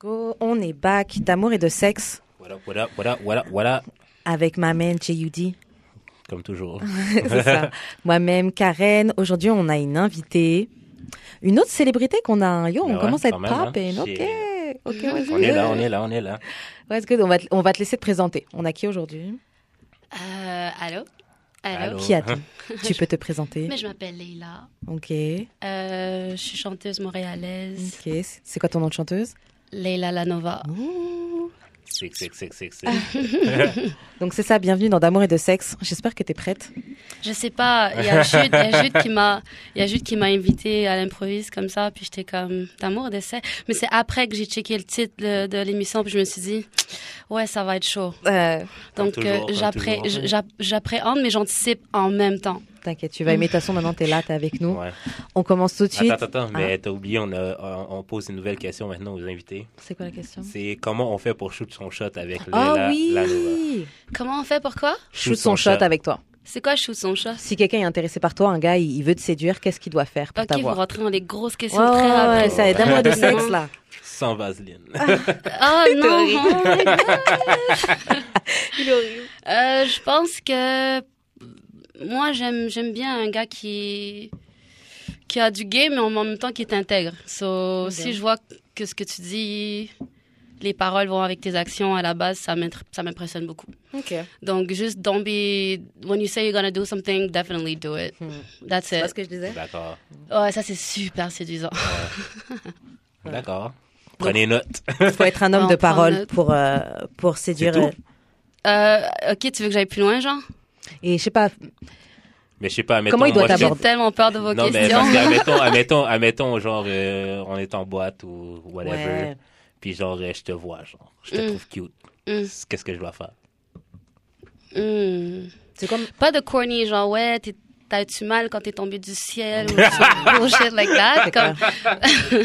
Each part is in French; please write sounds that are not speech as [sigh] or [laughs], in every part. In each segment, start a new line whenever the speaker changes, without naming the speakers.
go, on est back d'amour et de sexe
What up, what up, what up, what up, what up.
avec ma man J.U.D.
Comme toujours.
[laughs] C'est
[laughs]
ça. Moi-même, Karen. Aujourd'hui, on a une invitée. Une autre célébrité qu'on a. Yo, on
Ouais,
commence à être
quand même, hein.
pop. et Ok. Ok, what's
on est là, on
good?
est là, on est là.
What's good? On va, te, on va te laisser te présenter. On a qui aujourd'hui?
Euh, allô?
Allô?
Allô?
Oh.
Qui a-t-on?
[laughs]
tu peux te présenter.
Mais je m'appelle Leila.
Ok.
Euh, je suis chanteuse montréalaise.
Ok. C'est- C'est quoi ton nom de chanteuse?
Leila Lanova.
Sick, sick, sick, sick, sick.
Ah, Donc, c'est ça. Bienvenue dans d'amour et de sexe. J'espère que t'es prête.
Je sais pas, il y a Jude, il y a Jude qui m'a, il y a Jude qui m'a invitée à l'improviste comme ça, puis j'étais comme d'amour d'essai. Mais c'est après que j'ai checké le titre de, de l'émission, puis je me suis dit, ouais, ça va être chaud.
Euh,
Comme
Donc
toujours,
euh,
comme
j'appré-
toujours.
j- j'app- j'appréhende, mais j'anticipe en même temps.
T'inquiète, tu vas aimer. De toute façon, maintenant, t'es là, t'es avec nous. Ah.
Ouais.
On commence tout de suite.
Attends, attends, attends, mais t'as oublié, on, a- on- on pose une nouvelle question maintenant aux invités.
C'est quoi la question?
C'est comment on fait pour shoot son shot avec Léla
Mm. Ah
Lanova?
oui!
Comment on fait pour quoi
Shoot son shot avec toi.
C'est quoi shoot son chat?
Si quelqu'un est intéressé par toi, un gars, il il veut te séduire, qu'est-ce qu'il doit faire pour
Ok, vous
t'avoir?
rentrez dans les grosses questions
Ouais,
très
ouais, ouais,
rapides.
ça aide à
[laughs]
moi de sexe, là.
Sans vaseline.
Ah non,
Théorie.
oh [laughs] my God. Euh, je pense que moi j'aime j'aime bien un gars qui qui a du game mais en même temps qui est intègre. So, si je vois que ce que tu dis les paroles vont avec tes actions à la base, ça m'intr- ça m'impressionne beaucoup.
Ok.
Donc juste don't be when you say you're gonna do something, definitely do it. That's
C'est pas
it.
ce que je disais?
D'accord.
Ouais, ça c'est super séduisant.
D'accord. Prenez note.
Il faut être un homme
On
de
prend
parole
note.
pour, euh, pour séduire.
tout
euh,
Euh, OK, tu veux que j'aille plus loin, Jean
Et je sais pas,
Mais je sais pas, mettons,
Comment il doit
moi, je-
J'ai
t'aborder?
tellement peur de vos
Non, mais
questions.
parce
[laughs]
que, admettons, admettons, admettons, genre, euh, on est en boîte ou whatever.
Ouais.
Puis genre, euh, je te vois, genre, je te
Mm.
trouve cute.
Mm.
Qu'est-ce que je
[laughs]
dois faire?
Hmm.
c'est
[laughs]
comme.
Pas de corny, genre, ouais, t'es- t'as-tu mal quand t'es tombé du ciel ou
[laughs]
some bullshit like that. Comme...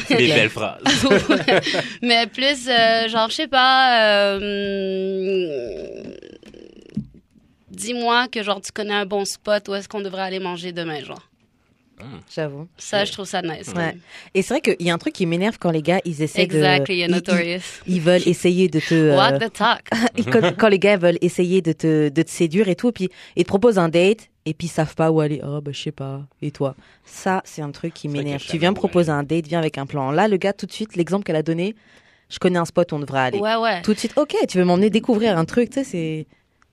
C'est des
clair.
belles phrases.
[laughs]
Mais plus, euh, genre, je sais pas, euh, dis-moi que, genre, tu connais un bon spot où est-ce qu'on devrait aller manger demain, genre.
J'avoue.
Ça, je trouve ça nice.
Ouais. Et c'est vrai qu'il y a un truc qui m'énerve quand les gars, ils essaient
Exactly,
de.
you're
ils-
notorious.
Ils, ils veulent essayer de te. euh,
Walk the
[laughs]
talk.
Et quand, quand les gars veulent essayer de te, de te séduire et tout, puis ils te proposent un date et puis ils savent pas où aller. Oh, bah, je sais pas. Et toi Ça, c'est un truc qui
vrai
m'énerve.
que
Tu viens me
j'avoue,
proposer un date, viens avec un plan. Là, le gars, tout de suite, l'exemple qu'elle a donné, je connais un spot où on devrait aller.
Ouais, ouais.
Tout de suite, ok, tu veux m'emmener découvrir un truc, tu sais, c'est.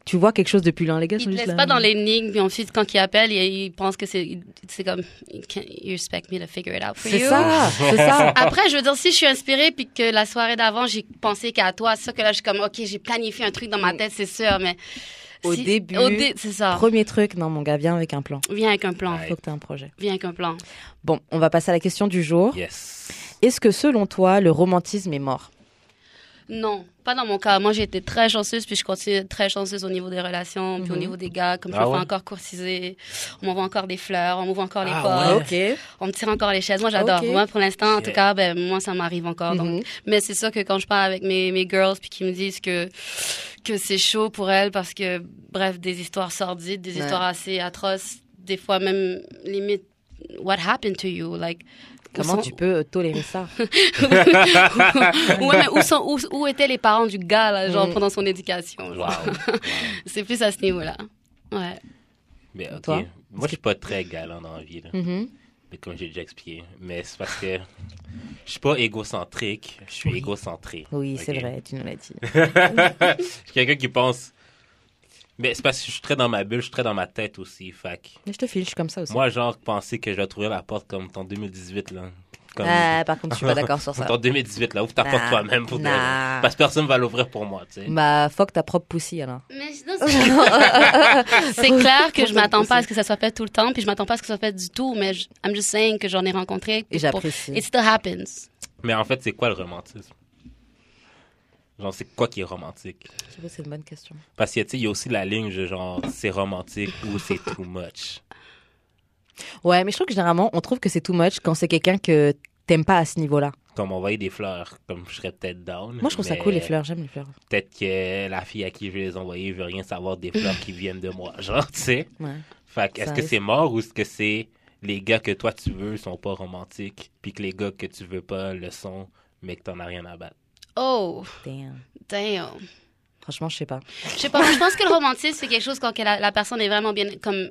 Tu vois quelque chose depuis loin, les gars,
Ils
sont
te
juste
laissent
là.
pas dans l'énigme, puis ensuite, quand ils appellent, ils, ils pensent que c'est c'est comme, you, can't- you expect me to figure it out for
C'est
you.
ça, c'est
[laughs]
ça.
Après, je veux dire, si je suis inspirée puis que la soirée d'avant, j'ai pensé qu'à toi, c'est sûr que là, je suis comme, OK, j'ai planifié un truc dans ma tête, c'est sûr, mais.
Au
si-
début.
au dé- c'est ça.
Premier truc, non, mon gars, viens avec un plan.
Viens avec un plan.
Ouais.
Faut que t'aies un projet.
Viens avec un plan.
Bon, on va passer à la question du jour.
Yes.
Est-ce que selon toi, le romantisme est mort
Non, pas dans mon cas. Moi, j'ai été très chanceuse, puis je continue d'être très chanceuse au niveau des relations, puis au
Mhm.
niveau des gars. Comme je
Ah
me fais
ouais?
encore courtiser, on m'envoie encore des fleurs, on m'ouvre encore les
Ah
portes,
ouais.
on me tire encore les chaises. Moi, j'adore.
Ok.
Moi, pour l'instant, en tout
Yeah.
cas, ben, moi, ça m'arrive encore. donc
Mhm.
Mais c'est sûr que quand je parle avec mes, mes girls puis qu'ils me disent que, que c'est chaud pour elles parce que, bref, des histoires sordides, des
Ouais.
histoires assez atroces, des fois même limite, what happened to you? Like, où
Comment
sont-
tu peux euh, tolérer ça
Ouais, mais où, sont, où, où étaient les parents du gars, là, genre,
Mm.
pendant son éducation?
Wow.
genre.
[laughs]
C'est plus à ce niveau-là. Ouais.
Mais ok.
Toi?
Moi, je suis pas très galant dans la vie, là.
Mhm.
Mais comme j'ai déjà expliqué. Mais c'est parce que je suis pas égocentrique. Je suis égocentré.
Oui, c'est
Ok?
vrai, tu nous l'as dit.
Je suis quelqu'un qui pense. Mais c'est parce que je suis très dans ma bulle, je suis très dans ma tête aussi. Fait que
Mais je te file, je suis comme ça aussi.
moi, genre, penser que je vais trouver la porte comme ton 2018, là. Comme...
Ah, par contre, je suis pas d'accord sur ça.
Ton 2018, là, ouvre ta
Nah.
porte toi-même pour de vrai.
Nah.
Parce que personne va l'ouvrir pour moi, tu sais.
Bah, fuck ta propre poussée, alors.
Mais
[laughs]
sinon, c'est- c'est clair que je m'attends pas à ce que ça soit fait tout le temps, puis je m'attends pas à ce que ça soit fait du tout, mais je, I'm just saying que j'en ai rencontré.
Et
pour-
j'apprécie.
It still happens.
Mais en fait, c'est quoi le romantisme? Genre, c'est quoi qui est romantique?
Je sais, c'est une bonne question.
Parce que, tu sais, il y a aussi la ligne de genre, c'est romantique ou c'est too much.
Ouais, mais je trouve que généralement, on trouve que c'est too much quand c'est quelqu'un que t'aimes pas à ce niveau-là.
Comme envoyer des fleurs, comme je serais peut-être down.
Moi, je trouve ça
mais
cool, les fleurs. J'aime les fleurs.
Peut-être que la fille à qui je vais les envoyer veut rien savoir des fleurs qui viennent de moi. Genre, tu sais.
Ouais.
Fait que,
Ça
est-ce que
arrive.
c'est mort ou est-ce que c'est les gars que toi tu veux sont pas romantiques, puis que les gars que tu veux pas le sont, mais que t'en as rien à battre?
Oh,
Damn.
damn.
Franchement, je sais pas.
Je sais pas, moi, je pense que le romantisme, c'est quelque chose quand que la, la personne est vraiment bien, comme, euh,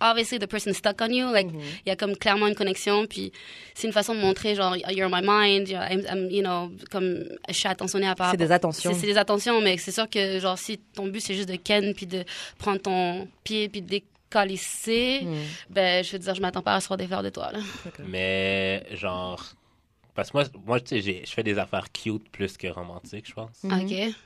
obviously, the person is stuck on you, like, il y a comme clairement une connexion, puis c'est une façon de montrer, genre, you're in my mind, you're- I'm- I'm, you know, comme, je suis attentionnée à part.
C'est des attentions.
C'est c'est des attentions, mais c'est sûr que, genre, si ton but, c'est juste de ken, puis de prendre ton pied, puis de décalisser,
Mhm.
ben, je veux dire, je m'attends pas à recevoir des fleurs de toi, là.
Mais genre. Parce que moi, moi tu sais, j'ai- je fais des affaires cute plus que romantiques, je pense.
Mm. Mm-hmm. Ah,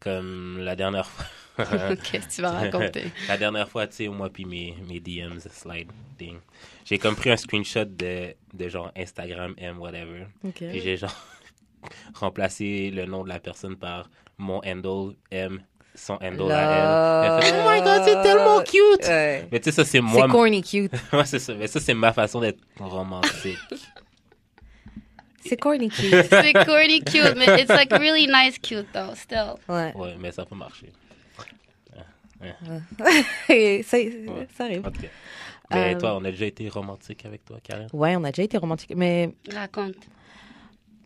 Comme la dernière fois.
[laughs] OK. OK, tu vas raconter.
la dernière fois, tu sais, moi puis mes, mes DMs, slide thing. J'ai comme pris un screenshot de, de genre Instagram, M, whatever.
Ok.
Puis j'ai genre [laughs] remplacé le nom de la personne par mon handle, M, son handle à elle. Elle fait, oh my god, c'est tellement cute!
Ouais.
Mais tu sais, ça, c'est moi.
C'est corny cute.
[laughs] Ouais, c'est ça. Mais ça, c'est ma façon d'être
[laughs]
romantique.
C'est corny
[laughs]
cute.
C'est corny cute, mais it's like really nice cute though, still.
Ouais. [laughs]
ouais, mais ça peut marcher.
Et ça,
Ouais.
ça arrive.
En tout cas. Mais
Euh,
toi, on a déjà été romantique avec toi, Karen?
Ouais, on a déjà été romantique. Mais,
Raconte.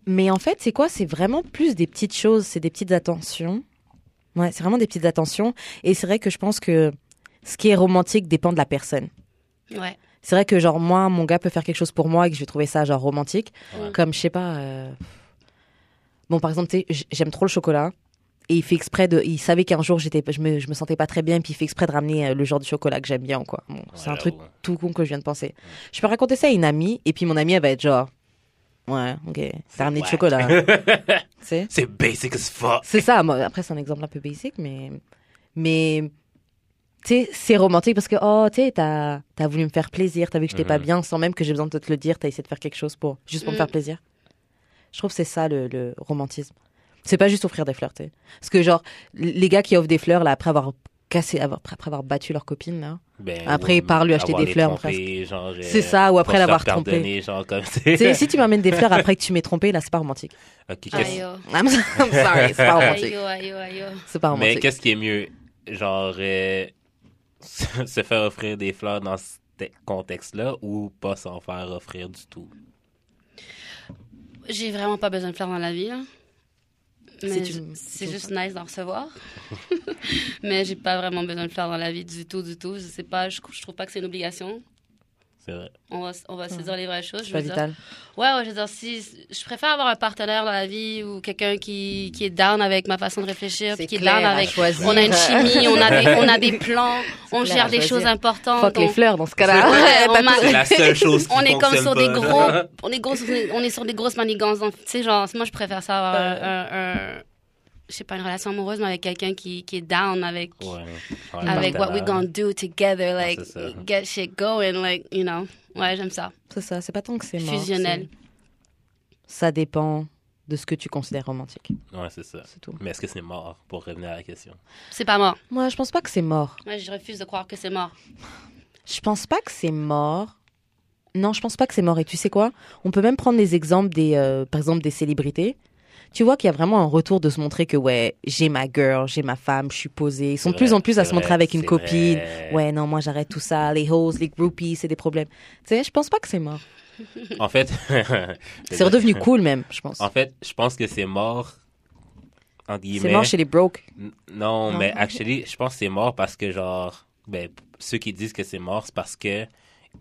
mais en fait, c'est quoi C'est vraiment plus des petites choses. C'est des petites attentions. Ouais, c'est vraiment des petites attentions. Et c'est vrai que je pense que ce qui est romantique dépend de la personne.
Ouais.
C'est vrai que, genre, moi, mon gars peut faire quelque chose pour moi et que je vais trouver ça, genre, romantique.
Ouais.
Comme, je sais pas. euh, Bon, par exemple, tu sais, j- j'aime trop le chocolat. Et il fait exprès de. Il savait qu'un jour, j'étais, je, me, je me sentais pas très bien. Puis il fait exprès de ramener euh, le genre de chocolat que j'aime bien, quoi. Bon, c'est un
Ouais,
truc
ouais.
tout con que je viens de penser. Je peux raconter ça à une amie. Et puis mon amie, elle va être genre. Ouais, ok. T'as ramené du
whack.
chocolat. tu sais
[laughs] C'est basic as fuck.
c'est ça. moi. Après, c'est un exemple un peu basic, mais. Mais. Tu sais, c'est romantique parce que, oh, tu sais, t'as as voulu me faire plaisir, t'as vu que j'étais pas
Mhm.
bien, sans même que j'ai besoin de te le dire, t'as essayé de faire quelque chose pour. juste pour me
Mm.
faire plaisir. Je trouve que c'est ça le, le romantisme. C'est pas juste offrir des fleurs, tu sais. Parce que, genre, l- les gars qui offrent des fleurs, là, après avoir cassé, avoir- après avoir battu leur copine, là.
Ben,
Après,
ou
il part lui acheter
avoir
des
les
fleurs,
trompés, genre, euh,
C'est ça, ou après
pour se
l'avoir
faire
trompé.
pardonner, genre, comme [laughs]
Tu sais, si tu m'amènes des fleurs après que tu m'aies trompé, là, c'est pas romantique. [laughs]
Ok, qu'est-ce-
Aïe, oh.
I'm sorry, c'est pas romantique.
Aïe, oh, aïe, oh, aïe, oh.
C'est pas
Mais
romantique.
qu'est-ce qui est mieux? Genre, euh, [laughs] se faire offrir des fleurs dans ce te- contexte-là ou pas s'en faire offrir du tout?
J'ai vraiment pas besoin de fleurs dans la vie. là. Mais
C'est
je-
une-
c'est juste nice d'en recevoir. [laughs] mais j'ai pas vraiment besoin de fleurs dans la vie du tout, du tout. Je sais pas, je, je trouve pas que c'est une obligation.
C'est vrai.
On va, on va se dire les vraies choses.
C'est
Je
pas
veux dire.
vital.
Ouais, ouais, je veux dire, si, je préfère avoir un partenaire dans la vie ou quelqu'un qui, qui est down avec ma façon de réfléchir, puis qui est down avec.
choisir.
On
[laughs]
a une chimie, on a des, on a des plans, on
clair à
gère des
choisir.
choses importantes.
Fuck les
on-
fleurs dans ce
Ouais,
cas-là. [laughs]
on
T'as
m'a-
tout-
C'est la
[laughs]
seule chose qui
Ah. on est comme
fonctionne
sur des
pas.
gros
[laughs]
on est gros on est sur des grosses manigances donc, tu sais genre moi je préfère ça avoir un, un- un- je sais pas une relation amoureuse mais avec quelqu'un qui, qui est down avec
Ouais. Ouais,
avec what we
partenaire.
gonna do together like
c'est ça.
get shit going like you know ouais j'aime ça
C'est ça, c'est pas tant que c'est mort.
fusionnel
c'est- Ça dépend de ce que tu considères romantique,
Ouais, c'est ça.
c'est tout.
Mais est-ce que c'est mort pour revenir à la question?
c'est pas mort
Moi, je pense pas que c'est mort.
moi je refuse de croire que
[laughs]
c'est mort
Je pense pas que c'est mort. Non, je pense pas que c'est mort. Et tu sais quoi On peut même prendre les exemples des, euh, par exemple, des célébrités. Tu vois qu'il y a vraiment un retour de se montrer que ouais, j'ai ma girl, j'ai ma femme, je suis posée. Ils sont de plus en plus à se montrer avec une copine. Ouais, non, moi j'arrête tout ça. Les hoes, les groupies, c'est des problèmes. Tu sais, je pense pas que c'est mort.
En fait, [laughs]
C'est redevenu cool même, je pense.
En fait, je pense que c'est mort. En guillemets.
C'est mort chez les broke.
N- Non,
Non.
mais actually, je pense que c'est mort parce que, genre, ben, p- ceux qui disent que c'est mort, c'est parce que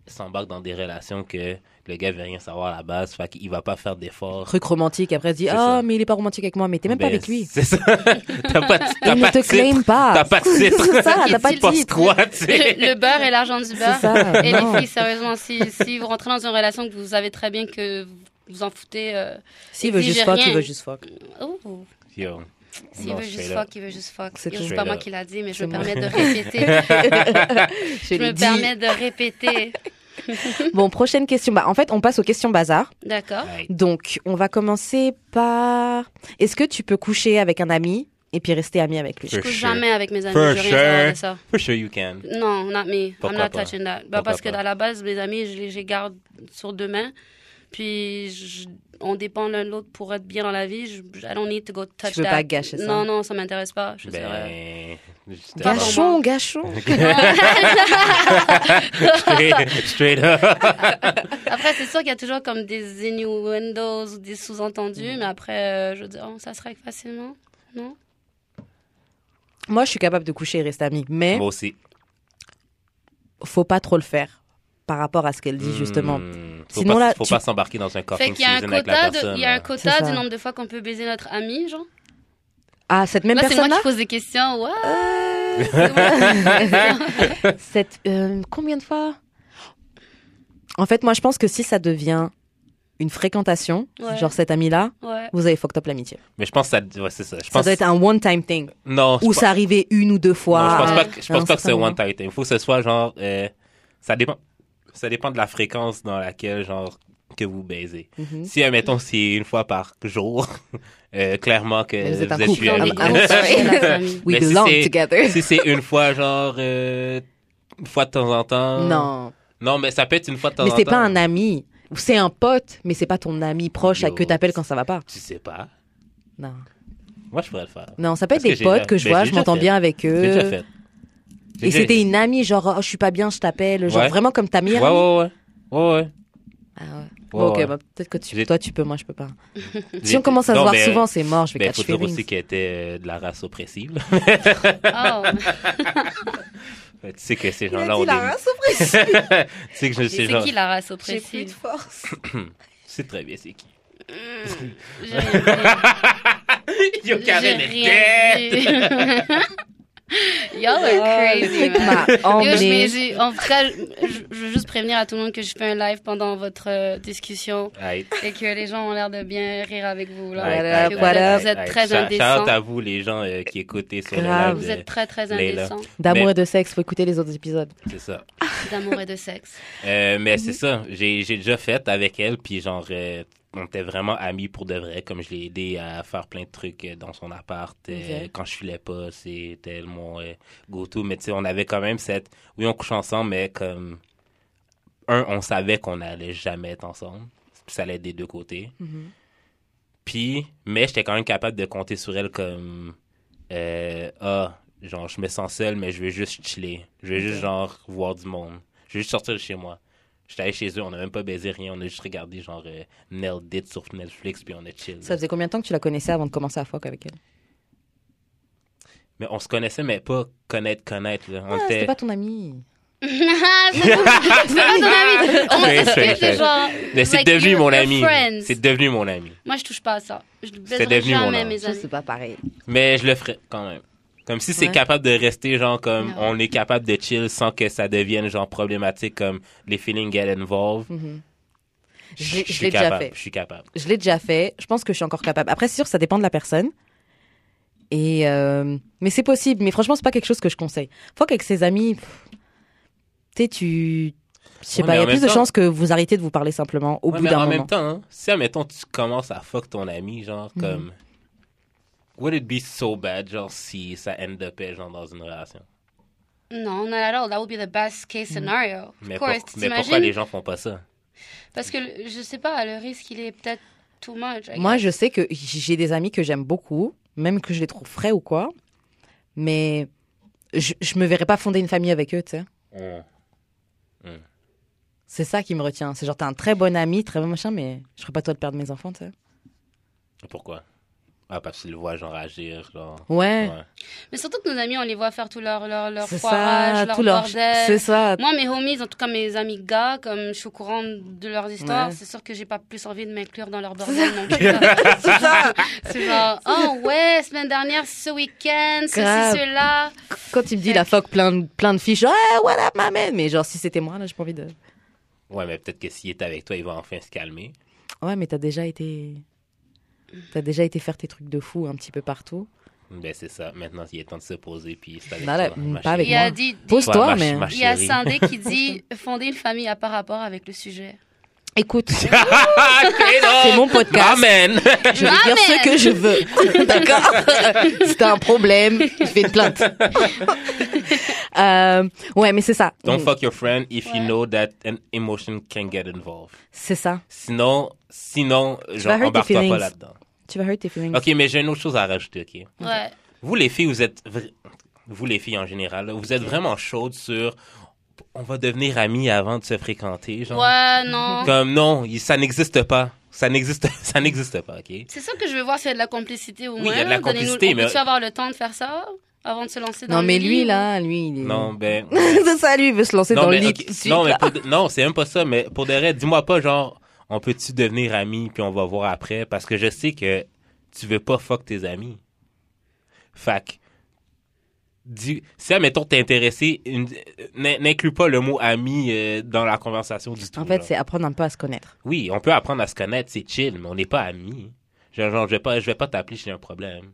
ils s'embarquent dans des relations que le gars veut rien savoir à la base, fait qu'il va pas faire d'efforts.
truc romantique. Après, elle dit
C'est
Ah,
ça.
mais il est pas romantique avec moi, mais t'es même pas
Ben,
avec lui.
C'est ça. [laughs] T'as pas, de- t'as
Il
pas
ne
de
te claim
titre.
pas.
T'as pas de titre.
C'est
[laughs]
ça, t'as pas
Tu penses
de titre.
quoi, tu sais?
le beurre et l'argent du
C'est
beurre
ça.
et
non.
les filles sérieusement si, si vous rentrez dans une relation que vous savez très bien que vous vous en foutez euh,
S'il veut juste
exigez
fuck, il
rien.
veut juste
[laughs]
fuck.
oh.
Yo.
S'il
Non,
veut
je
juste
fais là.
fuck, il veut juste fuck.
C'est
Yo,
tout.
C'est
Je
pas
fais
moi
là.
qui l'a dit, mais je
C'est
me
moi.
permets
[laughs]
de répéter.
Je
Je
l'ai
me
dit.
permets
[laughs]
de répéter.
Bon, prochaine question. Bah, en fait, on passe aux questions bazar.
D'accord.
Right.
Donc, on va commencer par Est-ce que tu peux coucher avec un ami et puis rester ami avec lui
Sure.
Je couche jamais avec mes amis.
For
je rien faire
sure.
de ça.
For sure you can.
Non, not me.
Pourquoi
I'm not
pas?
touching that. Bah,
Pourquoi
parce que
pas?
à la base, mes amis, je les je les garde sur deux mains. Puis je- on dépend l'un de l'autre pour être bien dans la vie. Je, I don't need to go touch
veux
that.
pas gâcher ça.
Non, non, ça m'intéresse pas. Je veux dire, euh,
Ben. j'étais
Pas
genre-
pour
Gâchons, gâchons.
straight, straight euh, up.
Après, c'est sûr qu'il y a toujours comme des innuendos ou des
Mm.
sous-entendus, mais après, euh, je veux dire, oh, ça se règle facilement, non
Moi, je suis capable de coucher et rester amie, mais
Moi aussi.
faut pas trop le faire par rapport à ce qu'elle dit, justement.
Hmm, faut
Sinon,
pas,
là,
faut
tu-
pas s'embarquer dans un
Fait
coffee
qu'il y a un
season avec la
quota, de-
personne.
il y a un
là.
C'est
quota
ça.
du nombre de fois qu'on peut baiser notre ami, genre.
Ah, cette même
Là, c'est moi
personne-là
qui pose des
[laughs]
questions. Ouais.
Euh,
c'est moi.
cette, euh, Combien de fois En fait, moi, je pense que si ça devient une fréquentation,
Ouais.
genre cet ami-là,
ouais.
vous avez fucked up l'amitié.
Mais je pense que ça, ouais, c'est ça. Je
Ça
pense,
doit être un one-time thing.
non, je
Ou
pense-
ça arrivait une ou deux fois.
non, je pense
Ah,
pas, que- je
à un
pense pas que c'est
certain
one time. Il faut que ce soit genre, euh, ça dépend, ça dépend de la fréquence dans laquelle genre que vous baisez.
Mhm.
Si, admettons, c'est une fois par jour, [laughs] euh, clairement que
Mais vous
vous
êtes un
êtes
couple.
plus
On est
I'm-
amis. [laughs]
I'm sorry.
[laughs] gros, la famille.
We
Mais si
belong
c'est-
together.
si c'est une fois, genre, euh, une fois de temps en temps.
Non.
Non, mais ça peut être une fois de temps
Mais
en temps.
c'est pas un ami. Ou C'est un pote, mais c'est pas ton ami proche à
Yo.
que t'appelles quand ça va pas.
Tu sais pas.
Non.
Moi, je pourrais le faire.
Non, ça peut être
Parce
des
que j'ai
potes
déjà-
que je
ben,
vois,
j'ai
je
déjà
m'entends
fait.
bien avec
J'ai déjà
eux.
fait. J'ai
Et
déjà-
c'était une amie, genre, oh, je suis pas bien, je t'appelle. Genre
Ouais.
vraiment comme ta
Ouais,
mère.
ouais, ouais. Ouais, ouais.
Ah ouais.
Ouais,
ok,
ouais.
bah, peut-être que tu,
J'ai-
toi tu peux, moi je peux pas. Si
J'ai-
on commence à
Non,
se voir
mais-
souvent, c'est mort, je vais
Ben,
catch
faut dire aussi
feelings.
qu'elle était euh, de la race oppressive. là.
Oh.
Ben, tu sais que ces
Il a
gens-là
dit
ont
la
des...
race oppressive.
Tu sais que je
C'est
sais genre...
qui la race
J'ai plus de
oppressive
force.
C'est très bien, c'est qui.
Mmh, J'ai rien
[laughs] Yo,
dit.
Karen
J'ai
est
rien Oh,
dead!
dit. Y'all are
Le [laughs]
crazy.
truc m'a
man. Yo, je- mais
emmené.
j'ai- en vrai, je, je veux juste prévenir à tout le monde que je fais un live pendant votre euh, discussion
Aïe,
et que les gens ont l'air de bien rire avec vous. Là.
aïe,
What
aïe,
up,
Que vous,
what
aïe,
up.
êtes, vous êtes
aïe.
très
Shout-
indécents.
Shout à vous, les gens euh, qui écoutaient sur
Grave.
le
Vous
live. euh,
êtes très très
Layla.
indécents
D'amour
Mais-
et de sexe, faut écouter les autres épisodes.
C'est ça.
d'amour et de sexe. [laughs]
Euh, mais c'est ça, j'ai j'ai déjà fait avec elle, puis genre, euh, on était vraiment amis pour de vrai, comme je l'ai aidé à faire plein de trucs euh, dans son appart. euh,
Ok.
Quand je filais pas, c'était mon euh, go-to, mais tu sais, on avait quand même cette... Oui, on couche ensemble, mais comme... Un, on savait qu'on n'allait jamais être ensemble, ça allait des deux côtés.
Mhm.
Puis, mais j'étais quand même capable de compter sur elle comme euh, ah, genre je me sens seul, mais je veux juste chiller. Je veux juste genre voir du monde. Je veux juste sortir de chez moi. J'étais allé chez eux, on n'a même pas baisé rien, on a juste regardé genre euh, Nailed It sur Netflix puis on a chill.
Ça faisait combien de temps que tu la connaissais avant de commencer à fuck avec elle
Mais on se connaissait mais pas connaître connaître là. On
Ah,
était
C'était pas ton ami.
c'est pas c'est pas ton ami. On
Oui,
s'est
c'est-
fait que genre.
mais c'est
like,
devenu
you're-
mon
you're
ami.
friends.
C'est devenu mon ami.
Moi, je touche pas à ça. Je
C'était
baiserai
devenu mon
jamais
homme.
mes
Ça,
amis.
c'est pas pareil.
Mais je le ferais quand même. Comme si c'est
Ouais.
capable de rester, genre, comme
Ouais.
on est capable de chill sans que ça devienne, genre, problématique, comme les feelings get involved.
Mhm.
Je
Je l'ai-
je
je
suis
l'ai déjà
capable,
fait.
Je suis capable.
Je l'ai déjà fait. Je pense que je suis encore capable. Après, c'est sûr, ça dépend de la personne. Et euh, mais c'est possible. Mais franchement, c'est pas quelque chose que je conseille. Faut qu'avec ses amis, pff, tu sais, tu, je sais
Ouais,
pas,
mais
il y
en
a plus
même
de
temps-
chances que vous arrêtez de vous parler simplement au
Ouais,
bout
mais
d'un
en
moment. Hmm.
même temps, hein, si, admettons, tu commences à fuck ton ami, genre, comme. Would it be so bad, genre, si ça end up, genre, dans une relation?
Non, not at all. That would be the best case
Mm.
scenario. Of
Mais,
course,
pour- mais pourquoi
t'imagines?
les gens font pas ça?
Parce que le- je sais pas, le risque, il est peut-être too much. I
Moi,
guess.
je sais que j'ai des amis que j'aime beaucoup, même que je les trouve frais ou quoi. Mais je, je me verrais pas fonder une famille avec eux, tu sais.
On-
C'est ça qui me retient. C'est genre, t'es un très bon ami, très bon machin, mais je ferais pas toi de perdre mes enfants, tu sais.
Pourquoi? Ah, parce qu'ils le voient, genre, agir, genre.
Ouais.
Ouais.
Mais surtout que nos amis, on les voit faire tout leur, leur, leur
C'est
foirage,
ça,
leur
tout leur.
bordel.
C'est ça.
Moi, mes homies, en tout cas mes amis gars, comme je suis au courant de leurs histoires,
Ouais.
c'est sûr que j'ai pas plus envie de m'inclure dans leur bordel non
[laughs]
plus. c'est ça. C'est genre, oh ouais, semaine dernière, ce week-end, ceci,
Grave.
cela.
Quand il me dit la fuck plein de, plein de fiches, genre, hey, what up, ma man? Mais genre, si c'était moi, là, j'ai pas envie de.
[laughs] Ouais, mais peut-être que s'il est avec toi, il va enfin se calmer.
Ouais, mais t'as déjà été. T'as déjà été faire tes trucs de fou un petit peu partout.
Ben, c'est ça. Maintenant, il est temps de se poser, puis c'est avec
Non, là,
toi, ma
pas avec
Il y a,
moi.
dit,
Ouais,
Pose-toi,
ma-
mais.
ma
il y a
chérie. [laughs]
Sandé
[laughs]
qui dit fonder une famille à par rapport avec le sujet.
Écoute,
Ah,
c'est mon podcast.
Amen.
Je
Ah,
vais dire ce que je veux. [laughs] D'accord [laughs] Si t'as un problème, je fais une [laughs] plainte. Euh, ouais, mais c'est ça.
Don't fuck your friend if you
Ouais.
know that an emotion can get involved.
C'est ça.
Sinon, sinon,
vas hurt
genre,
tes
embarque-toi pas
feelings.
là-dedans.
Tu vas hurt tes feelings.
Ok, mais j'ai une autre chose à rajouter, ok?
Ouais.
Vous, les filles, vous êtes. vra- Vous, les filles en général, là, vous êtes vraiment chaudes sur. on va devenir amis avant de se fréquenter. Genre.
Ouais, non.
Comme non, il- ça n'existe pas. Ça n'existe, [laughs] ça n'existe pas, ok?
C'est ça que je veux voir s'il y a de la complicité ou
Oui,
moins.
il y a de la
Donnez-nous-
complicité,
on
mais-
peut-tu avoir le temps de faire ça avant de se lancer dans
Non,
le
mais lui,
livre?
là, lui, il est.
Non, ben.
[laughs] c'est ça, lui, il veut se lancer dans le lit tout
ok,
de suite,
non, mais
là.
pour de- non, c'est même pas ça, mais pour de vrai, dis-moi pas, genre, on peut-tu devenir amis puis on va voir après, parce que je sais que tu veux pas fuck tes amis. Fac. Dis, si, admettons, t'es intéressé, une- n'in- n'inclus pas le mot ami euh, dans la conversation du tout.
En fait,
genre.
c'est apprendre un peu à se connaître.
Oui, on peut apprendre à se connaître, c'est chill, mais on n'est pas amis. Genre, genre, je vais pas, je vais pas t'appeler si j'ai
[laughs]
un problème.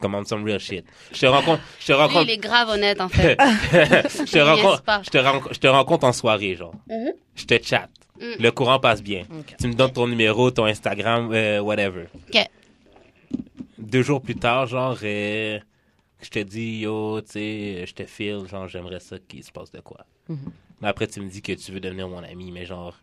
Comme on some real shit. Je te rencontre, je te
Lui,
rencontre,
il est grave
[laughs]
honnête, en fait.
je te
niaise
rencontre,
pas.
je te rencontre, je te rencontre en soirée, genre.
Mhm.
Je te chatte.
Mm.
Le courant passe bien.
Ok.
Tu me donnes ton numéro, ton Instagram, euh, whatever.
Ok.
Deux jours plus tard, genre, euh, je te dis, yo, tu sais, je te file, genre, j'aimerais ça qu'il se passe de quoi.
Mhm.
Mais après, tu me dis que tu veux devenir mon ami, mais genre,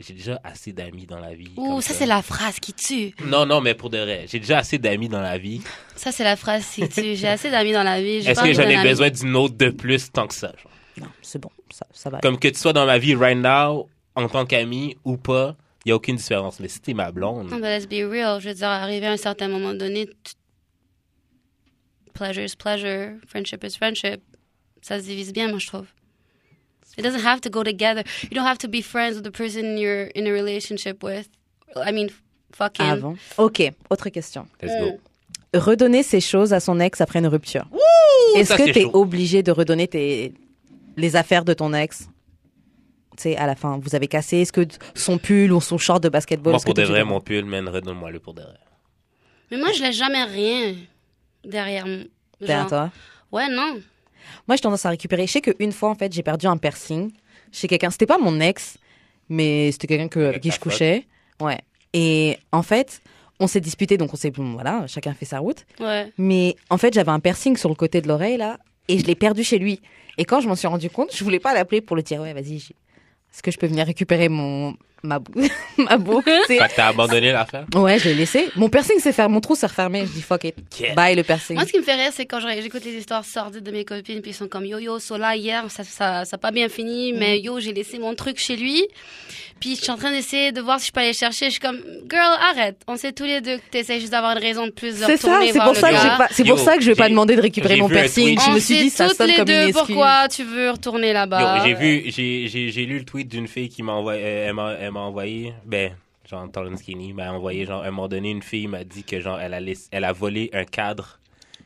j'ai déjà assez d'amis dans la vie.
Ouh,
comme
ça, c'est la phrase qui tue.
Non, non, mais pour de vrai, j'ai déjà assez d'amis dans la vie.
Ça, c'est la phrase qui tue. J'ai assez d'amis dans la vie. j'ai
Est-ce
pas
que
envie
j'en ai
d'un ami.
besoin d'une autre de plus tant que ça? genre?
Non, c'est bon, ça, ça va.
Comme que tu sois dans ma vie right now, en tant qu'ami ou pas, il n'y a aucune différence. Mais si t'es ma blonde,
Euh,
Non, mais Ah, ben, let's be real. Je veux dire, arrivé à un certain moment donné, tu- pleasure is pleasure, friendship is friendship. Ça se divise bien, moi, je trouve. It doesn't have to go together. You don't have to be friends with the person you're in a relationship with. I mean, fucking.
Avant. Ok, autre question.
let's go.
Redonner ses choses à son ex après une rupture. Est-ce
ça,
que
c'est
t'es
chaud.
obligé de redonner tes... les affaires de ton ex Tu sais, à la fin, vous avez cassé. Est-ce que t- son pull ou son short de basketball
Moi,
est-ce que
pour de
t'es
vrai,
obligé
mon pull, man, redonne-moi le pour de vrai.
Mais moi, je laisse jamais rien derrière moi.
de- Derrière toi
Genre, Ouais, non.
Moi, j'ai tendance à récupérer. Je sais qu'une fois, en fait, j'ai perdu un piercing chez quelqu'un. C'était pas mon ex, mais c'était quelqu'un que, avec qui
ta
je couchais. Ouais. Et en fait, on s'est disputé, donc on s'est. Bon, voilà, chacun fait sa route.
Ouais.
Mais en fait, j'avais un piercing sur le côté de l'oreille, là, et je l'ai perdu chez lui. Et quand je m'en suis rendu compte, je voulais pas l'appeler pour le dire, ouais, vas-y, j'ai- est-ce que je peux venir récupérer mon. ma, bou- [laughs] ma boucle tu sais
Fait que t'as abandonné
[laughs]
l'affaire?
Ouais, je l'ai laissé. Mon piercing s'est fermé, mon trou s'est refermé. Je dis fuck it.
Ok.
Bye le piercing.
Moi, ce qui me fait rire, c'est quand je- j'écoute les histoires sordides de mes copines, puis ils sont comme yo yo, Sola, hier, ça, ça, ça a pas bien fini,
Mm.
mais yo, j'ai laissé mon truc chez lui. Puis je suis en train d'essayer de voir si je peux aller le chercher. Je suis comme, girl, arrête. On sait tous les deux que t'essayes juste d'avoir une raison de plus de
C'est ça,
retourner
c'est
voir
pour
le
ça, que j'ai
gars.
pas, c'est pour
Yo,
ça que je vais pas
j'ai-
demander de récupérer
j'ai
mon
vu un
piercing.
tweet.
Je
On
me suis
sait
dit, ça
toutes
sonne
les
comme
deux
une excuse.
pourquoi tu veux retourner là-bas.
Bah,
Yo, j'ai
euh,
vu, j'ai, j'ai, j'ai lu le tweet d'une fille qui m'a envoyé, euh, elle m'a, elle m'a envoyé, ben, genre, Talon Skinny m'a envoyé, genre, à un moment donné, une fille m'a dit que, genre, elle a, laiss- elle a volé un cadre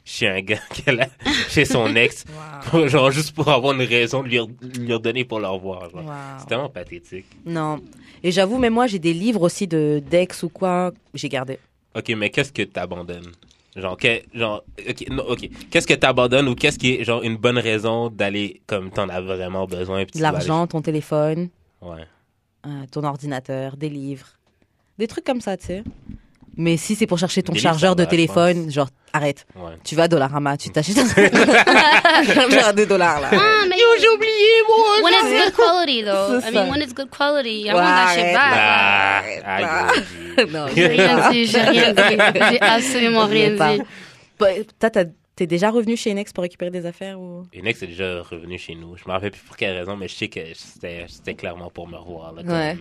chez un gars, [laughs] qu'elle a, chez son ex, [laughs] pour- genre, juste pour avoir une raison de lui, re- lui redonner pour le revoir, genre.
Wow.
C'est tellement pathétique.
Non. Et j'avoue, mais moi, j'ai des livres aussi de Dex ou quoi, j'ai gardé.
Ok, mais qu'est-ce que t'abandonnes? Genre, que, genre, ok, non, ok. Qu'est-ce que t'abandonnes ou qu'est-ce qui est, genre, une bonne raison d'aller comme t'en as vraiment besoin? puis tu
De
dois aller-
l'argent, ton téléphone,
Ouais.
euh, ton ordinateur, des livres. Des trucs comme ça, tu sais. Mais si c'est pour chercher ton
Des livres,
chargeur
ça
de
va, je
téléphone, genre, arrête.
Ouais.
Tu vas à Dollarama, tu t'achètes
[laughs]
un chargeur à 2 dollars, là.
Ah, mais
j'ai oublié, moi.
when it's good quality, though.
C'est
I
ça.
mean, when it's good quality, I
Ouais,
want that shit
arrête. Bah.
back.
Ah,
Ah,
ah,
[laughs] Non,
J'ai rien dit, j'ai rien dit. J'ai absolument rien dit.
Bah, Toi, t'as- t'es déjà revenu chez une ex pour récupérer des affaires ou...
Une ex est déjà revenue chez nous. Je me rappelle plus pour quelle raison, mais je sais que c'était c'était clairement pour me revoir. Là, comme,
Ouais.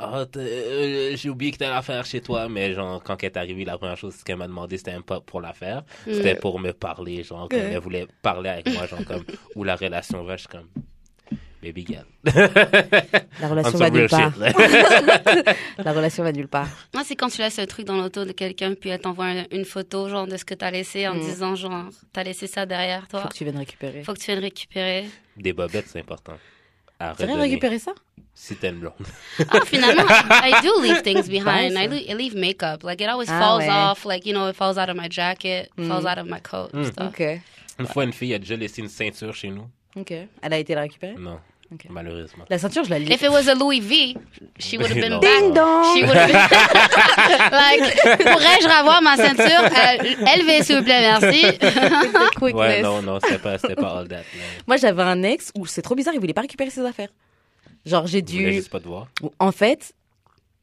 Ah, t'es- euh, j'ai oublié que t'allais la faire chez toi, mais genre, quand elle est arrivée, la première chose qu'elle m'a demandé, c'était même pas pour la faire. C'était pour me parler, genre, comme
Ouais.
elle voulait parler avec moi, genre,
[laughs]
comme, où la relation va, je suis comme, baby girl.
La
On
relation va nulle part.
là. [laughs]
La relation va nulle part.
Moi, c'est quand tu laisses le truc dans l'auto de quelqu'un, puis elle t'envoie un- une photo, genre, de ce que t'as laissé, en
Mm.
disant, genre, t'as laissé ça derrière
Faut
toi.
que tu viennes récupérer.
Faut que tu
[laughs]
viennes récupérer.
Des bobettes, c'est important. À
Tu rien
redonner,
récupérer ça
Si t'es une blonde.
Ah, finalement, I do leave things behind.
[laughs] Nice.
I, leave, I leave makeup. Like, it always
Ah
falls
ouais.
off. Like, you know, it falls out of my jacket,
Mm.
falls out of my coat,
Mm.
Ah.
stuff.
Une fois, une fille a déjà laissé une ceinture chez nous.
Ok. Elle a été la récupérer
Non,
Ok.
malheureusement.
La ceinture, je la lis.
If it was a Louis V, she would have been
Non.
back.
Ding dong
She would have
[laughs]
been... like, pourrais-je revoir ma ceinture? Euh, Élevée, s'il vous
[laughs]
plaît, merci.
Ouais,
Quickness.
non, non, c'était pas, c'était pas all
[laughs]
that. là.
Moi, j'avais un ex où c'est trop bizarre, il voulait pas récupérer ses affaires. Genre, j'ai
Je voulais
dû.
juste pas te voir.
En fait,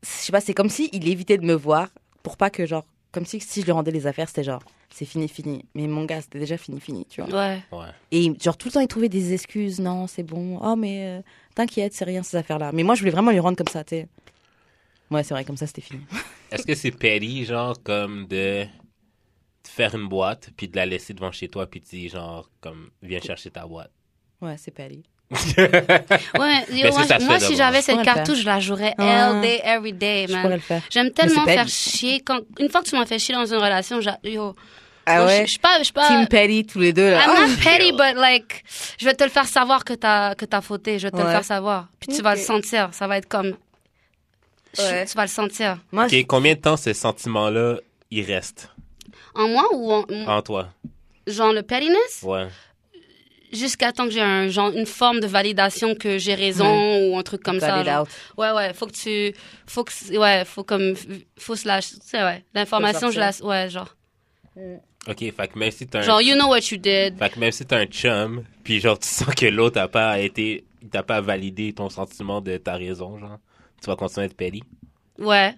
je sais pas, c'est comme si il évitait de me voir pour pas que, genre, comme si si je lui rendais les affaires, c'était genre, c'est fini, fini. Mais mon gars, c'était déjà fini, fini, tu vois.
Ouais.
Ouais.
Et genre tout le temps, il trouvait des excuses. Non, c'est bon. Oh, mais euh, t'inquiète, c'est rien ces affaires-là. Mais moi, je voulais vraiment lui rendre comme ça, tu sais. Ouais, c'est vrai, comme ça, c'était fini.
Est-ce que c'est péri, genre, comme de de faire une boîte, puis de la laisser devant chez toi, puis de dire, genre, comme, viens chercher ta boîte?
Ouais, c'est pas allé.
Ouais,
Mais
moi,
si ça se
moi,
fait
si
d'abord.
j'avais
Je
cette
pourrais le faire.
cartouche, je la jouerais
Ah.
all day, every day,
Je pourrais
man.
le faire.
J'aime tellement
Mais c'est
faire
pas-
chier. Quand, une fois que tu m'as fait chier dans une relation, j'a- yo.
Ah
Moi, je-
ouais
Je suis pas, je suis pas.
Team Petty, tous les deux, là.
I'm
Ah,
not petty, but like, je vais te le faire savoir que t'as que t'as fauté. Je vais te le
Ouais.
faire savoir. Puis tu vas
Ok.
le sentir. Ça va être comme. Je-
Ouais.
Tu vas le sentir.
Moi,
Ok, combien de temps ce sentiment-là, il reste
En moi ou en,
en toi?
genre le pettiness
Ouais.
jusqu'à temps que j'ai un genre une forme de validation que j'ai raison ou un truc comme ça.
Valid
genre.
Hmm. out.
Ouais ouais, faut que tu faut que c- ouais, faut comme faut se lâcher, tu sais ouais. L'information je la ouais, genre.
Ok, fait que même si t'as un,
Genre you know what you did.
fait que même si t'as un chum, puis genre, tu sens que l'autre a pas été, t'as pas validé ton sentiment de ta raison, genre, tu vas continuer à être péri?
Ouais.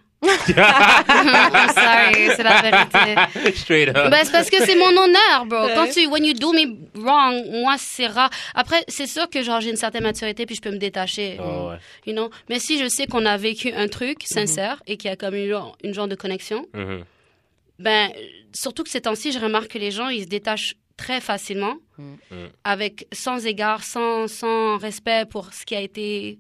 [laughs] I'm sorry, c'est la vérité.
[laughs] Straight up.
Ben, c'est parce que c'est mon honneur, bro. Quand tu, when you do me wrong, moi, c'est rare. Après, c'est sûr que, genre, j'ai une certaine maturité, puis je peux me détacher.
Oh, ouais.
You know? Mais si je sais qu'on a vécu un truc sincère et qu'il y a comme une, genre- une genre de connexion,
Mhm.
ben, surtout que ces temps-ci, je remarque que les gens, ils se détachent très facilement,
Mhm.
Mhm.
avec, sans égard, sans, sans respect pour ce qui a été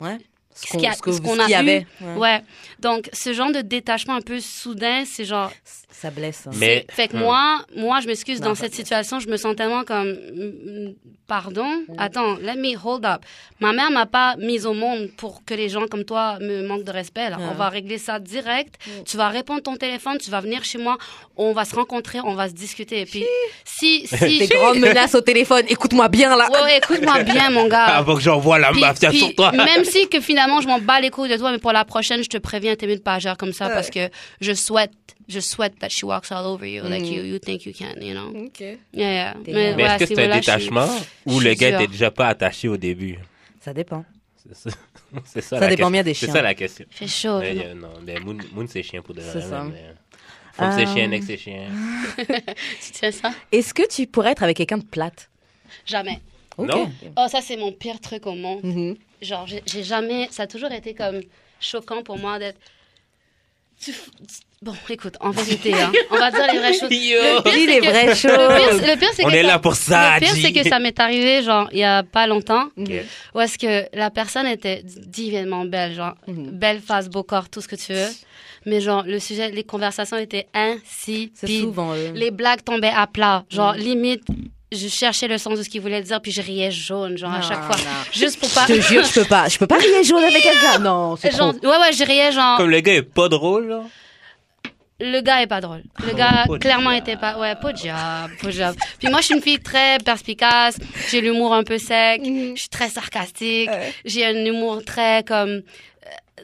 Ouais.
Ce
qu'on-
qu'il y a-
ce que-
ce qu'on
ce qu'il y
a eu.
avait. Ouais.
Ouais. Donc, ce genre de détachement un peu soudain, c'est genre.
Ça blesse. hein.
Mais,
Fait que
Hmm.
moi, moi, je m'excuse,
Non,
dans
ça
cette
va.
situation, je me sens tellement comme. mm, Pardon? Attends, let me hold up. Ma mère m'a pas mise au monde pour que les gens comme toi me manquent de respect. là.
Ah.
On va régler ça direct.
Mm.
Tu vas répondre ton téléphone, tu vas venir chez moi, on va se rencontrer, on va se discuter. Et puis, si.
[laughs]
si
Des grandes menaces au téléphone. Écoute-moi bien, là.
Ouais, ouais,
[laughs]
écoute-moi bien, mon gars.
avant Ah, que j'envoie la
ah, Puis-
mafia
puis,
sur toi.
Même si que finalement je m'en bats les couilles de toi, mais pour la prochaine, je te préviens, t'es mieux de pas agir comme ça
Ouais.
parce que je souhaite, je souhaite that she walks all over you, like
Mm.
you, you think you can, you know.
Ok.
Yeah, yeah.
T'es
Mais,
bien.
Mais
ouais,
est-ce
à ce
que c'est un
niveau-là, je suis-
détachement ou
je
le
suis
gars
sûre.
était déjà pas attaché au début?
Ça dépend.
C'est ça. [laughs] C'est ça,
Ça dépend
la question.
bien des
C'est
chiens.
ça la question.
Fait chaud.
Mais,
Oh, non.
euh, non, mais Moon, Moon c'est chien pour de vrai.
C'est ça.
mais, euh, Femme c'est
Euh,
chien, ex c'est chien.
Tu tiens ça
Est-ce que tu pourrais être avec quelqu'un de plate
Jamais.
Ok.
Non.
Oh, ça c'est mon pire truc au monde.
Mhm.
Genre, j'ai- j'ai jamais. Ça a toujours été comme choquant pour moi d'être. Tu f- tu- Bon, écoute, en vérité, hein, on va dire les
[laughs]
vraies choses. Le pire,
Dis
c'est
les
que-
vraies
Le
choses.
pire, le pire, c'est
On
que
est
ça-
là pour ça,
Le pire, c'est que ça m'est arrivé, genre, il y a pas longtemps,
Ok.
où est-ce que la personne était divinement belle, genre,
Mhm.
belle face, beau corps, tout ce que tu veux. Mais genre, le sujet, les conversations étaient
C'est
insipides.
souvent euh. eux.
Les blagues tombaient à plat. Genre,
Mhm.
limite, je cherchais le sens de ce qu'ils voulaient dire, puis je riais jaune, genre, à
Non,
chaque fois.
non.
Juste pour pas...
Ah. Je te
[laughs]
jure, je peux pas. Je peux pas rire jaune avec un gars. Non, c'est
Genre,
trop.
ouais, ouais, je riais,
[laughs]
genre,
Comme le gars est pas drôle, là.
le gars est pas drôle. Le
Oh,
gars,
pas de
clairement,
job.
était pas. Ouais, pas de job, pas de job. Puis moi, je suis une fille très perspicace. J'ai l'humour un peu sec. Je suis très sarcastique. J'ai un humour très comme euh,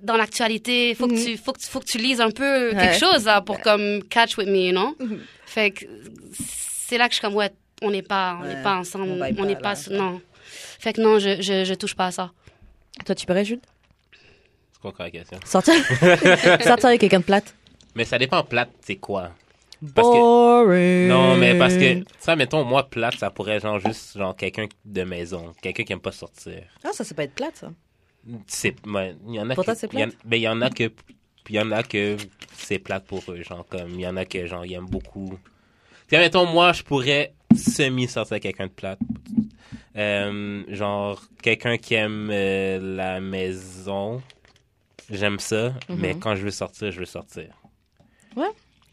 dans l'actualité. Faut que tu, faut que tu, faut que tu lises un peu quelque chose là, pour comme catch with me, you know. Fait que c'est là que je suis comme ouais, on n'est pas, on n'est
Ouais,
pas ensemble.
on vibe
On n'est
pas,
pas,
là.
non. Fait que non, je, je, je touche pas
[laughs]
à ça.
Toi, tu pourrais, Jules
C'est quoi encore la question?
Sortir,
[laughs]
sortir avec quelqu'un de plate
Mais ça dépend, plate, c'est quoi? Parce que.
Boring.
Non, mais parce
Euh.
que, ça, mettons, moi, plate, ça pourrait, genre, juste, genre, quelqu'un de maison. Quelqu'un qui aime pas sortir.
Ah, ça, ça peut être plate, ça.
C'est. ouais, Il y en a
Pour
que-
toi, c'est
il y en-
plate?
Mais il y en a que. Il y en a que c'est plate pour eux, genre, comme. Il y en a que, genre, ils aiment beaucoup. Tu sais, mettons, moi, je pourrais semi-sortir quelqu'un de plate. Euh, genre, quelqu'un qui aime euh, la maison, j'aime ça, mais quand je veux sortir, je veux sortir.
Mm-hmm. Ouais.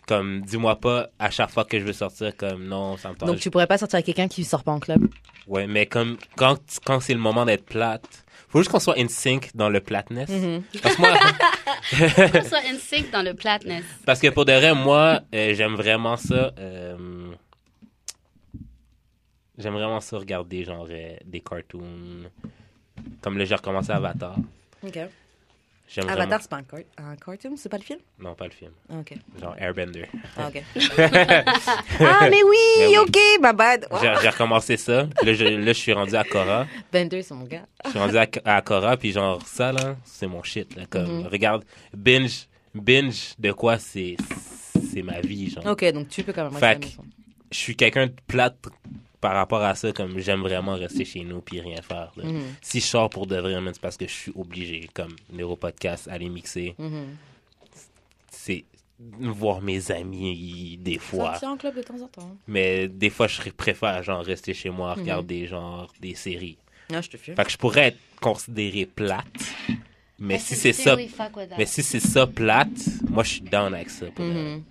Comme, dis-moi pas à chaque fois que je veux sortir, comme, non, ça me tente.
Donc, tu pourrais pas sortir avec quelqu'un qui sort pas en club.
Ouais, mais comme, quand, quand c'est le moment d'être plate, faut juste qu'on soit in sync dans le platness. Parce que moi,
Qu'on soit in sync dans le platness.
Parce que pour de vrai, moi, euh, j'aime vraiment ça. euh, j'aime vraiment ça regarder genre euh, des cartoons. Comme là, j'ai recommencé Avatar.
Ok.
J'aime
Avatar,
vraiment...
c'est pas un, cor- un cartoon, c'est pas le film
Non, pas le film.
Ah, Ok.
Genre Airbender.
Ah,
[laughs]
ok. ah, mais oui,
Mais oui.
ok, my bad. Oh,
J'ai j'ai recommencé ça. Là je, là, je suis rendu à Korra.
Bender, c'est mon gars.
Je suis rendu à, à Korra, puis genre, ça,
Mhm.
là, c'est mon shit. Là, comme, Regarde, binge, binge de quoi c'est... c'est- c'est ma vie, genre.
Ok, donc tu peux quand même rester à la
Fac.
maison.
Je suis quelqu'un de plate par rapport à ça, comme j'aime vraiment rester chez nous puis rien faire. là.
Mhm,
Si je sors pour de vrai, man, c'est parce que je suis obligé, comme Neuropodcast, aller mixer.
mhm.
C'est voir mes amis des fois.
Sortir en club de temps en temps.
Mais des fois, je préfère, genre, rester chez moi,
Mhm.
regarder, genre, des séries.
Non, Ah, je te fais.
Fait que je pourrais être considéré plate.
Ben,
Mais si c'est ça, mais si c'est ça plate, moi, je suis down avec ça. pour de vrai.
Mhm.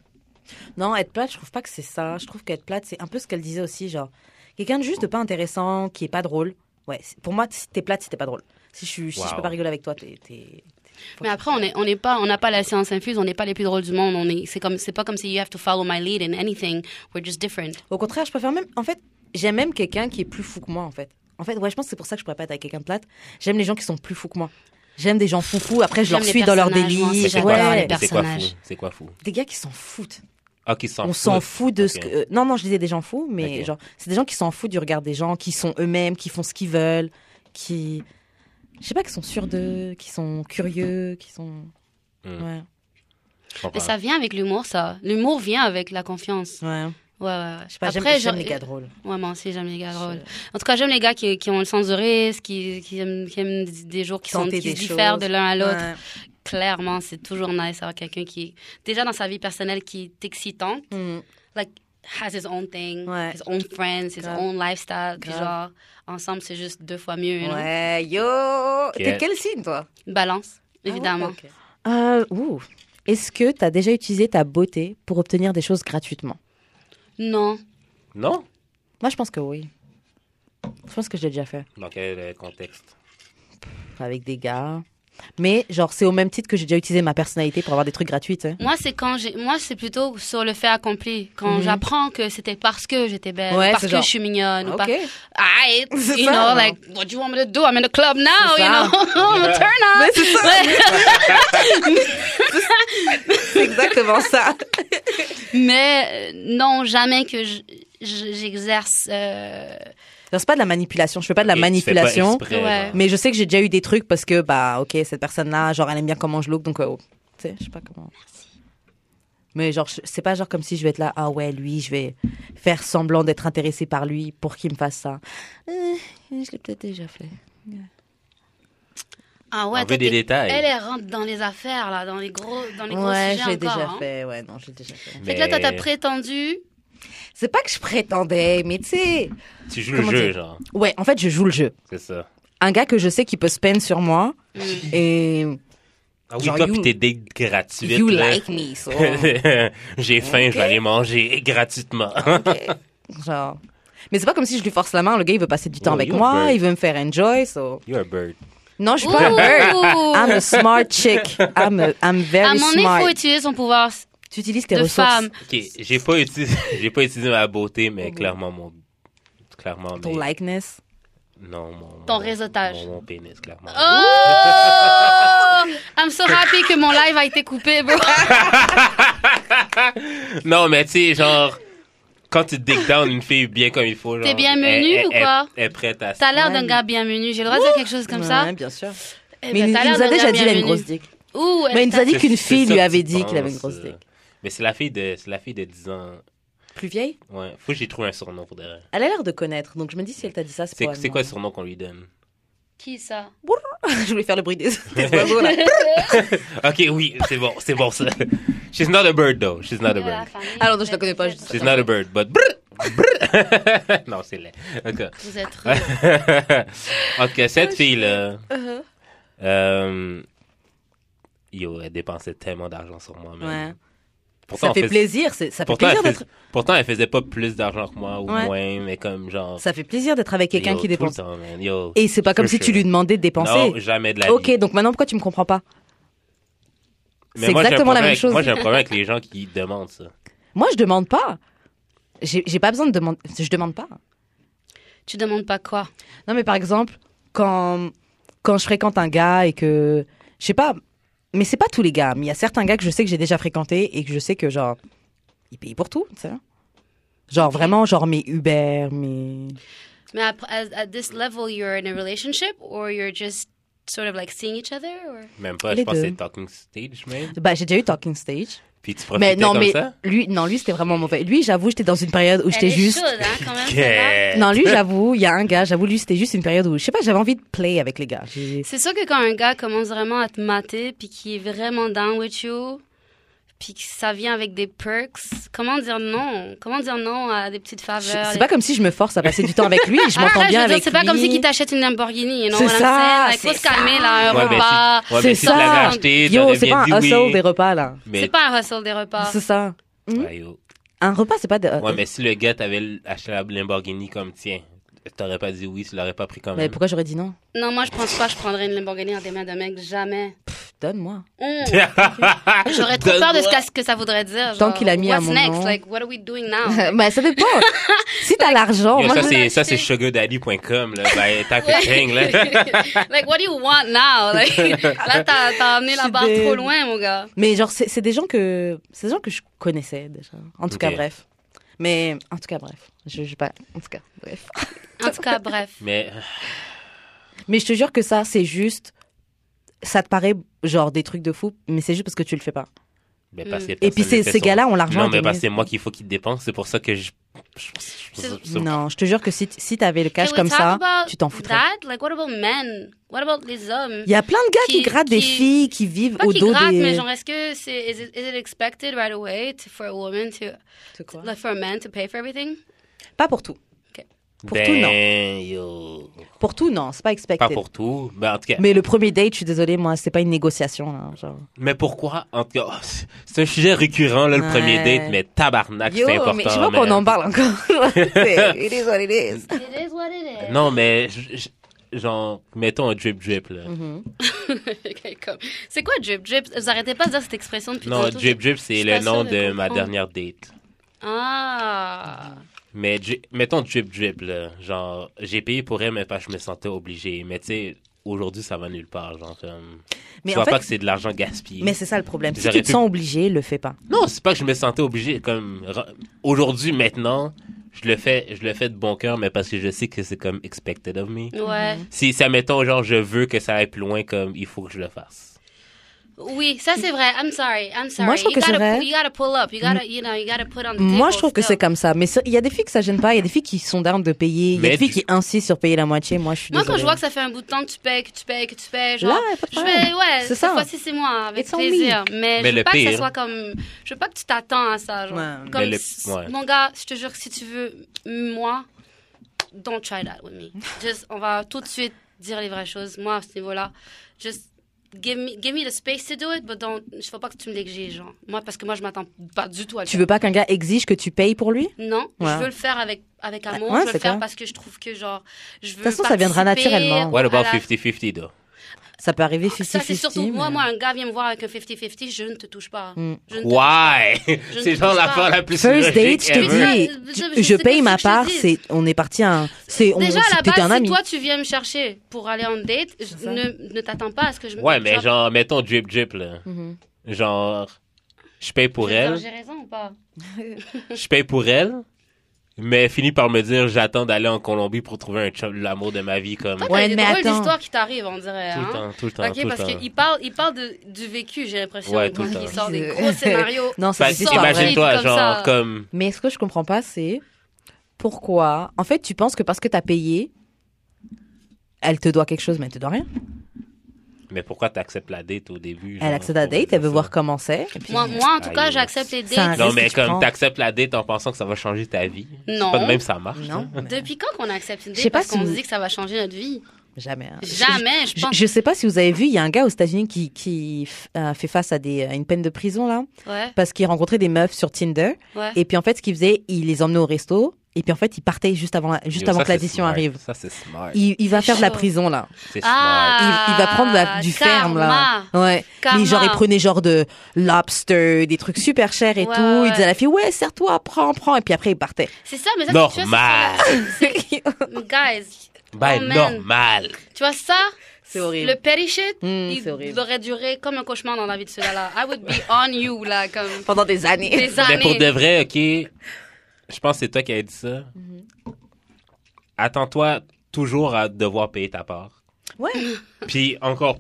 Non, être plate, je trouve pas que c'est ça. Je trouve qu'être plate, c'est un peu ce qu'elle disait aussi, genre quelqu'un de juste de pas intéressant, qui est pas drôle. Ouais, c'est- pour moi, si t'es plate, si t'es pas drôle. Si je, suis- si je peux
Wow.
pas rigoler avec toi, t'es. t'es-
Mais après, on est, on n'est pas, on n'a pas la science infuse, on n'est pas les plus drôles du monde. On est, c'est comme, c'est pas comme si you have to follow my lead in anything. We're just different.
Au contraire, je préfère même. En fait, j'aime même quelqu'un qui est plus fou que moi, en fait. En fait, ouais, je pense que c'est pour ça que je pourrais pas être avec quelqu'un de plate. J'aime les gens qui sont plus fous que moi. J'aime des gens foufous. Après, je
J'aime
leur
les
suis dans leur
personnages, moi,
délire.
aussi,
Mais c'est quoi,
j'adore les
ouais.
fou? C'est quoi
personnages.
fou? C'est quoi fou?
Des gars qui s'en foutent.
Ah, qui s'en
on s'en
foutent.
fout de ce
Ok.
que. euh, Non, non, je disais des gens fous, mais
Ok.
genre, c'est des gens qui s'en foutent du regard des gens, qui sont eux-mêmes, qui font ce qu'ils veulent, qui. Je sais pas, qui sont sûrs d'eux, qui sont curieux, qui sont.
Hmm.
Ouais.
Je comprends.
Mais ça vient avec l'humour, ça. L'humour vient avec la confiance.
Ouais.
Ouais, ouais, ouais.
Je sais Mm. pas, j'aime
Après,
j'aime
je-
les gars drôles.
Ouais, moi aussi, j'aime les gars drôles.
Je- euh,
En tout cas, j'aime les gars qui, qui ont le sens de risque, qui, qui aiment, qui aiment des des jours qui sont
Tenter
qui
des
se diffèrent
choses.
de l'un à l'autre.
Ouais.
Clairement, c'est toujours nice d'avoir quelqu'un qui est déjà dans sa vie personnelle qui est excitant,
Hmm.
like has his own thing,
Ouais.
his own friends, his
Grave.
own lifestyle. Puis
Grave.
genre, ensemble, c'est juste deux fois mieux. you know?
Ouais, yo T'es
Ok.
quel signe, toi
Balance, Ah,
Ah
évidemment.
Euh, ouh. Est-ce que t'as déjà utilisé ta beauté pour obtenir des choses gratuitement
Non.
Non?
Moi, je pense que oui. Je pense que je l'ai déjà fait.
Dans quel euh, contexte?
avec des gars. Mais genre, c'est au même titre que j'ai déjà utilisé ma personnalité pour avoir des trucs gratuits. hein.
Moi, c'est quand j'ai, moi, c'est plutôt sur le fait accompli. Quand
Mhm.
j'apprends que c'était parce que j'étais belle,
Ouais,
parce
c'est
que
genre-
je suis mignonne, ou par- I,
[laughs] C'est
you
ça,
know,
non?
like, what do you want me to do? I'm in the club now,
C'est
you
ça.
know. [laughs] I'm a turn on.
Ouais, c'est ça.
Ouais.
[laughs] C'est exactement ça.
Mais euh, non, jamais que je- je- j'exerce. euh,
Genre, c'est pas de la manipulation. Je fais pas de la
Ok, tu fais pas
manipulation.
exprès,
Ouais.
genre.
Mais je sais que j'ai déjà eu des trucs parce que, bah, ok, cette personne-là, genre, elle aime bien comment je look. Donc, euh, oh, tu sais, je sais pas comment. Mais genre, je- c'est pas genre comme si je vais être là, ah ouais, lui, je vais faire semblant d'être intéressé par lui pour qu'il me fasse ça. Euh, je l'ai peut-être déjà fait.
Ah
On
ouais,
veut
toi,
des
t'es-
détails.
elle, elle rentre dans les affaires, là, dans les gros, dans les gros
Ouais,
sujets
j'ai
encore,
déjà
hein.
fait. Ouais, non, j'ai déjà fait.
Fait que là, toi, t'as
Mais
prétendu.
C'est pas que je prétendais, mais tu sais.
Tu joues
Comment
le jeu,
dire?
genre.
Ouais, en fait, je joue le jeu.
C'est ça.
Un gars que je sais qui peut spend sur moi
Mm.
et
Ah oui,
Genre,
toi,
you-
puis t'es dé- gratuite.
you
là. [laughs]
like me, so
[laughs]
J'ai faim, je
Ok.
vais aller manger gratuitement. [laughs]
ok. genre. Mais c'est pas comme si je lui force la main. Le gars, il veut passer du temps
Oh,
avec
you're
moi,
bird.
il veut me faire enjoy. So
You're a bird.
non, je suis
Ouh!
pas un bird. I'm a smart chick. I'm a- I'm
À
very
mon nez,
smart.
faut utiliser son pouvoir
Tu utilises tes
de
ressources.
femme.
Ok, j'ai pas utilisé, [laughs] j'ai pas utilisé ma beauté, mais clairement mon, clairement
Oh, Ton
mes-
likeness.
non, mon,
Ton
mon-
réseautage.
mon, mon pénis, clairement.
Oh! I'm so happy que mon live a été coupé, bro.
Non, mais tu sais, genre, quand tu dig down une fille bien comme il faut, genre.
T'es bien
elle-
menu
elle-
ou quoi?
Elle, elle est prête à.
T'as l'air d'un
Ouais.
gars bien menu. J'ai le droit de dire quelque chose comme ça?
Ouais, bien sûr.
Eh
Mais
ben,
il,
t'as
il
l'air
nous a
d'un
déjà
gars
dit il
bien
a une
menu.
grosse dick.
Ouh, elle
Mais il nous a
t'a-
dit
C'est-
qu'une
c'est
fille
ça
lui
que
avait
tu
dit qu'il avait une
penses,
grosse
euh.
dick.
Mais c'est la fille de, c'est la fille de 10 ans.
Plus vieille
Ouais, faut que j'ai trouvé un surnom pour derrière.
Elle a l'air de connaître, donc je me dis si elle t'a dit ça, c'est
C'est,
pour
c'est quoi le surnom qu'on lui donne?
Qui ça?
[laughs] Je voulais faire le
[laughs]
bruit des, des oiseaux là.
Ok, oui, c'est bon, c'est bon ça. [laughs] She's not a bird though, she's not a bird.
Alors, Ah, non, je la connais pas, je dis
She's not a bird, but brr, brr. [laughs] non, c'est laid. Ok.
Vous êtes rude.
ok, cette
Oh,
fille là,
Uh-huh.
euh, yo, elle dépensait tellement d'argent sur moi. man.
Ouais.
Pourtant,
ça
on
fait
fais-
plaisir, c'est- ça fait
Pourtant elle,
plaisir d'être
fais- pourtant, elle faisait pas plus d'argent que moi ou
Ouais.
moins, mais comme genre.
Ça fait plaisir d'être avec quelqu'un
yo,
qui
oh, tout le
dépense.
temps, man, yo.
Et c'est pas comme
For
si tu
sure.
lui demandais de dépenser.
Non, jamais de la vie.
ok, donc maintenant pourquoi tu me comprends pas
Mais
c'est
moi, j'ai
exactement
un
la
problème
même
avec-
chose.
Moi, j'ai un problème avec les gens qui demandent ça.
Moi je demande pas. J'ai j'ai pas besoin de demander. Je demande pas.
Tu demandes pas quoi?
Non mais par exemple, quand, quand je fréquente un gars et que. Je sais pas. Mais c'est pas tous les gars. Mais il y a certains gars que je sais que j'ai déjà fréquenté et que je sais que genre. Ils payent pour tout, tu sais. Genre vraiment, genre mes Uber, mes.
Mais après, at, at this level, you're in a relationship or you're just sort of like seeing each other? Or...
Même pas,
Les
je pense
deux.
que c'est talking stage, même.
Bah j'ai déjà eu Talking Stage.
Puis tu profitais
Mais non,
comme
mais
ça?
lui, non, lui, c'était vraiment mauvais. Lui, j'avoue, j'étais dans une période où j'étais
Elle est
juste.
chaude, hein, quand même, celle-là.
Yeah.
Non,
[laughs]
lui, j'avoue, il y a un gars, j'avoue, lui, c'était juste une période où, je sais pas, j'avais envie de play avec les gars. J'ai-
C'est sûr que quand un gars commence vraiment à te mater, puis qui est vraiment down with you, puis que ça vient avec des perks, comment dire non Comment dire non à des petites
je-
faveurs
C'est pas comme si je me force à passer du temps avec lui, je
Ah,
m'entends
je
bien
veux dire,
avec
C'est pas
lui.
comme si qu'il t'achète une Lamborghini, you know
C'est
what I'm
ça,
saying? Like, faut
c'est
se calmer, là, un
Ouais, ben,
repas.
si- ouais,
C'est
ben, si tu
ça.
l'avais acheté,
Yo,
t'aurais
c'est
bien
pas
dit
un hustle
oui.
des repas, là.
C'est
Mais,
pas un hustle des repas.
C'est ça. Mhm.
Ouais, yo.
Un repas, c'est pas de.
Ouais, mais si le gars t'avait acheté la Lamborghini comme tiens, t'aurais pas dit oui, tu l'aurais pas pris quand
Mais
[laughs] même.
pourquoi j'aurais dit non?
Non, moi, je pense pas que je prendrais une Lamborghini en des mains d'un mec, jamais.
Donne-moi.
Hum.
Ah,
J'aurais trop peur de ce qu'à- ce que ça voudrait dire.
Tant
genre,
qu'il a mis à
What's
mon
next?
nom.
Like, what are we doing
[laughs]
now? [laughs]
mais Bah, ça dépend. si t'as l'argent,
Yo,
moi,
ça,
je-
c'est, ça, c'est sugardaddy.com, là.
[laughs]
Ben, t'as fait thing, là.
like, what do you want now? [laughs] Like, là, t'as t'as amené la
suis
barre
dead.
trop loin, mon gars.
mais genre, c'est c'est des gens que, c'est des gens que je connaissais déjà. En tout cas,
Ok.
bref. Mais en tout cas, bref. Je je sais pas. En tout cas, bref.
En tout cas, bref.
Mais,
Mais je te jure que ça, c'est juste. Ça te paraît genre des trucs de fou, mais c'est juste parce que tu le fais pas.
ben, parce que
Et puis
personne
ces,
le fait
ces
sur-
gars-là ont l'argent.
Non,
à
mais
donner.
parce que c'est moi qu'il faut qu'il dépense. C'est pour ça que je. je- je- je- je-
Non, je te jure que si, t- si t'avais le cash
Can we
comme
talk
ça,
about
tu t'en foutrais.
That? Like, what about men? What about les hommes?
Il y a plein de gars qui,
Qui-
grattent des
qui-
filles, qui vivent
Pas
au
qu'ils
dos
grattent,
des.
mais genre, est-ce que c'est. Is it, is it expected right away to, for a woman to. like, for a man to pay for everything?
Pas pour tout. Pour
ben,
tout, non.
yo.
Pour tout, non, c'est pas expected.
Pas pour tout. Ben, en tout cas. Mais,
Mais le premier date, je suis désolée, moi, c'est pas une négociation. là, genre.
pourquoi? En tout cas, oh, c'est- c'est un sujet récurrent, là, le
Ouais.
premier date. Mais tabarnak, Ah, c'est important.
mais je sais pas
man.
qu'on en parle encore.
[laughs]
C'est- it is what it is.
It is what it is.
Non, mais, je- je- genre, mettons un drip-drip, là.
[laughs]
Mhm.
Ok, comme- c'est quoi drip drip? Vous arrêtez pas de dire cette expression depuis
Non,
tantôt.
Drip Drip, c'est
suis
le
pas
nom
sûre de
de ma
comprendre.
dernière date.
Ah.
Mais dri- mettons drip drip là, genre j'ai payé pour elle mais pas je me sentais obligé. Mais tu sais aujourd'hui ça va nulle part genre comme
Mais
tu
en
vois
fait-
pas que c'est de l'argent gaspillé.
Mais c'est ça le problème. Si
J'aurais
tu te
pu-
sens obligé, le fais pas.
Non, c'est pas que je me sentais obligé comme ra- aujourd'hui maintenant, je le fais je le fais de bon cœur mais parce que je sais que c'est comme expected of me.
Ouais.
Si ça mettons genre je veux que ça aille plus loin comme il faut que je le fasse.
Oui, ça c'est vrai. I'm sorry. I'm sorry.
Moi, je trouve
You
que c'est
gotta-
vrai. Mm.
You gotta pull up. You gotta, you know, you gotta put on the
Moi,
table
je trouve que c'est
still.
comme ça. Mais ça- il y a des filles que ça gêne pas. Il y a des filles qui sont down de payer. Il y a des
Mais
filles
du-
qui insistent sur payer la moitié. Moi, je suis
Moi,
désolée.
quand je vois que ça fait un bout de temps que tu payes, que tu payes, que tu payes, genre.
Là, pas de
je
problème.
vais, ouais,
C'est
cette
ça.
fois-ci, c'est moi, avec
It's on
plaisir.
Mais
Mais, je
le
veux pas que
pire-
ça soit comme. Je veux pas que tu t'attends à ça, genre.
Ouais.
Comme
Mais le-
si-
ouais.
Mon gars, je te jure que si tu veux, moi, don't try that with
[laughs]
me. Just, on va tout de suite dire les vraies choses. Moi, à ce niveau-là, just. Give me, give me the space to do it, but don't. Je veux pas que tu me l'exiges, genre. Moi, parce que moi, je m'attends pas du tout à le
Tu
faire.
veux pas qu'un gars exige que tu payes pour lui
Non,
Ouais. Ah,
je veux le faire avec, avec amour.
Ouais,
je veux
c'est
le faire
clair.
parce que je trouve que, genre, je veux. De
façon, ça viendra naturellement.
What about
la...
50-50 though?
Ça peut arriver 50-50.
Ah, Ça, c'est surtout. Moi,
mais-
moi, un gars vient me voir avec un 50-50, je ne te touche pas.
Mm.
Je ne te-
Why? [laughs]
Je
c'est
ne
genre
touche
la
pas.
part la plus
First date,
illogique
je te
ever.
veux-
dis,
je-
tu-
Ah,
je
je- c'est
paye
pas
ma
ce que je
part,
dis.
c'est, on est parti à un, c'est, on,
Déjà, à
c'est
la
plus
base,
qu'un
si
ami.
toi, tu viens me chercher pour aller en date, je-
ça.
ne, ne t'attends pas à ce que je me.
Ouais,
tu
mais
vois,
genre mettons drip drip là.
Mhm.
Genre je paye pour
je vais dire,
elle.
J'ai raison ou pas
je paye pour elle, mais elle finit par me dire j'attends d'aller en Colombie pour trouver un chum, l'amour de ma vie comme
Toi,
Ouais,
t'as des
mais
drôles
attends.
d'histoires qui t'arrivent, on dirait.
tout
hein.
le temps, tout le temps,
Ok,
tout le
parce
temps.
qu'il parle, il parle de, du vécu, j'ai l'impression,
Ouais, tout
quand
le
il
temps.
sort des
[laughs]
gros scénarios.
Non, ça des
Parce
c'est
que
histoires vraies.
Imagine-toi,
Comme ça.
genre, comme.
Mais ce que je comprends pas, c'est pourquoi. En fait, tu penses que parce que t'as payé, elle te doit quelque chose, mais elle te doit rien.
Mais pourquoi t'acceptes la date au début?
Elle
genre,
accepte la
pour
date,
dire
elle veut
ça?
voir comment c'est. et puis-
Moi, moi, en tout
Aïe.
cas, j'accepte les
C'est un
dates.
risque
Non,
que
mais
tu
comme
prends.
t'acceptes la date en pensant que ça va changer ta vie.
Non.
C'est Pas de même, ça marche.
Non, mais
Depuis quand qu'on accepte une
Je sais
date
pas
parce
si
qu'on
vous-
se dit que ça va changer notre vie
jamais. hein.
Jamais,
Je-
je
Je,
pense.
je sais pas si vous avez vu, il y a un gars aux États-Unis qui, qui f- euh, fait face à, des, à une peine de prison là,
Ouais,
parce qu'il rencontrait des meufs sur Tinder.
ouais.
Et puis en fait, ce qu'il faisait, il les emmenait au resto. Et puis en fait, il partait juste avant, la- juste
Yo,
avant
ça,
que
c'est
l'addition
smart.
arrive.
Ça, c'est smart.
Ah,
Il, il va
C'est
faire de la
chaud.
prison là.
C'est smart.
Il, il va prendre de la- du
karma.
ferme là. Ouais.
Ah, Karma.
Mais genre, il prenait genre de lobster, des trucs super chers et
Ouais,
tout.
ouais, ouais.
Il disait à la fille, ouais, serre-toi, prends, prends. Et puis après, il
[laughs]
partait.
C'est ça, mais ça, c'est-
Normal.
[laughs]
[laughs]
Mm,
Tu vois, ça, c'est- guys,
Ben,
Oh, man.
normal.
tu vois ça
C'est horrible. Mm,
Le petty shit,
[laughs] c'est
il
horrible.
aurait duré comme un cauchemar dans la vie de celui là I would be on you, là, comme
Pendant des années.
des
Mais
années.
Ben, pour de vrai, OK, je pense que c'est toi qui as dit ça.
Mm-hmm.
Attends-toi toujours à devoir payer ta part.
Ouais.
Puis encore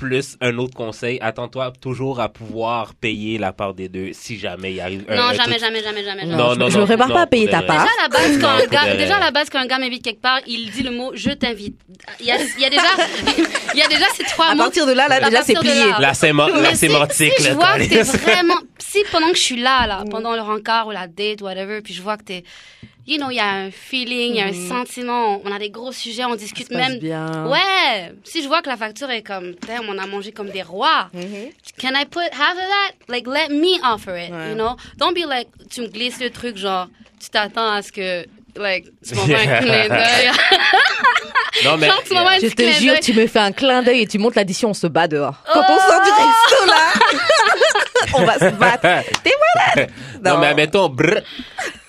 Plus un autre conseil, attends-toi toujours à pouvoir payer la part des deux si jamais il arrive un
Non,
un
jamais,
truc-
jamais, jamais, jamais,
Non,
jamais.
Euh, Non,
je-
non,
je
non,
me prépare
non,
pas à payer
pour
ta
de vrai.
part.
Déjà à la base,
Non,
quand un gars,
faudrait-
déjà à la base, quand un gars m'invite quelque part, il dit le mot je t'invite. Il y a, il y a déjà, [laughs] il y a déjà ces trois
À
mots.
partir de là, là
À
déjà, c'est
partir de
plié.
là.
La, sémo- la
Mais si-
sémantique,
si je
là,
vois que t'es
Thalys. [laughs]
vraiment, si pendant que je suis là, là, pendant le rencard ou la date, whatever, puis je vois que t'es, you know, il y a un feeling, il y a un sentiment, on a des gros sujets, on
Mm-hmm. Ça
discute
se passe
même.
bien. hein.
Ouais, si je vois que la facture est comme, damn, on a mangé comme des rois.
Mhm.
Can I put half of that? Like, let me offer it,
Ouais.
you know? Don't be like, tu me glisses le truc, genre, tu t'attends à ce que, like, tu m'envoies un
Yeah. [laughs]
clin d'œil.
Non, mais.
Genre, tu m'envoies un
Je
petit
te
clin
jure,
d'œil.
tu me fais un clin d'œil et tu montes l'addition, on se bat dehors. Quand on sort du
Oh
resto, là, [laughs] on va se battre. T'es malade
Hein? Non, mais admettons, brr.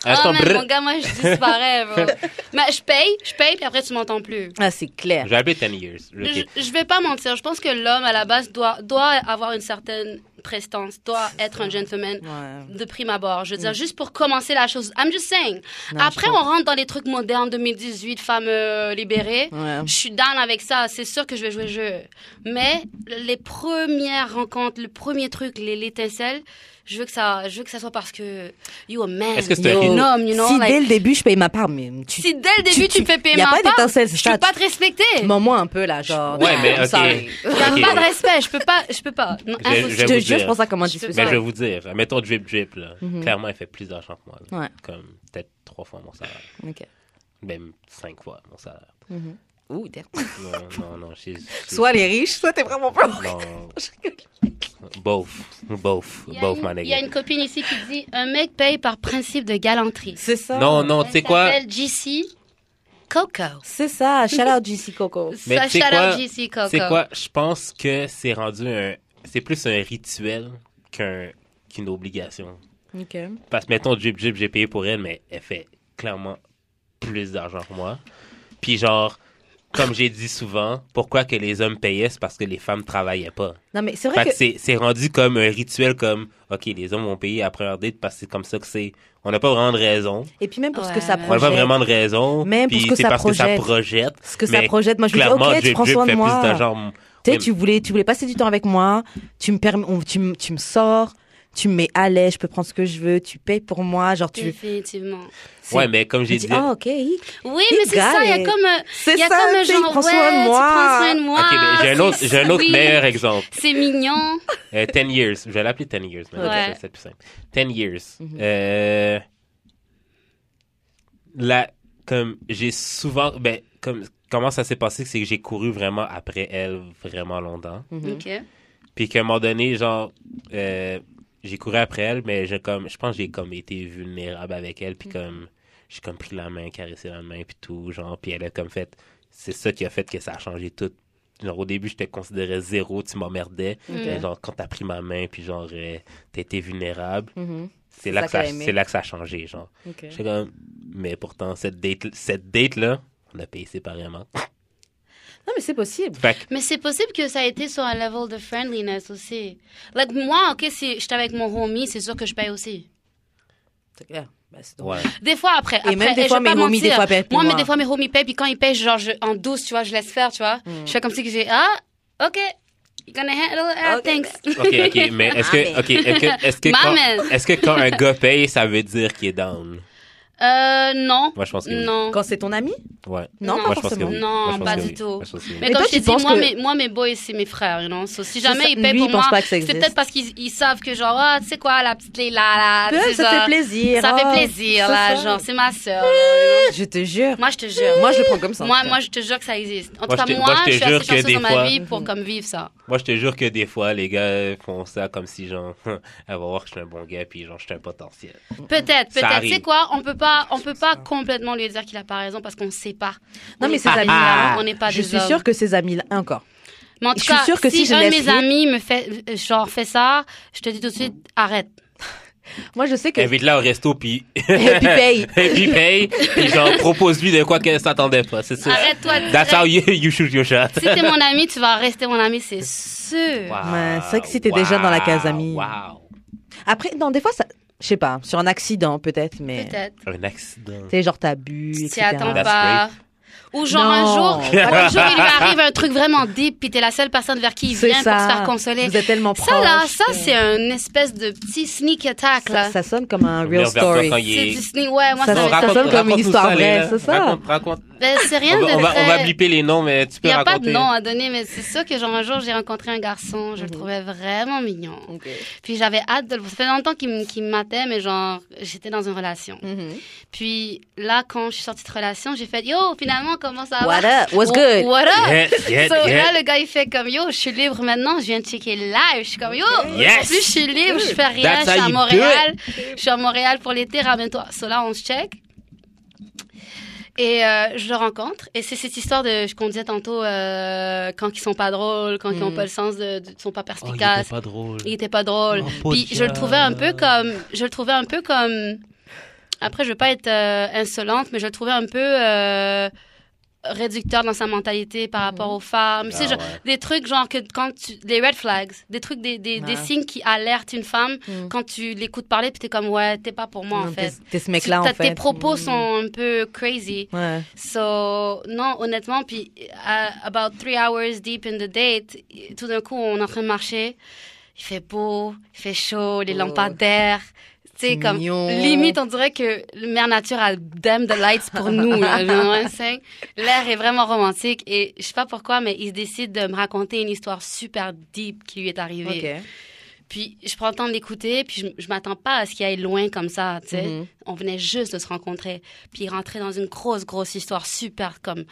Ah,
Admettons,
mais
brr.
mon gars, moi, je disparais, bro.
[laughs]
Mais je paye, je paye, puis après, tu m'entends plus.
Ah, c'est clair.
J'ai appelé 10 years.
Je,
Ok.
je vais pas mentir, je pense que l'homme, à la base, doit, doit avoir une certaine prestance, doit être un gentleman.
Ouais.
de prime abord. Je veux dire, juste pour commencer la chose. I'm just saying.
Mm. Non,
Après,
je
on rentre dans les trucs modernes, 2018, femmes euh, libérées.
Ouais.
Je suis down avec ça. C'est sûr que je vais jouer le jeu. Mais les premières rencontres, le premier truc, les- l'étincelle, je veux que ça, je veux que ça soit parce que you a man.
Est-ce que c'est un
you
rythme?
un homme, you know,
si
like-
dès le début, je paye ma part, mais tu...
si dès le début tu, me fais payer
y a
ma
pas
part,
d'étincelle, c'est
je
ça.
peux pas te respecter. Il
Mens-moi un peu, là, genre.
Ouais, mais
I'm sorry.
ok.
y a
Ok.
pas de respect. Je peux pas, je peux pas. Non,
Je- je-
impossible.
Je
vais
te
vous
jure,
dire.
je pense à comment
Je
discuter.
sais
Mais
Ouais. Mm-hmm.
je vais vous dire, mettons Drip Drip, là. Clairement, elle fait plus d'argent que moi. là.
Ouais.
Comme peut-être trois fois mon salaire.
Ok.
Même cinq fois mon salaire.
Mm-hmm. Ouh, [laughs] damn.
Non, non, non. she's-
[laughs]
she's-
Soit les riches, soit t'es vraiment pas
Non. Both. Both.
Il y a
Both,
une-
my
Il y a
nigga.
une copine ici qui dit un mec paye par principe de galanterie.
C'est ça.
Non, non, tu sais quoi?
Elle s'appelle JC Coco.
C'est ça. Shout out JC Coco.
Mais
Ça,
tu sais
shout out
quoi?
JC Coco.
C'est quoi? Je pense que c'est rendu un. C'est plus un rituel qu'un qu'une obligation.
Ok.
Parce que, mettons, Jib Jib, j'ai payé pour elle, mais elle fait clairement plus d'argent que moi. Puis, genre, comme j'ai dit souvent, pourquoi que les hommes payaient, c'est parce que les femmes travaillaient pas.
Non, mais c'est vrai
Fait que
que.
c'est- c'est rendu comme un rituel, comme, OK, les hommes vont payer après leur date parce que c'est comme ça que c'est. On n'a pas vraiment de raison.
Et puis même pour ce que
Ouais,
ça
ouais.
On n'a pas
projette.
vraiment de raison.
Même pour
puis
ce que
c'est
ça
parce que
projette.
ça projette.
Ce que ça
Mais
projette. Moi, je me dis,
Clairement,
ok, tu
Jib
prends
Jib
soin de
fait plus
moi.
d'argent.
Tu sais,
Mais-
tu voulais, tu voulais passer du temps avec moi. Tu me permets, on- tu, me- tu me sors. Tu me mets à l'aise. Je peux prendre ce que je veux. Tu payes pour moi. Genre, tu.
Définitivement.
c'est-
Ouais, mais comme
tu
j'ai
dis,
dit.
ah, ok. hic.
Oui,
Il
mais c'est ça, il y a
gagne.
comme un,
C'est
il y a
ça,
comme un
tu sais, il
genre,
prend soin
ouais,
de moi.
tu prends soin de moi.
OK, mais j'ai un autre,
c'est
j'ai un autre
sweet,
meilleur exemple.
C'est mignon.
Euh, 10 years. Je vais l'appeler 10 years. maintenant,
Ouais.
ça, C'est plus simple. 10 years. Euh, là, comme j'ai souvent. Ben, comme, comment ça s'est passé, c'est que j'ai couru vraiment après elle vraiment longtemps.
Mhm.
OK.
Puis qu'à un moment donné, genre, euh, j'ai couru après elle, mais j'ai comme, je pense que j'ai comme été vulnérable avec elle. Puis comme, j'ai comme pris la main, caressé la main, puis tout, genre. Puis elle a comme fait, c'est ça qui a fait que ça a changé tout. Genre, au début, je te considérais zéro, tu m'emmerdais.
Mm.
Mais genre, quand t'as pris ma main, puis genre, euh, t'as été vulnérable,
Mhm.
c'est là,
ça
que ça-
qu'elle aimait.
c'est là que ça a changé, genre.
Ok.
J'étais comme, mais pourtant, cette date-là, cette date -là, on a payé séparément. [laughs]
Non, mais c'est possible.
Fait que,
Mais c'est possible que ça a été sur un level de friendliness aussi. Like, moi, OK, si j'étais avec mon homie, c'est sûr que je paye aussi.
C'est clair. Bah, c'est drôle.
ouais.
Des fois, après.
Et même des fois, mes homies,
homies,
des fois, hein. payent pour
Moi, mais
moi.
des fois, mes homies payent, puis quand ils payent, genre, je, en douce, tu vois, je laisse faire, tu vois.
Hmm.
Je fais comme si que j'ai, ah, OK, you're gonna handle it, Ah,
Ok.
thanks.
OK, OK, Ah, mais est-ce que, OK, est-ce que,
[laughs]
est-ce que,
Mamen.
quand, est-ce que quand un gars paye, ça veut dire qu'il est down?
Euh, non.
Moi, je pense que oui.
Non.
Quand c'est ton ami
Ouais.
Non,
Non.
pas
Moi, je pense que
forcément.
oui.
Non,
Moi, je pense
pas
que
du
oui.
tout.
Moi, je pense que oui.
Mais
Mais
comme
toi,
je t'ai
tu
dit,
penses
moi,
que-
mes, moi, mes boys, c'est mes frères, you know. So, si
C'est
jamais
ça,
ils payent
lui,
pour
il pense
moi,
pas que ça
c'est
existe.
peut-être parce qu'ils ils savent que, genre, ah, tu sais quoi, la petite Léla, là, tu sais,
Ça
genre,
fait plaisir.
Ah, Ça
Ah,
fait plaisir,
c'est
là,
ça.
genre, c'est ma sœur. là, you know.
Je te jure.
Moi, je te jure.
Moi, je le prends comme ça. en
Moi,
tout cas.
moi, je te jure que ça existe. En
Moi,
tout
je
cas,
te-
moi,
moi, je te
je suis
jure
assez
que
chanceuse
des
dans ma
fois-
vie pour comme vivre ça.
Moi, je te jure que des fois, les gars font ça comme si, genre, [laughs] elle va voir que je suis un bon gars, puis genre, je suis un potentiel.
Peut-être, peut-être. Tu
arrive.
sais quoi, on peut pas, on peut pas complètement lui dire qu'il a pas raison parce qu'on sait pas.
Non,
On
mais
est
ses
pas des
amis-
gars, on n'est pas
hein. Je
des
suis
hommes.
sûre que ces amis-là. Encore.
Mais en
Je
tout
suis
cas,
sûre que si je
un de
laisse
mes
libre-
amis me fait, euh, genre, fait ça, je te dis tout de suite, arrête.
Moi, je sais que. Et [laughs]
Invite là au resto, puis,
puis
[laughs]
paye.
puis paye, puis genre, propose-lui de quoi qu'elle s'attendait pas. C'est ça.
Arrête-toi.
That's how you, you shoot your shot.
Si t'es mon ami, tu vas rester mon ami, c'est sûr.
Ouais, c'est vrai que si t'es déjà dans la case amie.
Wow.
Après, non, des fois, ça. Je sais pas. Sur un accident, peut-être, mais.
Peut-être.
Un accident.
Tu sais, genre, t'as bu,
Tu t'y
etc.
attends
That's
pas.
great.
Ou genre un
Non.
[laughs]
jour, un jour, il lui arrive un truc vraiment deep, puis t'es la seule personne vers qui il
C'est
vient pour
ça.
se faire consoler.
Vous êtes tellement proche.
Ça, là, ça, c'est un espèce de petit sneak attack,
ça,
là.
ça sonne comme un real
Revenir vers toi
story.
quand
Ouais,
il
C'est
est-
du sneak, ouais, moi,
Ça,
ça,
c'est-
raconte-
sonne comme
raconte
une
tout
histoire
ça,
vraie,
Léla.
c'est ça.
Raconte, raconte.
Ben, c'est rien
On
de
va, on, va,
très...
on va blipper les noms, mais tu
Il
peux
n'y a pas
raconter.
de nom à donner, mais c'est sûr que genre un jour j'ai rencontré un garçon,
Mhm.
je le trouvais vraiment mignon. Puis j'avais hâte de le voir. Ça fait longtemps qu'il me- qu'il me matait, mais genre j'étais dans une relation.
Mhm.
Puis là, quand je suis sortie de relation, j'ai fait Yo, finalement, comment ça
What
va
up? What's
Oh,
good?
What up
Yeah, yeah,
So,
yeah.
là, le gars, il fait comme Yo, je suis libre maintenant, je viens de checker live. Je suis comme Yo,
Yes.
en plus, je suis libre, je fais rien,
That's
je suis
how
à
you do
Montréal. Je suis à Montréal pour l'été, ramène-toi. So là, on se check. Et euh, je le rencontre. Et c'est cette histoire de, je disait tantôt, euh, quand ils sont pas drôles, quand ils ont
Mm.
pas le sens, de, de- sont pas
Oh, il était
perspicaces.
pas drôle.
il était pas drôle.
Oh,
Puis je le trouvais un peu comme, je le trouvais un peu comme. Après, je veux pas être euh, insolente, mais je le trouvais un peu euh, réducteur dans sa mentalité par
Mm.
rapport aux femmes. Tu sais,
Ah
genre,
ouais.
des trucs genre que quand tu, des red flags, des trucs, des, des,
Ouais.
des signes qui alertent une femme
Mm.
quand tu l'écoutes parler, puis t'es comme ouais, t'es pas pour moi en
Non,
fait.
t'es- T'es ce
Tu-
mec-là, en
t'as-
fait.
Tes propos
Mm.
sont un peu crazy.
Ouais.
So, non, honnêtement, puis à- about three hours deep in the date, tout d'un coup, on est en train de marcher. Il fait beau, il fait chaud, les
Oh.
lampadaires. Tu sais,
C'est
comme
mignon.
limite, on dirait que le Mère Nature a damn the lights pour nous. là, genre, hein, c'est- L'air est vraiment romantique et je sais pas pourquoi, mais il décide de me raconter une histoire super deep qui lui est arrivée.
Ok.
Puis je prends le temps d'écouter, puis je, je m'attends pas à ce qu'il aille loin comme ça, tu sais.
Mhm.
On venait juste de se rencontrer, puis il rentrait dans une grosse, grosse histoire super comme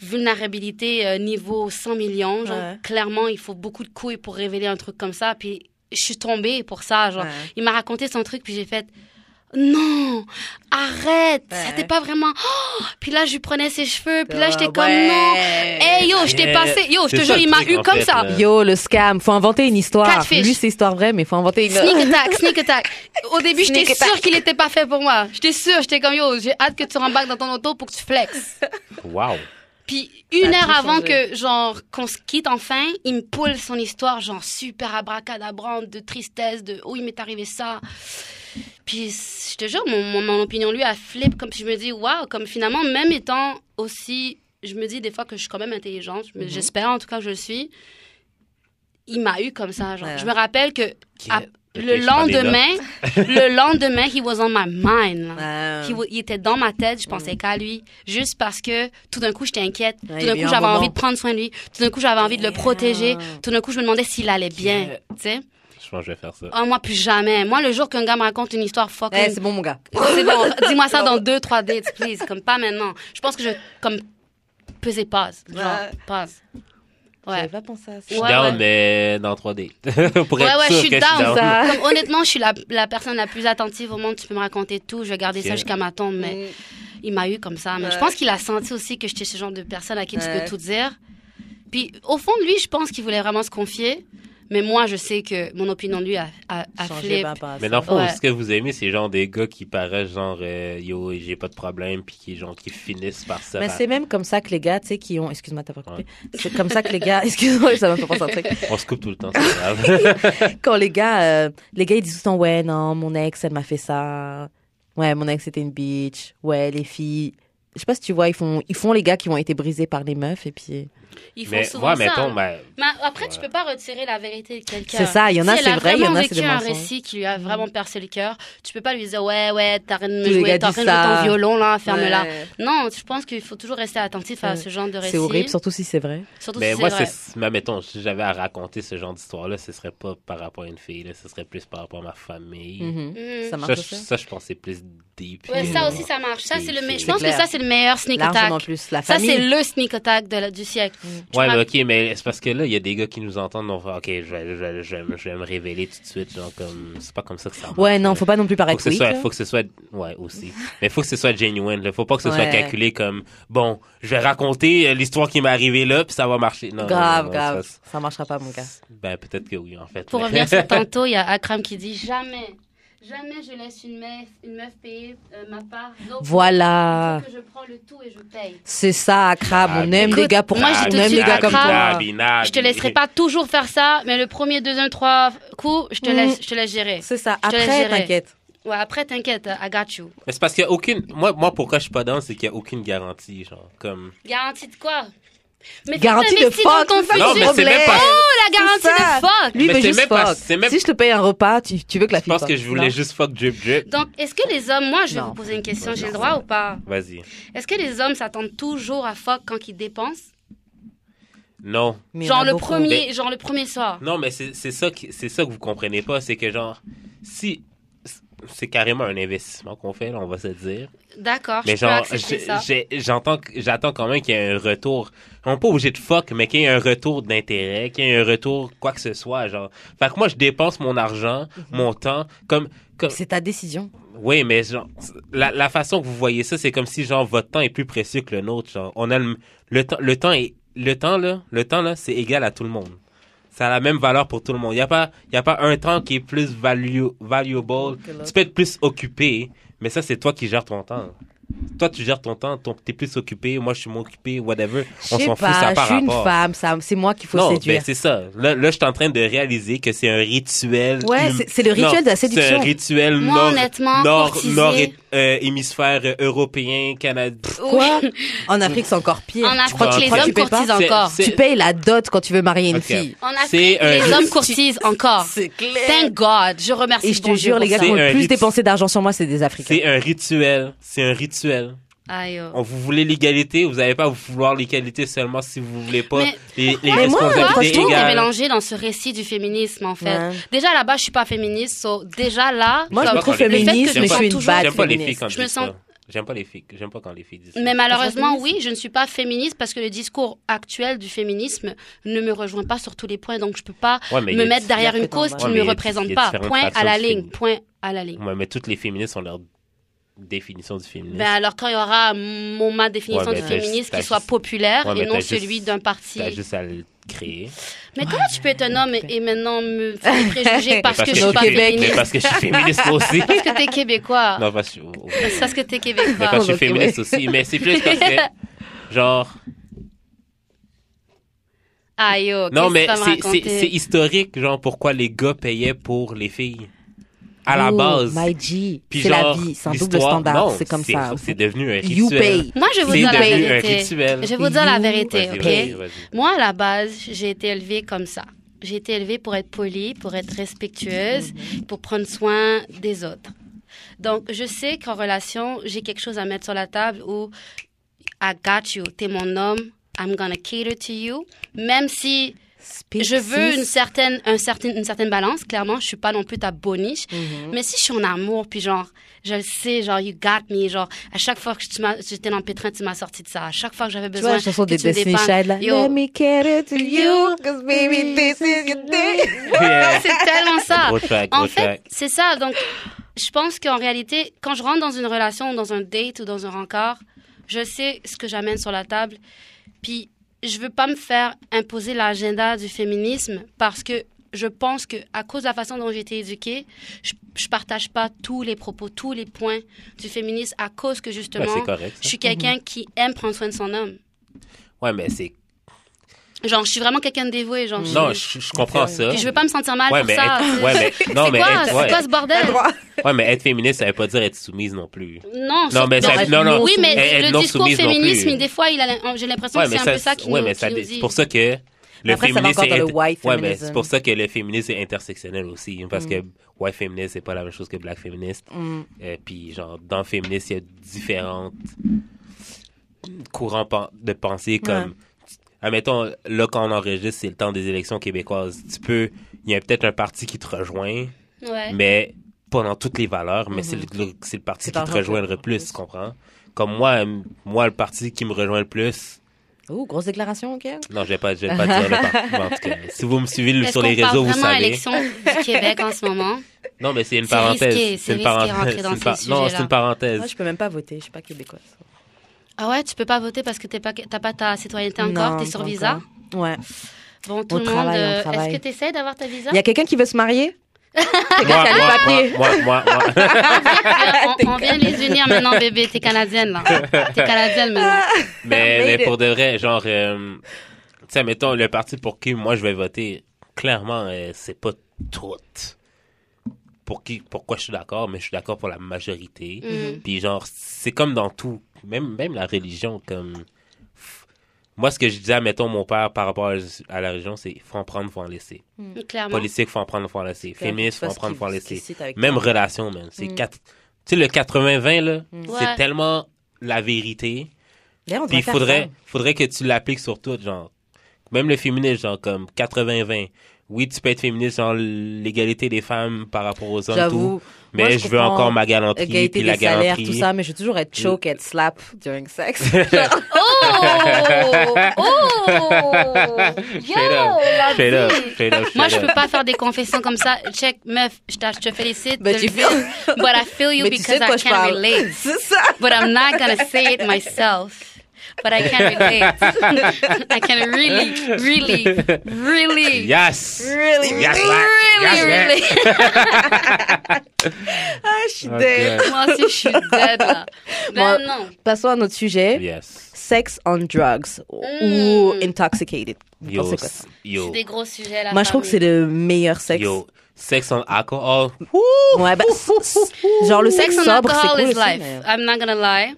vulnérabilité euh, niveau 100 millions. Genre,
Ouais.
clairement, il faut beaucoup de couilles pour révéler un truc comme ça, puis je suis tombée pour ça, genre.
Ouais.
Il m'a raconté son truc, puis j'ai fait non, arrête,
Ouais.
c'était pas vraiment. Oh! Puis là, je lui prenais ses cheveux, puis là, j'étais
Ah,
comme non.
ouais.
Hey yo, je t'ai
[laughs]
Yeah.
passé. Yo, je
C'est
te
ça
jure,
le
il m'a
truc,
eu
en
comme
fait,
ça.
là.
Euh. Yo, le scam. Faut inventer une histoire.
Catfish.
Lui, c'est histoire vraie, mais faut inventer une.
Sneak attack, sneak attack. Au début, j'étais
Sneak attack.
sûre qu'il était pas fait pour moi. J'étais sûre, j'étais comme yo, j'ai hâte que tu rembarques dans ton auto pour que tu flexes.
Wow.
Puis une
Ça a
heure
tout
avant
changé.
que, genre, qu'on se quitte enfin, il me poule son histoire, genre, super abracadabrante, de tristesse, de oh, il m'est arrivé ça. Puis je te jure, mon, mon, mon opinion lui a flip, comme puis je me dis, waouh, comme finalement, même étant aussi. Je me dis des fois que je suis quand même intelligente, je me-
Mhm.
j'espère en tout cas que je le suis. Il m'a eu comme ça, genre.
Ouais.
Je me rappelle que Ah,
Ok,
le
je prends des
lendemain, [laughs] le lendemain, he was on my mind. là.
Ah.
He wa- il était dans ma tête, je pensais qu'à lui, juste parce que tout d'un coup, j'étais inquiète.
Ouais,
tout
il y a
d'un
eu un
coup, j'avais
moment.
envie de prendre soin de lui. Tout d'un coup, j'avais envie de le
Damn.
protéger. Tout d'un coup, je me demandais s'il allait bien.
Yeah.
Tu sais,
Je pense que je vais faire ça.
oh, moi, plus jamais. Moi, le jour qu'un gars me raconte une histoire
Eh,
fucking.
c'est bon, mon gars.
c'est bon,
[laughs]
dis-moi ça dans deux, trois dates, please. Comme pas maintenant. Je pense que je. Comme. Peser pause. Genre,
Ouais.
pause.
J'avais
Ouais.
pas pensé à ça.
Je suis
Ouais,
down,
ouais.
mais dans 3D. [laughs] Pour
Ouais,
être
ouais,
sûr
je suis
que
down,
ça. Ah.
Comme, honnêtement, je suis la, la personne la plus attentive au monde. Tu peux me raconter tout. Je vais garder ça
Ok.
jusqu'à ma tombe. Mais
Mm.
il m'a eu comme ça. Mais
Ouais.
je pense qu'il a senti aussi que j'étais ce genre de personne à qui tu
Ouais.
peux tout dire. Puis au fond de lui, je pense qu'il voulait vraiment se confier. Mais moi, je sais que mon opinion de lui a, a, a
Changer
flip.
par rapport à
Mais
ça.
dans le fond,
Ouais.
ce que vous aimez, c'est genre des gars qui paraissent genre euh, yo, j'ai pas de problème, puis qui, genre, qui finissent par ça.
Mais c'est même comme ça que les gars, tu sais, qui ont. Excuse-moi, t'as pas coupé. C'est comme ça que les gars. [laughs] Excuse-moi, ça m'a fait penser à un truc.
On se coupe tout le
[laughs]
temps, c'est pas grave.
Quand les gars, euh, les gars, ils disent tout le temps, ouais, non, mon ex, elle m'a fait ça. Ouais, mon ex, c'était une bitch. Ouais, les filles. Je sais pas si tu vois, ils font, ils font les gars qui ont été brisés par les meufs et puis.
Ils font
mais
souvent
ouais,
ça. hein.
mettons, ben,
Mais après, tu
Ouais.
peux pas retirer la vérité de quelqu'un.
C'est ça, il y en a,
Si elle
c'est vrai, il y en a,
vraiment
c'est des
vécu un
mensonges. Mm.
récit qui lui a vraiment percé le cœur. Tu peux pas lui dire, ouais, ouais, t'as rien de
Tous
me
les
jouer,
gars
t'as
disent
rien de jouer
ça.
ton violon, là, ferme-la.
Ouais.
Non, je pense qu'il faut toujours rester attentif à
Ouais.
ce genre de récit.
C'est horrible, surtout si c'est vrai.
Surtout
mais
si
moi,
c'est vrai.
c'est, mais mettons, si j'avais à raconter ce genre d'histoire-là, ce serait pas par rapport à une fille, là, ce serait plus par rapport à ma famille.
Mhm.
Mhm.
Ça
Ça,
marche
je-
aussi.
ça, je pense que c'est plus deep.
Ouais,
mais
ça
genre,
aussi, ça marche. Ça,
c'est-
c'est le, me-
c'est
je pense que
clair.
ça, c'est le meilleur sneak
Largement
attack.
plus. La
Ça,
famille. Mm.
c'est le sneak attack de la- du siècle. Tu
Ouais,
m'as-
mais ok, mais c'est parce que là, il y a des gars qui nous entendent, on va, ok, je vais, je, vais, je, vais, me- je vais me révéler tout de suite, genre, comme, c'est pas comme ça que ça marche.
Ouais, non,
là.
faut pas non plus
faut
paraître
que ce
weak, hein.
soit,
là.
faut que ce soit, ouais, aussi. Mais faut que ce soit genuine, là. Faut pas que ce soit
Ouais.
calculé comme, bon, je vais raconter euh, l'histoire qui m'est arrivée là, puis ça va marcher. Non, non,
Grave,
non, non,
grave.
ça,
Ça marchera pas, mon gars.
c'est- ben, peut-être que oui, en fait.
Pour
mais- [laughs]
revenir sur tantôt, il y a Akram qui dit jamais, jamais je laisse une meuf, une meuf payer euh, ma part. No.
Voilà.
Il faut que je prends le tout et je paye.
C'est ça, crabe.
Ah,
On aime
Écoute,
les gars pour
moi,
ça.
j'ai
On
tout
aime
dit
les gars
à
comme
Crabe.
toi.
Nabi, Nabi.
Je te laisserai pas toujours faire ça, mais le premier, deuxième, trois coups, je te
Mm.
laisse, je te laisse gérer.
C'est ça.
Je te laisse
Après,
gérer.
t'inquiète.
Ouais, après, t'inquiète, I got you.
Mais c'est parce qu'il n'y a aucune. Moi, moi, pourquoi je suis pas dans, c'est qu'il n'y a aucune garantie, genre. Comme...
Garantie de quoi mais
Garantie de
t'investis dans
fuck,
ton
c'est ça
Non,
futur.
mais c'est même pas-
Oh, la garantie
C'est ça.
de fuck
Lui, il
Mais
veut
c'est
juste
même pas-
fuck.
c'est même-
Si je te paye un repas, tu, tu veux que la
Je
fille
pense que
fuck,
je voulais
non.
juste fuck drip drip.
Donc, est-ce que les hommes... Moi, je vais
Non.
vous poser une question,
Ouais,
j'ai le
non.
droit ou pas
Vas-y.
Est-ce que les hommes s'attendent toujours à fuck quand ils dépensent
Non.
Mais il y en
genre
a
le,
beaucoup.
premier, genre le premier soir.
Non, mais c'est c'est ça, qui- c'est ça que vous comprenez pas. C'est que, genre, si. C'est carrément un investissement qu'on fait, là, on va se dire.
D'accord, je
Mais
peux
genre,
accepter
j'ai-
ça.
j'ai- j'entends, que- j'attends quand même qu'il y ait un retour. On n'est pas obligé de fuck, mais qu'il y ait un retour d'intérêt, qu'il y ait un retour quoi que ce soit, genre. Fait que moi, je dépense mon argent,
Mhm.
mon temps, comme, comme,
C'est ta décision.
oui, mais genre, la, la façon que vous voyez ça, c'est comme si, genre, votre temps est plus précieux que le nôtre, genre. On a le, le temps, le temps est, le temps, là, le temps, là, c'est égal à tout le monde. Ça a la même valeur pour tout le monde. Il n'y a, pas- y a pas un temps qui est plus value, valuable.
Que l'autre.
Tu peux être plus occupé, mais ça, c'est toi qui gères ton temps. Toi, tu gères ton temps, ton, t'es plus occupé, moi, je suis moins occupé, whatever.
Je
On
sais
s'en fout, ça
pas,
a
je
pas
suis une
rapport.
femme, ça- c'est moi qu'il faut
non,
séduire.
ben, c'est ça. Là, là, je suis en train de réaliser que c'est un rituel.
Ouais,
hum-
c'est- c'est le rituel
Non,
de la séduction.
C'est un rituel
Moi,
nord,
honnêtement,
nord,
courtiser-
nord et- euh, hémisphère euh, européen, Canada.
Oui. [laughs]
Quoi En Afrique, c'est encore pire.
En
Tu
Afrique,
crois-
les
crois que tu
hommes
payes pas
courtisent encore.
C'est-
Tu payes la dot quand tu veux marier une
Ok.
fille.
En
C'est
Afrique,
un
les
rit-
hommes courtisent encore.
C'est clair.
Thank God. Ah. Je remercie
Et je
le
te
bon Dieu
jure, les
pour
gars
ça.
qui ont
C'est
le
un
plus
rit-
dépensé d'argent sur moi, c'est des Africains.
C'est un rituel. C'est un rituel.
Aïe, oh.
On vous voulez l'égalité, vous n'allez pas à vouloir l'égalité seulement si vous voulez pas
Mais
les, les
Mais moi,
Moi, je
responsabilités
trouve qu'on est
égales.
mélangé dans ce récit du féminisme, en fait.
Ouais.
Déjà, là-bas, je suis pas féministe. so, déjà, là, euh,
Moi, je
J'aime
me
pas
trouve
quand les filles-
féministe,
j'aime
mais je
pas-
suis une
bad
J'aime pas les
féministe.
filles quand
Je
je
me
me
sens-
J'aime pas les filles. J'aime pas quand les filles disent ça.
Mais malheureusement,
féministe
oui, je ne suis pas féministe parce que le discours actuel du féminisme ne me rejoint pas sur tous les points. Donc, je peux pas
Ouais, mais il y
me
a-
mettre derrière
il y a
une cause
que
qui
dans
ne
le-
me
Ouais, mais il y a-
représente
il y a
pas.
différentes
Point à la
factions du
ligne.
féminisme.
Point à la ligne.
Ouais, mais toutes les féministes ont leur définition du féminisme.
Ben alors, quand il y aura mon, ma définition
Ouais,
du
mais
t'as-
féministe
t'as
qui soit
juste-
populaire
Ouais, mais
et non
t'as juste-
celui d'un parti.
T'as juste à le créer.
Mais comment tu peux être un homme et, et maintenant me faire des préjugés parce, que, je suis pas
fémi- Mais [laughs]
féministe
parce que je suis féministe moi
[laughs]
aussi.
Parce que t'es québécois.
Non, parce que je-
C'est parce que t'es
Mais
québécois.
parce que je
ok,
suis féministe aussi. Mais c'est plus parce que,
[laughs]
genre,
Aïe, oh,
non,
qu'est-ce que
mais
tu vas
c'est-
me
c'est
raconter?
c'est historique, genre, pourquoi les gars payaient pour les filles. À la
Oh,
base.
My G.
Puis
C'est la
genre,
vie. C'est un double
l'histoire-
standard.
non,
C'est comme ça.
C'est devenu un rituel.
You pay.
Moi, je vais vous
C'est
dire la
devenu un
vérité.
rituel.
Je vais vous dire la
You
vérité,
Vas-y,
ok?
vas-y, vas-y.
Moi, à la base, j'ai été élevée comme ça. J'ai été élevée pour être polie, pour être respectueuse, pour prendre soin des autres. Donc, je sais qu'en relation, j'ai quelque chose à mettre sur la table où I got you, t'es mon homme, I'm gonna cater to you. Même si
Speak
je veux
sis.
une certaine, un certain, une certaine balance, clairement, je suis pas non plus ta boniche,
Mhm.
mais si je suis en amour, puis genre, je le sais, genre, you got me, genre, à chaque fois que tu m'as- j'étais dans le pétrin, tu m'as sorti de ça. À chaque fois que j'avais
Tu vois
besoin
la chanson
que
des
tu me
Destiny
dépannes.
Child là?
Yo.
Let me get it to you, cause baby this is your day.
Yeah.
[laughs] C'est tellement ça.
Gros track,
En
gros
fait,
track.
c'est ça. Donc, je pense qu'en réalité, quand je rentre dans une relation, ou dans un date ou dans un rencard, je sais ce que j'amène sur la table. Puis, je veux pas me faire imposer l'agenda du féminisme parce que je pense que à cause de la façon dont j'ai été éduquée, je, je partage pas tous les propos, tous les points du féminisme à cause que
Ouais,
justement,
Ben, c'est correct. ça.
je
Mhm.
suis quelqu'un qui aime prendre soin de son homme.
Ouais, mais c'est.
Genre, je suis vraiment quelqu'un de dévoué. Genre,
Non,
je,
je je comprends ça.
puis je veux pas me sentir mal
Ouais,
pour
mais
ça.
être- ouais,
[laughs]
mais- non,
c'est
mais
quoi,
être-
c'est
ouais.
quoi ce bordel
[laughs]
Ouais, mais être féministe, ça veut pas dire être soumise non plus.
Non,
Non,
sur-
mais ça.
être
Non, non.
Oui, mais
être
le
non
discours
soumise non
féministe,
plus.
mais des fois, il a la- j'ai l'impression
Ouais,
que
mais
c'est un peu ça qui
ouais,
nous,
mais ça
qui
dé-
nous dit.
c'est pour ça que
après,
le
ça va
féminisme
encore dans
est
le
inter-
white
ouais, mais
feminism.
c'est pour ça que le féminisme est intersectionnel aussi hein, parce que white féministe c'est pas la même chose que black féministe
Mm.
et puis genre dans le féministe il y a différentes courants pen- de pensée comme admettons là quand on enregistre c'est le temps des élections québécoises tu peux il y a peut-être un parti qui te rejoint
Ouais.
mais pas dans toutes les valeurs, mais c'est le- le, c'est le parti
Mm-hmm. C'est
qui
dans
te
le-
rejoint le plus, tu comprends? Comme moi, m- moi, le parti qui me rejoint le plus,
Oh, grosse déclaration, ok?
non, je vais pas, je vais pas dire le parti,
[laughs]
mais en tout cas, si vous me suivez
Est-ce
sur les
qu'on parle
réseaux, vous
vraiment
savez.
élection
[laughs]
du Québec en ce moment.
Non, mais c'est une
C'est
parenthèse.
risqué, c'est
une
risqué de
parenthèse.
rentrer dans
c'est une
ces
par- Non,
sujets-là.
c'est une parenthèse.
Moi, je peux même pas voter, je suis pas québécoise.
Ah ouais, tu peux pas voter parce que t'es pas- t'as pas ta citoyenneté encore,
Non,
t'es sur
pas
visa.
encore. Ouais.
Bon, tout le monde,
travaille, on
euh, est-ce
travaille.
que t'essayes d'avoir ta visa
Il y a quelqu'un qui veut se marier?
moi,
qui a le
moi,
papier.
moi, moi, moi, moi.
Ah,
[laughs]
on, on vient les unir maintenant, bébé, t'es canadienne là. T'es canadienne maintenant.
mais,
Made
mais
it.
pour de vrai, genre, euh, tu sais, mettons, le parti pour qui moi je vais voter, clairement, euh, c'est pas tout. pour qui, pourquoi je suis d'accord, mais je suis d'accord pour la majorité.
Mhm.
Puis genre, c'est comme dans tout, même, même la religion, comme... Moi, ce que je disais, à, mettons, mon père par rapport à, à la religion, c'est faut en prendre, faut en laisser.
Ah
Clairement.
Politique, faut en prendre, faut en laisser. Féministe, faut en prendre, faut en laisser.
Même.
Même relation, man. C'est
Mm.
quatre... Tu sais, le 80-20, là, c'est
Ouais.
tellement la vérité.
D'ailleurs, on
Puis
devrait
il
faire
faudrait,
ça.
faudrait que tu l'appliques sur tout, genre. Même le féminisme, genre, comme 80-20. Oui, tu peux être féministe, genre, l'égalité des femmes par rapport aux hommes, tout.
J'avoue.
Mais
Moi, je
je, veux
comprends
encore ma galanterie,
Égalité
puis la
des salaires,
galanterie.
tout ça, mais je vais toujours être choke et slap during
[laughs]
sex.
Oh! Oh! Yo!
Straight up.
la
Straight
vie.
up, straight up,
Moi,
straight
je
up.
peux pas faire des confessions comme ça. Check, meuf, je, t'a- je te félicite.
But you
de le dire. But I feel you
Ben, mais tu
because
sais de quoi
I
je
can't
parle.
relate.
[laughs] C'est ça.
But I'm not gonna say it myself. But I can relate. I can really, really, really,
Yes!
Really,
Yes,
really.
man.
really,
Yes, man.
really.
Ah, je suis
Oh,
dead.
God.
Moi aussi, je suis dead là.
Moi-
Ben non.
Passons à notre sujet.
Yes.
Sex on drugs ou intoxicated. Vous
Yo,
pensez quoi de
s-
ça?
yo,
C'est des gros sujets là.
Moi, je trouve que c'est le meilleur sexe.
yo. Sex on alcohol.
Uh-huh.
Ouais,
[laughs]
bah, s- s- genre le sexe
sex on
sobre, c'est
alcohol
cool.
is
aussi,
life.
mais-
I'm not gonna lie.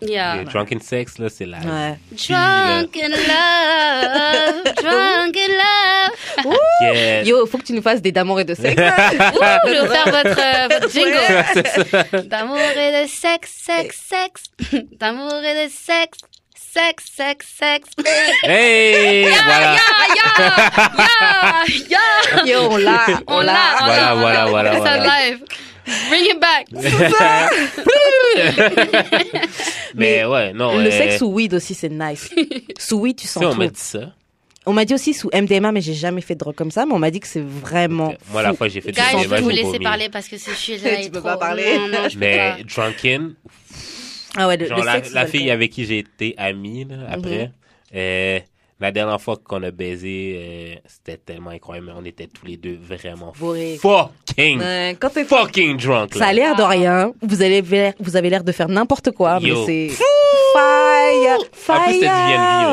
Yeah.
Yeah, drunken sex, là, c'est la
Uh,
Ouais.
vie, là.
Drunk
[laughs]
in love, drunk in love.
Yeah.
Yo, faut que tu nous fasses des d'amour et de
[laughs]
sexe. Ah.
Ouh, je vais vous faire votre, euh, votre jingle. D'amour et de sexe, sexe, sexe. D'amour et de sexe, sexe, sexe, sexe.
Hey! voilà.
Yeah, yeah, yeah.
Yo, on l'a,
On l'a, on
Voilà,
l'a. on
voilà,
l'a.
voilà,
It's
voilà.
alive. Bring
[laughs]
it back.
Mais ouais, non.
Le
euh,
sexe sous weed aussi, c'est
[laughs]
nice. sous weed, tu sens
si on
tout.
m'a dit ça.
On m'a dit aussi sous MDMA, mais j'ai jamais fait de drogue comme ça, mais on m'a dit que c'est vraiment.
Moi, la
fou.
fois, j'ai fait des
Guys, je
débats,
vais vous
j'ai
laisser
vomi.
parler parce que ce sujet là
Tu
est
peux
trop...
pas parler.
Non, non, je peux
Mais drunken,
Ah ouais, le,
genre
le
la,
sexe.
la
c'est
fille
alcool.
avec qui j'ai été amie
Mhm.
là, après, euh, la dernière fois qu'on a baisé, euh, c'était tellement incroyable. mais On était tous les deux vraiment
Bourrés.
fucking,
Ouais, quand t'es
fucking drunk.
Ça
là.
a l'air
Ah.
de rien. Vous avez l'air, vous avez l'air de faire n'importe quoi, mais
Yo.
c'est fire, fire.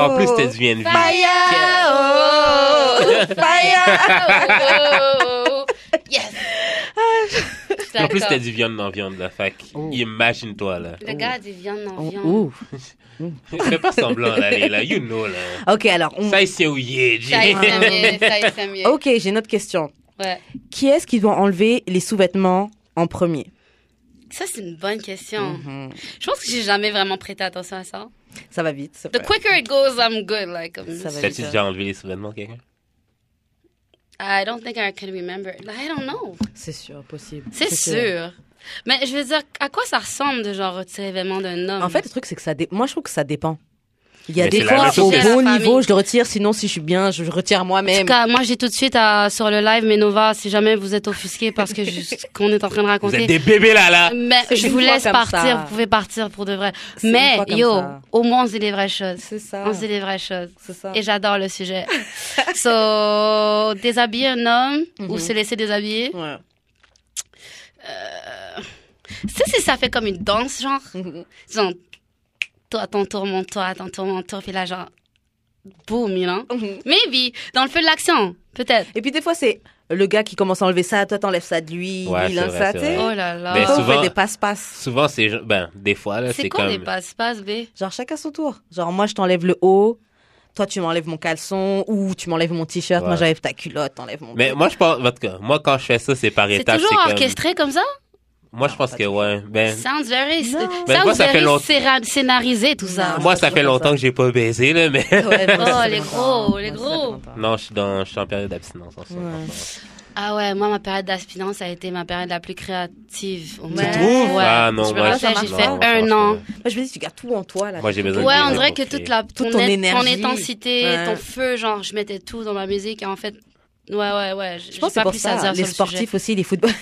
En plus, c'était du VNV. là. En plus, c'était du VNV.
pas. Yeah.
fire.
Oh, oh, oh.
[laughs]
Yes.
En plus,
D'accord.
c'était du viande en viande, là. Fait que,
Oh.
imagine-toi, là. [laughs]
Le gars a des viandes
Oh,
en viande.
Ouh.
Fais pas semblant, là, les- là. You know, là.
Ok, alors. on-
Ça, c'est où il est,
Ça,
[laughs] G.
il s'aime mieux, ça, il s'aime mieux.
Ok, j'ai une autre question.
Ouais.
Qui est-ce qui doit enlever les sous-vêtements en premier
Ça, c'est une bonne question.
Mhm.
Je pense que j'ai jamais vraiment prêté attention à ça.
Ça va vite. c'est
The
vrai.
quicker it goes, I'm good. Like, I'm
Ça va
T'as-tu déjà enlevé les souvenirs, quelqu'un?
I don't think I can remember. I don't know.
C'est sûr, possible.
C'est sûr. Mais je veux dire, à quoi ça ressemble de genre retirer vraiment d'un homme
En fait, le truc, c'est que ça dé- moi, je trouve que ça dépend. Il y a
Mais
des
c'est la
fois,
même
au
chose que-
bon
La
niveau,
famille.
je le retire. Sinon, si je suis bien, je le retire
en tout
moi-même.
cas, moi, j'ai tout de suite à- sur le live, mais Nova, si jamais vous êtes offusqué parce que
[laughs]
je- ce qu'on est en train de
Vous
raconter.
êtes des bébés, là, là.
Mais
C'est
je
une
vous
fois
laisse
comme
partir,
ça.
vous pouvez partir pour de vrai.
C'est une
Mais
fois comme
yo,
ça.
au moins on dit les vraies choses.
C'est ça.
On dit les vraies choses.
C'est ça.
Et j'adore le sujet.
[laughs]
so, déshabiller un homme ou
Mhm.
se laisser déshabiller.
Ouais.
Tu sais, si ça fait comme une danse, genre,
Mhm.
genre, toi, à ton tour, mon tour, à ton tour, mon tour, puis là, genre, boum, il hein. Maybe, dans le feu de l'action, peut-être.
Et puis, des fois, c'est le gars qui commence à enlever ça. Toi, t'enlèves ça de lui.
Ouais,
lui, il
c'est
enlève
vrai,
ça,
c'est
tu sais.
vrai.
Oh là là.
Mais
Des fois, on
souvent-
fait des passe-passe.
Souvent, c'est. genre- Ben, des fois, là,
C'est
c'est
quoi les
comme.
passe-passe, B
Genre, chacun son tour. Genre, moi, je t'enlève le haut. Toi, tu m'enlèves mon caleçon. Ou tu m'enlèves mon t-shirt. Moi,
Ouais.
j'enlève ta culotte. T'enlèves mon.
Mais moi, je pense. en tout cas, moi, quand je fais ça, c'est par
C'est
étapes.
toujours
comme-
orchestré comme ça
Moi, je pense que, ouais. Ben,
Sounds very,
Non.
sounds
Ben, moi, ça fait
very
longtemps-
scéra- scénarisé, tout ça.
Non.
moi, ça fait longtemps que j'ai pas baisé, là, mais.
Ouais, moi,
[laughs]
Oh,
ça fait
les
longtemps.
gros, les
Moi, ça fait
gros.
longtemps.
Non, je suis, dans, je suis en période d'abstinence en ce moment.
Ouais.
Ah ouais, moi, ma période d'aspirance a été ma période la plus créative. au
Tu
monde. Ouais.
trouves
Ah, non,
je me
moi,
rappelle,
je-
j'ai
non,
fait
moi,
un
franchement.
an.
Moi, je me dis, tu gardes tout en toi. Là.
Moi, j'ai besoin de
Ouais, on
Ouais,
dirait que
pour
toute
créer.
la
Toute
ton,
ton
é-
énergie.
intensité,
Ouais.
ton feu, genre, je mettais tout dans ma musique. Et en fait, ouais, ouais, ouais. j-
Je
j'ai
pense que c'est
pas
pour
plus à dire
ça. hein. Les
sur le sujet.
sportifs aussi, les footballeurs.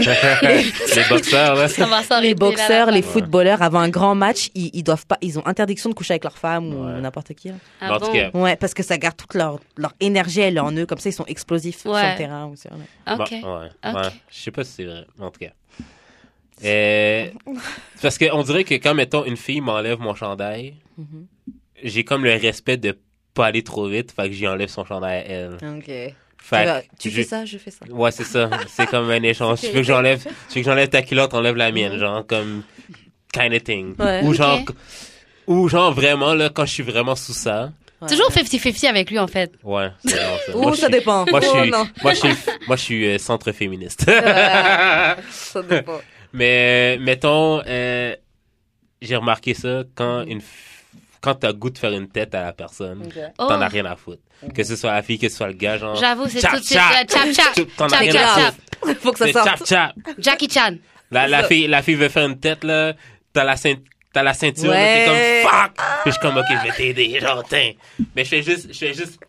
[laughs] les boxeurs, là.
[laughs] Ça va
[laughs]
s'arrêter
les
là,
boxeurs,
là.
les footballeurs, avant un grand match, ils, ils doivent pas, ils ont interdiction de coucher avec leur femme ou
Ouais.
n'importe qui. là.
Ah
Bah, En
bon?
tout cas,
Ouais, parce que ça garde toute leur, leur énergie, elle est en eux, comme ça ils sont explosifs sur
Ouais.
le terrain. ou sur- ouais.
bon,
Ok.
ouais,
Ok.
ouais. Je sais pas si c'est vrai, mais en tout cas. Euh, parce qu'on dirait que quand, mettons, une fille m'enlève mon chandail,
Mhm.
j'ai comme le respect de pas aller trop vite, fait que j'y enlève son chandail à elle.
Tu,
Fait
vas-
que
tu
je-
fais ça, je fais ça.
Ouais, c'est ça. C'est comme un échange. tu veux que j'enlève, tu veux que j'enlève ta culotte, enlève la mienne, genre, comme, kind of thing.
Ouais.
Ou genre,
Ok.
ou genre vraiment, là, quand je suis vraiment sous ça.
Ouais.
Toujours 50-50 avec lui,
[laughs]
en fait.
Ouais, c'est vraiment ça.
Ouh,
Moi, je
ça
suis-
dépend.
Moi, je
Oh,
suis,
non.
moi, je suis, moi, je suis euh, centre féministe.
Ouais. Ça dépend.
[laughs] Mais, euh, mettons, euh, j'ai remarqué ça quand une, f- quand t'as goût de faire une tête à la personne,
Ok.
t'en
Oh.
as rien à foutre. Que ce soit la fille, que ce soit le gars, genre.
J'avoue, c'est
Chap,
tout de suite.
chap.
euh, Chap, chap.
T'en as
Chap,
rien à
chap,
foutre.
chap. [laughs]
Faut que ça
C'est
sorte.
chap, chap.
Jackie Chan.
La, la,
Ça.
fille, la fille veut faire une tête, là. T'as la, ceint- t'as la ceinture, là,
Ouais. Ah.
t'es comme fuck! Puis je suis comme, ok, je vais t'aider, genre, tiens. Mais je fais juste, je fais juste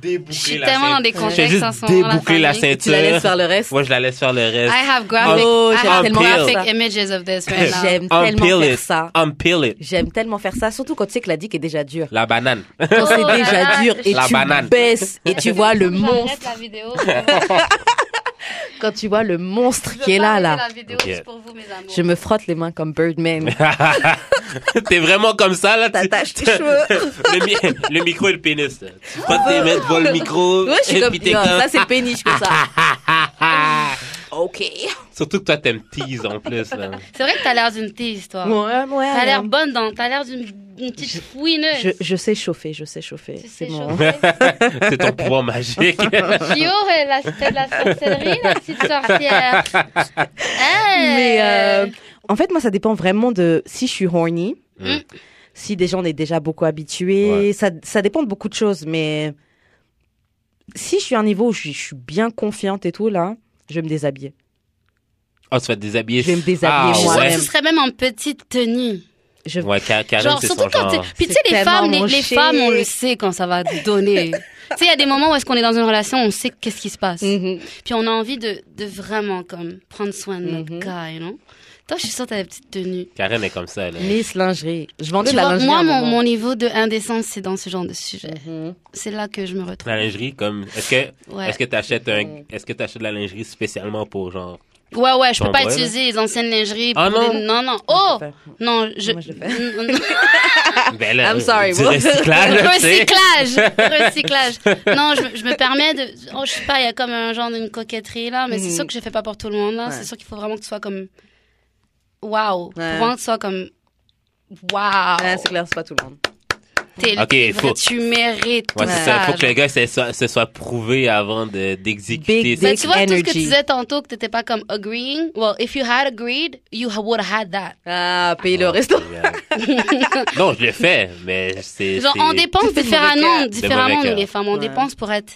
déboucler
Je suis
la
tellement dans
ceinture.
des
Je fais
contextes en
juste
ce moment,
déboucler la,
famille.
ceinture.
Tu la laisses faire le reste.
Ouais, je la laisse faire le reste. Um,
I have graphic,
Oh,
I
j'aime
have
tellement
graphic
ça.
images of this right now.
J'aime tellement
Unpeel
faire
Um, it.
ça.
Unpeel it.
J'aime tellement faire ça, surtout quand tu sais que la dick est déjà
[laughs]
dure.
La banane. [laughs]
Quand c'est
Oh là
déjà
là,
dur et
La
tu
banane.
baisses et tu vois le
[laughs] J'arrête
monstre,
la vidéo, c'est bon.
quand tu vois le monstre [laughs]
Je
qui est
veux
là,
pas
là,
arrêter la vidéo,
Ok.
c'est pour vous, mes amours.
je me frotte les mains comme
[laughs]
Birdman.
T'es vraiment comme ça, là. tu-
T'attaches
[laughs]
tes cheveux.
le, mi- le micro et le pénis. là. Tu prends tes mains devant le micro.
Ouais, je suis
et
comme,
puis t'es
Non,
comme-
ça c'est le péniche comme ça. Ok.
[laughs] Surtout que toi, t'aimes tease en plus. Là.
C'est vrai que t'as l'air d'une tease, toi.
Ouais, ouais.
T'as l'air
ouais.
bonne dans. T'as l'air d'une d'une petite fouineuse.
Je, je sais chauffer, je sais chauffer.
Tu
C'est
sais
mon.
chauffer.
C'est ton
[laughs]
pouvoir magique.
Chio, elle, la- c'était de la sorcellerie, la petite [laughs] sorcière. Ah. Hey.
Mais euh, en fait, moi, ça dépend vraiment de si je suis horny,
Mm.
si déjà on est déjà beaucoup habitué. Ça, ça dépend de beaucoup de choses, mais si je suis à un niveau où je, suis- je suis bien confiante et tout, là, je vais me déshabiller.
Oh, tu vas te déshabiller.
Je vais me déshabiller
Je suis
ah,
sûre
ouais.
que ce serait même en petite tenue.
Je...
Ouais, Ka- Karen,
Genre,
c'est
surtout
son
quand t'es.
genre.
Puis tu
C'est
sais, les
tellement
femmes, les,
mon
les
chic.
femmes, on le sait quand ça va [laughs] donner. tu sais, il y a des moments où est-ce qu'on est dans une relation, on sait qu'est-ce qui se passe.
Mhm.
Puis on a envie de, de vraiment, comme, prendre soin de notre
Mhm.
gars, non? Toi, je suis sûre que t'as la petite tenue.
Karen est comme ça, là.
Miss lingerie. Je vendais
Tu
de la
vois,
lingerie. à
moi,
un
mon,
moment.
mon niveau de indécence, c'est dans ce genre de sujet.
Mhm.
C'est là que je me retrouve.
La lingerie, comme. Est-ce que
Ouais,
est-ce que t'achètes un. Est-ce que t'achètes de la lingerie spécialement pour genre.
ouais, ouais, je
Ton
peux pas
vrai, là.
utiliser les anciennes lingeries.
hein? Ah
pour
non?
des- non, non. Oh! [laughs] Non, je.
Moi, je le
[laughs]
Mm, mm,
Ben là,
I'm sorry,
du
bro.
[laughs]
recyclage, là, tu Ah, sais.
Recyclage,
[laughs]
recyclage. Non, je, me- je me permets de. Oh, je sais pas, il y a comme un genre d'une coquetterie là, mais c'est
Mhm.
sûr que je fais pas pour tout le monde là.
Ouais.
C'est sûr qu'il faut vraiment que tu sois comme. Waouh! Faut
Ouais.
vraiment que tu sois comme. Waouh!
Ouais, c'est clair, c'est pas tout le monde.
T'es-
Ok,
t'es
faut-
vrai, Tu mérites.
Ouais,
tout
c'est ça. Il faut que
genre.
le gars se soit, se soit prouvé avant de- d'exécuter.
Big
ça.
Mais tu vois, tout ce que tu
energy.
disais tantôt, que t'étais pas comme agreeing. Well, if you had agreed, you would have had that.
Ah, payer le resto.
Oh,
[laughs]
non, je le fais, mais c'est.
Genre,
c'est-
on dépense
C'est de
différemment,
mauvais cœur.
De
différemment
mauvais
nous,
cœur.
les femmes. On
Ouais.
dépense pour être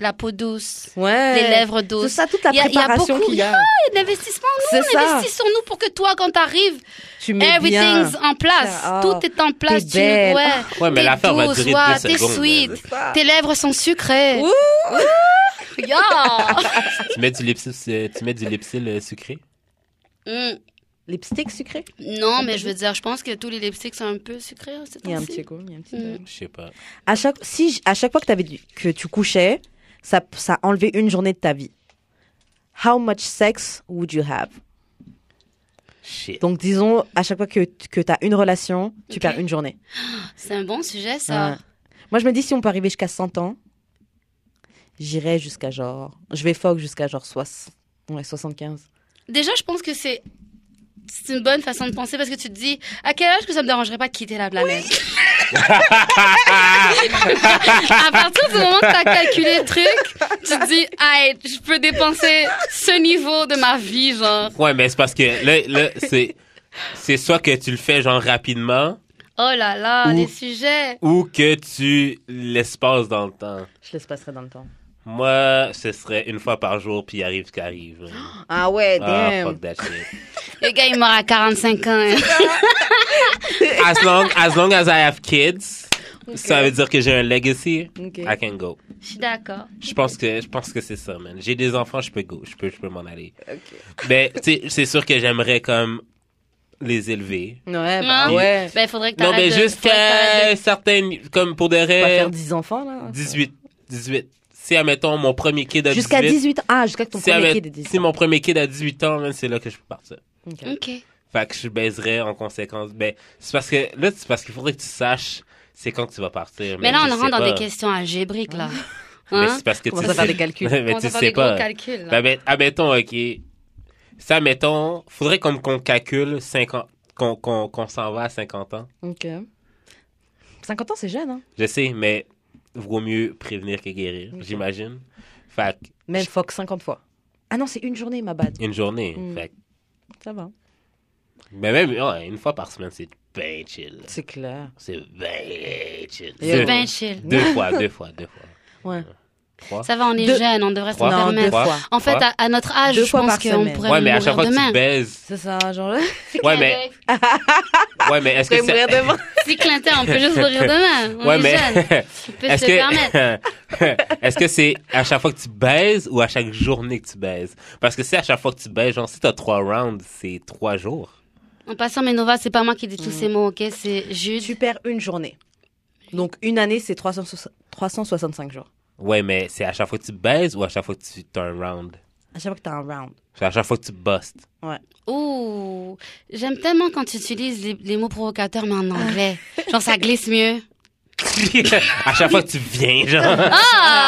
la peau douce,
Ouais.
les lèvres
Tout
douces.
ça, toute la
Il y a- il y a
préparation
beaucoup-
qu'il y
[laughs]
a.
Et L'investissement, nous,
C'est
on
ça.
investit sur nous pour que toi, quand t'arrives,
Tu mets bien.
everything's en place.
Ah, oh.
Tout est en place.
T'es
Tu,
belle. Ah.
ouais.
Ouais, mais
T'es
l'affaire va
douce,
durer
ouais,
10
T'es
secondes,
sweet.
là.
Tes lèvres sont sucrées.
Ouh. [laughs]
[laughs] Yeah.
Tu mets du lipsil, euh, tu mets du lipsil euh, sucré?
Mm.
Lipstick sucré.
Non, mais je veux dire, je pense que tous les lipsticks sont un peu sucrés. hein, ces
Il y a un
temps-ci.
petit goût, il y a un petit.
Mm.
Je sais pas.
À chaque si j- à chaque fois que t'avais du- que tu couchais, ça ça enlevait une journée de ta vie. How much sex would you have?
Shit.
Donc disons à chaque fois que que t'as une relation, tu
Ok.
perds une journée.
C'est un bon sujet, ça.
Ouais. Moi je me dis si on peut arriver jusqu'à 100 ans, j'irai jusqu'à genre je vais fuck jusqu'à genre soix- ouais, 75.
Déjà, je pense que c'est c'est une bonne façon de penser parce que tu te dis à quel âge que ça me dérangerait pas de quitter la planète. [laughs] à partir du moment que t'as calculé le truc, tu te dis hey, je peux dépenser ce niveau de ma vie genre.
Ouais, mais c'est parce que là,
[laughs]
là c'est, c'est soit que tu le fais genre rapidement
Oh là là,
Ou-
les sujets.
ou que tu l'espaces dans le temps.
Je laisse passerai dans le temps.
Moi, ce serait une fois par jour, puis arrive ce qui
[gasps]
arrive.
Ah ouais,
Ah,
damn.
fuck that shit.
Le gars il meurt à 45 ans. hein.
As long as, long as I have kids, ça veut dire que j'ai un legacy,
Ok.
I can go.
Je suis d'accord.
Je pense que je pense que c'est ça, man. J'ai des enfants, je peux go, je peux je peux m'en aller. Mais tu sais, c'est sûr que j'aimerais comme les élever.
Ouais, bah
Non.
ouais.
Ben il faudrait que
Non, mais
t'arrêtes de- faudrait
jusqu'à
que t'arrêtes
certaines comme pour des
On va faire
rêves
10 enfants là.
18 18. Si admettons mon premier kid à 18
Jusqu'à 18 ans. Ah, jusqu'à que ton
si,
premier
admet-
kid est 18
si
ans.
mon premier kid a 18 ans, man, c'est là que je peux partir.
Ok.
de- OK.
Fait que je baiserais en conséquence. Ben, c'est parce que là c'est parce qu'il faudrait que tu saches c'est quand que tu vas partir.
Mais
man.
là
Je
on
sais
rentre dans
pas.
des questions algébriques là.
Mais
Hein?
c'est parce que
Commence
tu
à faire
sais-
des calculs.
[laughs] mais
On
tu
va faire
sais
des
pas.
gros calculs. là.
Ben, ben, admettons, OK. Ça, mettons, faudrait qu'on qu'on calcule 50 qu'on qu'on- qu'on s'en va à 50 ans.
Ok. 50 ans, c'est jeune, hein?
Je sais, mais vaut mieux prévenir que guérir, j'imagine. Fait que
Même fuck 50 fois. Ah non, c'est une journée, ma bad.
une journée.
Mm.
Fait que-
Ça va.
mais même ouais, une fois par semaine, c'est bien chill.
C'est clair.
C'est bien chill.
Et
C'est
Deux,
bien Ben, chill.
deux fois, deux fois, deux fois.
Ouais.
Trois.
Ça va, on est
Deux-
jeune, on devrait se
Trois.
le
Non, deux
permettre.
fois.
En fait,
Trois.
à, à notre âge,
Deux
je
fois
pense
par
qu'on
semaine.
pourrait
Ouais, mais à chaque fois que
mourir demain.
tu baises.
C'est ça, genre.
Ouais, mais, ouais, mais est-ce que c'est.
devant.
[laughs] Si Clinton, on peut juste mourir demain. On
Ouais,
est
mais. [laughs]
jeune. Tu peux
Est-ce
se le permettre.
que [laughs] est-ce que c'est à chaque fois que tu baises ou à chaque journée que tu baises Parce que si à chaque fois que tu baises, genre si t'as trois rounds, c'est trois jours.
En passant, mais Nova, c'est pas moi qui dis tous ces mots, ok? C'est Jude.
Mm. Tu perds une journée. Donc, une année, c'est 360 365 jours.
Ouais, mais c'est à chaque fois que tu baises ou à chaque fois que tu t'as un round.
À chaque fois que t'as un round.
C'est à chaque fois que tu
[laughs]
bustes.
Ouais.
Ouh, j'aime tellement quand tu utilises les, les mots provocateurs, mais en
Ah.
anglais. Genre, ça glisse mieux.
à chaque fois que tu viens, genre.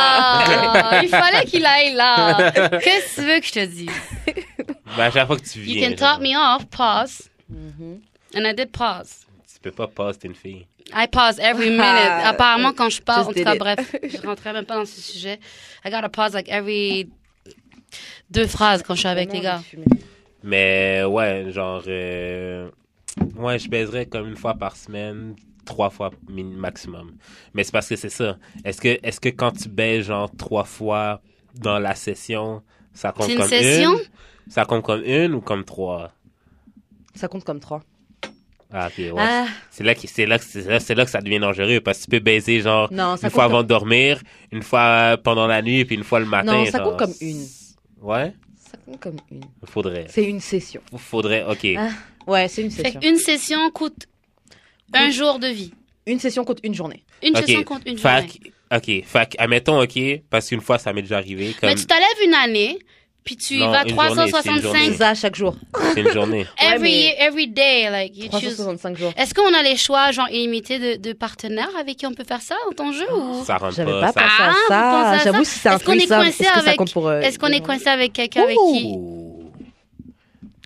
Ah, il fallait qu'il aille là. Qu'est-ce que tu veux que je te dise?
Mais Ben, à chaque fois que tu
You
viens.
can top
genre.
me off, pause.
Mm-hmm.
And I did pause.
Tu peux pas passer t'es une fille.
I pause every minute.
Ah.
Apparemment, quand je parle,
Just
en tout cas,
did
bref, je rentrais même pas dans ce sujet. I gotta pause like every deux phrases quand je suis avec les gars.
Mais ouais, genre euh, ouais, je baiserais comme une fois par semaine, trois fois min- maximum. Mais c'est parce que c'est ça. Est-ce que est-ce que quand tu baises genre trois fois dans la session, ça compte
C'est une
comme
session?
une Ça compte comme une ou comme trois
Ça compte comme 3.
Ah, ok, ouais.
Ah,
C'est là, qui- c'est là, que- c'est là, c'est là que ça devient dangereux parce que tu peux baiser genre
non, ça
une fois
compte
avant de dormir, une fois pendant la nuit, puis une fois le matin.
Non, ça
genre.
compte comme une.
Ouais,
comme... ça compte comme une.
faudrait.
C'est une session.
Faudrait, ok.
Ah. Ouais, c'est une
Fait
session.
qu'une session coûte un jour de vie.
Une session compte une journée.
Une
Ok.
session compte une journée.
Fac, ok, fac, admettons, ok, parce qu'une fois ça m'est déjà arrivé, comme
Mais tu t'enlèves une année, puis tu y
Non,
vas
une journée, c'est une
365
journée.
C'est ça, chaque jour.
c'est une journée.
Ouais,
every
mais-
year, every day, like you choose.
365 jours.
Est-ce qu'on a les choix genre illimités de, de partenaires avec qui on peut faire ça dans ton jeu ou
Ça rentre
J'avais pas
pas. ça...
pensé
Ah,
à
vous pensez
ça.
à ça
J'avoue, si c'est un
Est-ce qu'on est
threesome,
coincé
est-ce que ça
avec-
compte pour... euh,
est-ce qu'on
deux
est
gens
coincé avec quelqu'un avec qui
Ouh.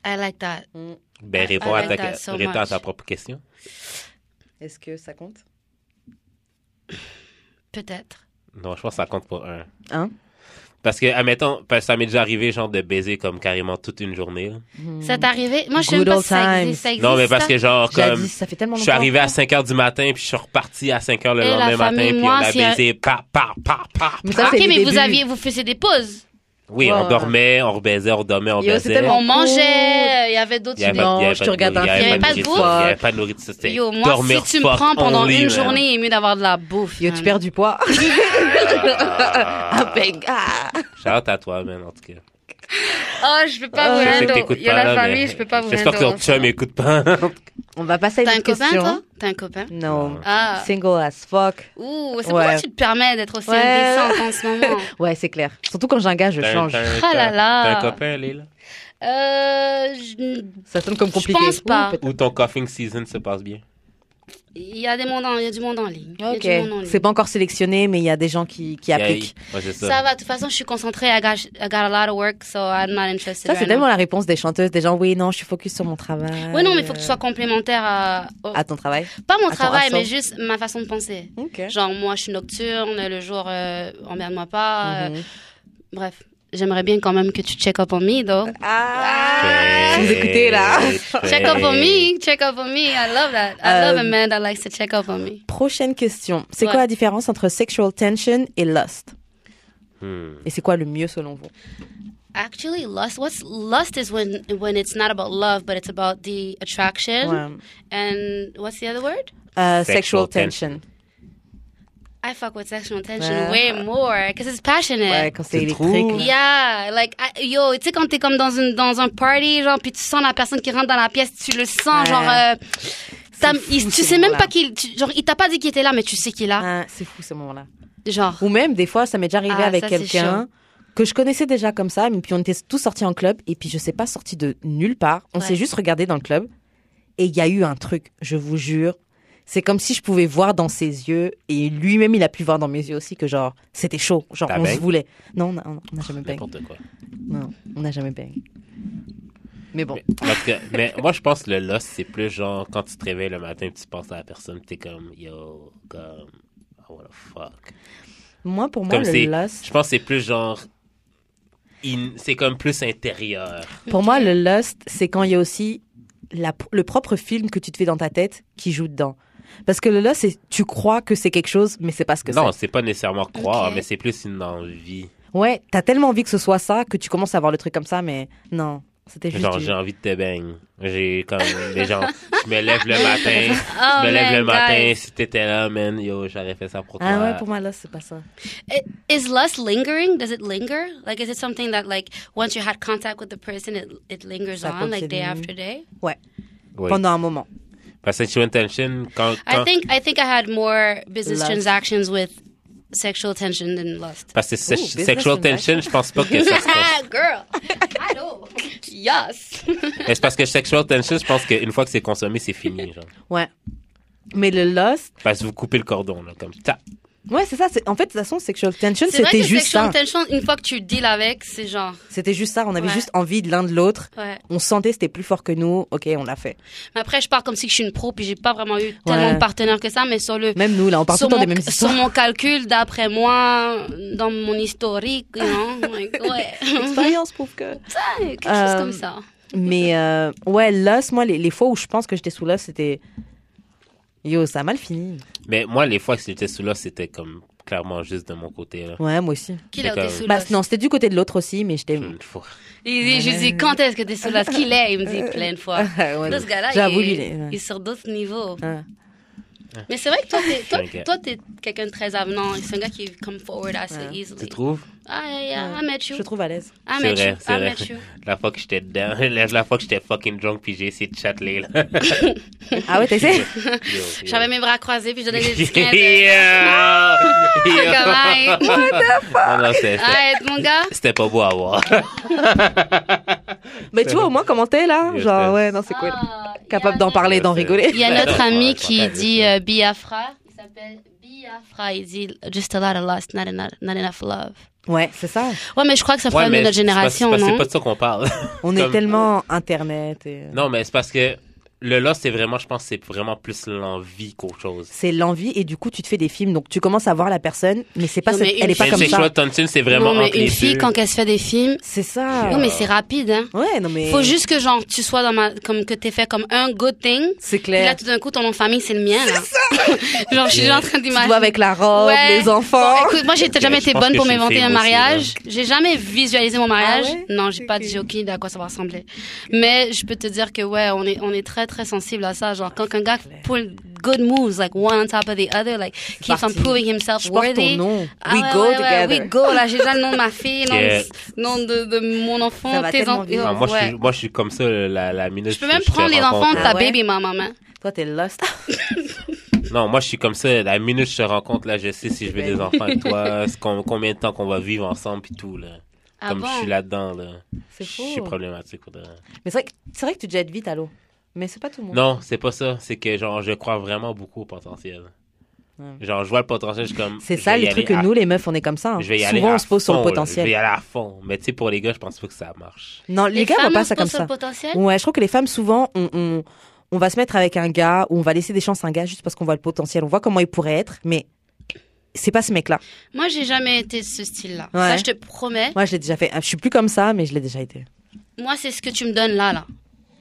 I like that.
Mm.
Ben,
I-
réponds,
I
à,
like
ta,
that so
réponds à
much.
ta propre question.
Est-ce que ça compte
Peut-être.
Non, je pense que ça compte pour un.
Un.
Parce que, admettons, parce que ça m'est déjà arrivé, genre, de baiser comme carrément toute une journée. là.
Hmm.
Ça t'est arrivé Moi, je sais
Good
même pas
old
si ça
times.
existe. ça
Non, mais
existe, hein.
parce
ça.
que, genre, comme.
Jadis, ça fait tellement
Je
longtemps.
suis arrivé à 5 heures du matin, puis je suis reparti à 5 heures le
Et la
lendemain matin,
famille,
puis
moi,
on a
si elle-
baisé, pa, pa, pa, pa.
Mais ça,
ok,
c'est
mais
les
vous
débuts.
aviez, vous faisiez des pauses.
Oui,
Ouais,
on
ouais.
dormait, on rebaisait, on dormait, on
Yo,
baisait.
c'était mon
On mangeait, il y avait d'autres.
Il y avait
idées.
pas- il y
Non,
avait
je te
pas de
regarde
nourriture,
un
il y
film.
avait pas de
Il y avait
pas
nourriture,
de
Il n'y avait pas de nourriture. c'était
Yo, moi,
dormir
si tu me
fuck
prends pendant
only,
une
man.
journée, il est mieux d'avoir de la bouffe.
Yo,
man.
euh, tu perds du poids. [laughs] Ah, ben, ah.
Shout à toi, man, en tout cas.
Oh, je peux pas
Euh,
Je sais
vous
que
handle.
t'écoutes
Il y a
pas,
la
là,
famille,
mais
je peux pas vous
J'espère que
handle.
ton chum écoute pas. [laughs]
On va passer à
T'as un
une
copain, toi
question.
T'as un copain
Non.
Ah.
Single as fuck.
Ouh, c'est
Ouais.
pourquoi tu te permets d'être aussi
Ouais.
indécente en
[laughs]
ce moment
Ouais, c'est clair. Surtout quand j'ai un gars, je
T'as un-
change.
t'as un-
Ah là là.
T'as un copain, elle est là.
Euh. je-
Ça sonne comme
Je
compliqué.
pense pas.
Ouh, peut-être.
Ou ton coughing season se passe bien.
Il y a des mondes en- il y a du monde en ligne. Il y a du monde en
Ok.
ligne.
C'est pas encore sélectionné, mais il y a des gens qui, qui
Yeah,
appliquent.
il- Ouais, c'est ça.
Ça va, de toute façon, je suis concentrée. I got, I got a lot of work, so I'm not interested.
Ça, c'est
right
tellement
now.
la réponse des chanteuses. Des gens, oui, non, je suis focus sur mon travail.
Ouais, non, mais il faut que tu sois complémentaire à. au-
Euh, À ton travail.
Pas mon
à ton
travail,
assaut.
mais juste ma façon de penser.
Ok.
Genre, moi, je suis nocturne, le jour, euh, emmerde-moi pas. euh,
Mhm.
bref, j'aimerais bien quand même que tu check up on me, though.
Euh, Ah Vous écoutez, là.
Check up on me, check up on me. I love that. I
Euh,
love a man that likes to check up on me.
Prochaine question. C'est
Ouais.
quoi la différence entre sexual tension et lust
Hmm.
Et c'est quoi le mieux selon vous
Actually, lust. What's lust is when when it's not about love, but it's about the attraction.
Ouais.
And what's the other word?
Euh,
Sexual
Sexual tension.
I fuck with sexual tension
Ouais.
way more because it's passionate.
Ouais, quand c'est
C'est trop-
électrique. là.
Yeah, like I- yo, tu sais quand t'es comme dans une dans un party genre puis tu sens la personne qui rentre dans la pièce, tu le sens
Ouais.
genre euh, ça-
fou,
il- tu
ce
sais même
moment-là.
pas qu'il tu- genre il t'a pas dit qu'il était là mais tu sais qu'il est là
Ah, c'est fou ce moment-là.
genre
Ou même des fois, ça m'est déjà arrivé
Ah,
avec
ça, c'est
quelqu'un que je connaissais déjà comme ça, mais puis on était tous sortis en club et puis je sais pas sorti de nulle part. On
Ouais.
s'est juste regardé dans le club et il y a eu un truc, je vous jure. c'est comme si je pouvais voir dans ses yeux et lui-même il a pu voir dans mes yeux aussi que genre c'était chaud, genre
T'as
on
bang
se voulait. Non, on a- on n'a jamais bang.
N'importe quoi.
Non, on n'a jamais bang. Mais bon,
Mais, parce que- mais moi, je pense que le lost, c'est plus genre quand tu te réveilles le matin et tu penses à la personne, t'es comme yo, comme oh, what the fuck.
moi pour moi
Comme
le
c'est-
lust,
Je pense que c'est plus genre. in- c'est comme plus intérieur.
pour moi le lust, c'est quand il y a aussi la- le propre film que tu te fais dans ta tête qui joue dedans. Parce que le lust, c'est tu crois que c'est quelque chose, mais c'est pas ce que c'est.
non, c'est pas nécessairement croire,
Ok.
mais c'est plus une envie.
Ouais, t'as tellement envie que ce soit ça que tu commences à voir le truc comme ça, mais non, c'était juste.
Genre,
du-
j'ai envie de te baigner. J'ai comme des gens. Je me lève
[laughs]
le matin.
Ah,
je me lève
man,
le matin.
guys.
Si t'étais là, man, yo, j'aurais fait ça pour toi.
Ah ouais, pour moi lust, c'est pas ça.
Is lust lingering? Does it linger? Like, is it something that, like, once you had contact with the person, it, it lingers
Ça
on, like,
continue.
day after day?
Oui.
Pendant un moment.
Sexual intention, quand.
I
quand-
think I think I had more business
Lust.
transactions with sexual tension than lust.
Parce que se-
business
sexual tension, je pense pas que ça se passe.
[laughs] Girl, I know. Yes.
Mais c'est parce que sexual tension, je pense qu'une fois que c'est consommé, c'est fini. Genre.
Ouais. Mais le lust,
Parce que vous coupez le cordon, là, comme ça.
ouais, c'est ça. c'est- En fait, de toute façon, sexual tension,
C'est vrai
c'était
que
juste ça.
sexual tension, une fois que tu deals avec, c'est genre,
C'était juste ça. On avait
Ouais.
juste envie de l'un de l'autre.
ouais.
On sentait c'était plus fort que nous. Ok, on l'a fait.
Mais après, je pars comme si je suis une pro, puis j'ai pas vraiment eu tellement
Ouais.
de partenaires que ça, mais sur le
Même nous, là, on parle tout
sur
le temps
mon,
des mêmes
[laughs] sur
histoires.
mon calcul, d'après moi, dans mon historique, you know, like, ouais,
[laughs]
[laughs]
L'expérience prouve que.
quelque
Euh,
chose comme ça.
Mais euh, ouais, lust, moi, les, les fois où je pense que j'étais sous lust, c'était. Yo, ça a mal fini.
Mais moi, les fois que j'étais sous là, c'était comme clairement juste de mon côté. Là.
Ouais, moi aussi.
Qu'il a
c'est
été
comme-
sous
Bah,
l'os.
non, c'était du côté de l'autre aussi, mais j'étais.
Hmm.
Une fois.
Il dit, je dis, quand est-ce que t'es sous l'os? Qu'il est, il me
[laughs]
dit plein de fois.
[laughs] euh, Ouais, Ah.
Là, ce gars-là,
J'avoue,
il,
lui, il est- ouais.
il est sur d'autres niveaux.
Ouais.
Mais c'est vrai que toi, t'es,
Je suis un
toi, toi, t'es quelqu'un de très avenant. C'est un gars qui come forward assez
Ouais.
Tu
easily.
trouves?
Ah, yeah, yeah,
Ouais.
I met you.
Je te trouve à
[laughs]
l'aise.
I
C'est
met
vrai,
you.
c'est
I
vrai.
met you.
La fois que j'étais dedans, [laughs] la, la fois que j'étais fucking drunk, puis j'ai essayé de chatler.
[laughs]
Là.
Ah ouais,
[laughs]
t'essayes
J'avais mes bras croisés, puis je donnais des petits clins d'œil.
Yeah!
Ah, Comme,
Yeah! [laughs]
hey,
Non, non, c'était- c'était-
arrête, mon gars.
c'était pas beau à voir.
Mais tu vois, au moins, comment t'es là
Yes,
Genre,
yes.
ouais, non, c'est cool.
Ah,
Capable
il y a
d'en
notre-
parler, d'en rigoler.
[laughs] Il y a notre ami qui dit
Ouais,
euh, Biafra. Il s'appelle Biafra. Il dit Just a lot of lust, not enough, not enough love.
[laughs] Ouais, c'est ça.
Ouais, mais je crois que ça fait de
mais
notre
c'est parce-
génération,
parce que C'est
non?
pas de ça qu'on parle. [laughs]
On est
Comme-
tellement internet. Et...
Non, mais c'est parce que le lost, c'est vraiment, je pense, c'est vraiment plus l'envie qu'autre chose.
C'est l'envie et du coup, tu te fais des films. Donc, tu commences à voir la personne, mais c'est pas
Non,
cette-
mais une
elle est pas
mais
comme ça.
sexual tension, c'est vraiment
non, mais
entre les
une fille,
deux.
quand elle se fait des films.
C'est ça.
Ah.
Non, mais c'est rapide, hein?
Ouais, non, mais.
Faut juste que, genre, tu sois dans ma. Comme que t'aies fait comme un good thing.
C'est
Puis là,
clair.
tout d'un coup, ton nom de famille, c'est le mien, là. [laughs] genre, je
Yeah.
suis déjà en
Tu
train
te
d'imaginer.
vois avec la robe,
Ouais.
les enfants.
Bon, écoute, moi, j'ai jamais
je
été
pense
bonne
que
pour
je suis
m'inventer
fille,
un
moi aussi, hein.
mariage. J'ai jamais visualisé mon mariage.
Ah ouais
non, j'ai pas,
Ok.
j'ai aucune idée à quoi ça va ressembler. Mais je peux te dire que ouais, on est, on est très, très sensible à ça. Genre, quand un gars pull good moves, like one on top of the other, like keeps on
parti.
proving himself
Je porte ton
worthy.
nom.
Ah
We
ouais,
go
ouais, ouais,
together.
we go. Là, j'ai déjà le nom
[laughs]
de ma fille, nom,
Yeah.
de, nom de, de mon
Ça
enfant,
va
tes
tellement
enfants.
vite.
Ah, moi, je suis,
Ouais.
moi, je suis comme ça la, la minute.
Je peux
que
même
te
prendre les enfants de
rencontre.
ta
Ah ouais?
baby maman. hein.
Toi, t'es lost.
Non, moi, je suis comme ça. La minute que je te rencontre, là, je sais si je veux des enfants avec
[laughs]
toi, ce qu'on- combien de temps qu'on va vivre ensemble, puis tout, là.
Ah
comme
bon?
je suis là-dedans, là. Je
[laughs] C'est faux.
suis problématique. pour de-
Mais c'est vrai, que- c'est vrai que tu jettes vite à l'eau. Mais c'est pas tout le monde.
Non, c'est pas ça. C'est que, genre, je crois vraiment beaucoup au potentiel.
Ouais.
Genre, je vois le potentiel, je suis comme.
C'est
je
ça,
vais y
les
aller
trucs que
à
nous, les meufs, on est comme ça. hein.
Je vais y aller
Souvent,
à
on se pose sur
fond,
le
là. Je vais y
potentiel.
aller à fond. Mais tu sais, pour les gars, je pense pas que ça marche.
Non, les gars, on
femmes,
voit pas
on
ça
se
comme
pose sur
ça.
le potentiel?
Ouais, je trouve que les femmes, souvent, on, on, on va se mettre avec un gars ou on va laisser des chances à un gars juste parce qu'on voit le potentiel. On voit comment il pourrait être, mais c'est pas ce mec-là.
Moi, j'ai jamais été de ce style-là.
Ouais.
Ça, je te promets.
Moi, je l'ai déjà fait. Je suis plus comme ça, mais je l'ai déjà été.
Moi, c'est ce que tu me donnes là, là.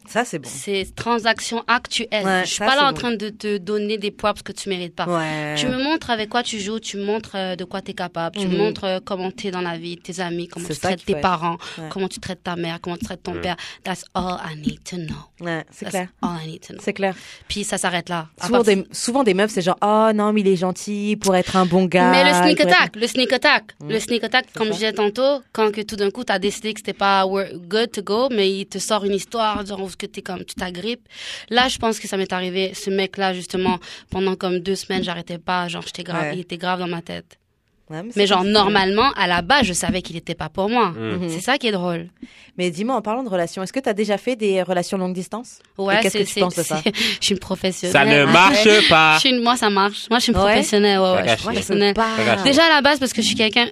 Ça, c'est bon.
C'est transaction actuelle.
Ouais,
je suis
ça,
pas
c'est
là en
bon.
train de te donner des poids parce que tu mérites pas.
Ouais.
Tu me montres avec quoi tu joues, tu me montres euh, de quoi tu es capable, tu
Mhm.
me montres euh, comment tu es dans la vie, tes amis, comment
C'est
tu
ça
traites
qu'il
tes
faut être.
parents,
Ouais.
comment tu traites ta mère, comment tu traites ton
Ouais.
père. That's all I need to know.
Ouais, c'est
That's
clair.
all I need to know.
C'est clair.
Puis ça s'arrête là. À
Souvent
partir-
des, souvent, des meufs, c'est genre, oh non, mais il est gentil pour être un bon gars.
Mais le sneak
il pourrait être-
attack, le sneak attack, le sneak attack, comme
Mm. ça.
je disais tantôt, quand que tout d'un coup, tu as décidé que c'était pas wor- good to go, mais il te sort une histoire, genre, où que t'es comme, tu t'agrippes. Là, je pense que ça m'est arrivé, ce mec-là, justement, pendant comme deux semaines, j'arrêtais pas, genre, j'étais grave,
Ouais.
il était grave dans ma tête.
Ouais, c'est
Mais genre,
difficile.
normalement, à la base, je savais qu'il n'était pas pour moi.
Hmm.
Mhm.
C'est ça qui est drôle.
Mais dis-moi, en parlant de relations, est-ce que tu as déjà fait des relations longue distance Et
Ouais,
qu'est-ce que
c'est-
tu
c'est-
penses de ça
c'est- [laughs] Je suis une professionnelle.
Ça ne
hein?
Ouais.
marche pas.
Je suis une- moi, ça marche. Moi, je suis une
Ouais.
professionnelle. Ouais, ouais, je suis
Moi, je peux
professionnelle.
Ah
pas.
Déjà à la base parce que je suis quelqu'un.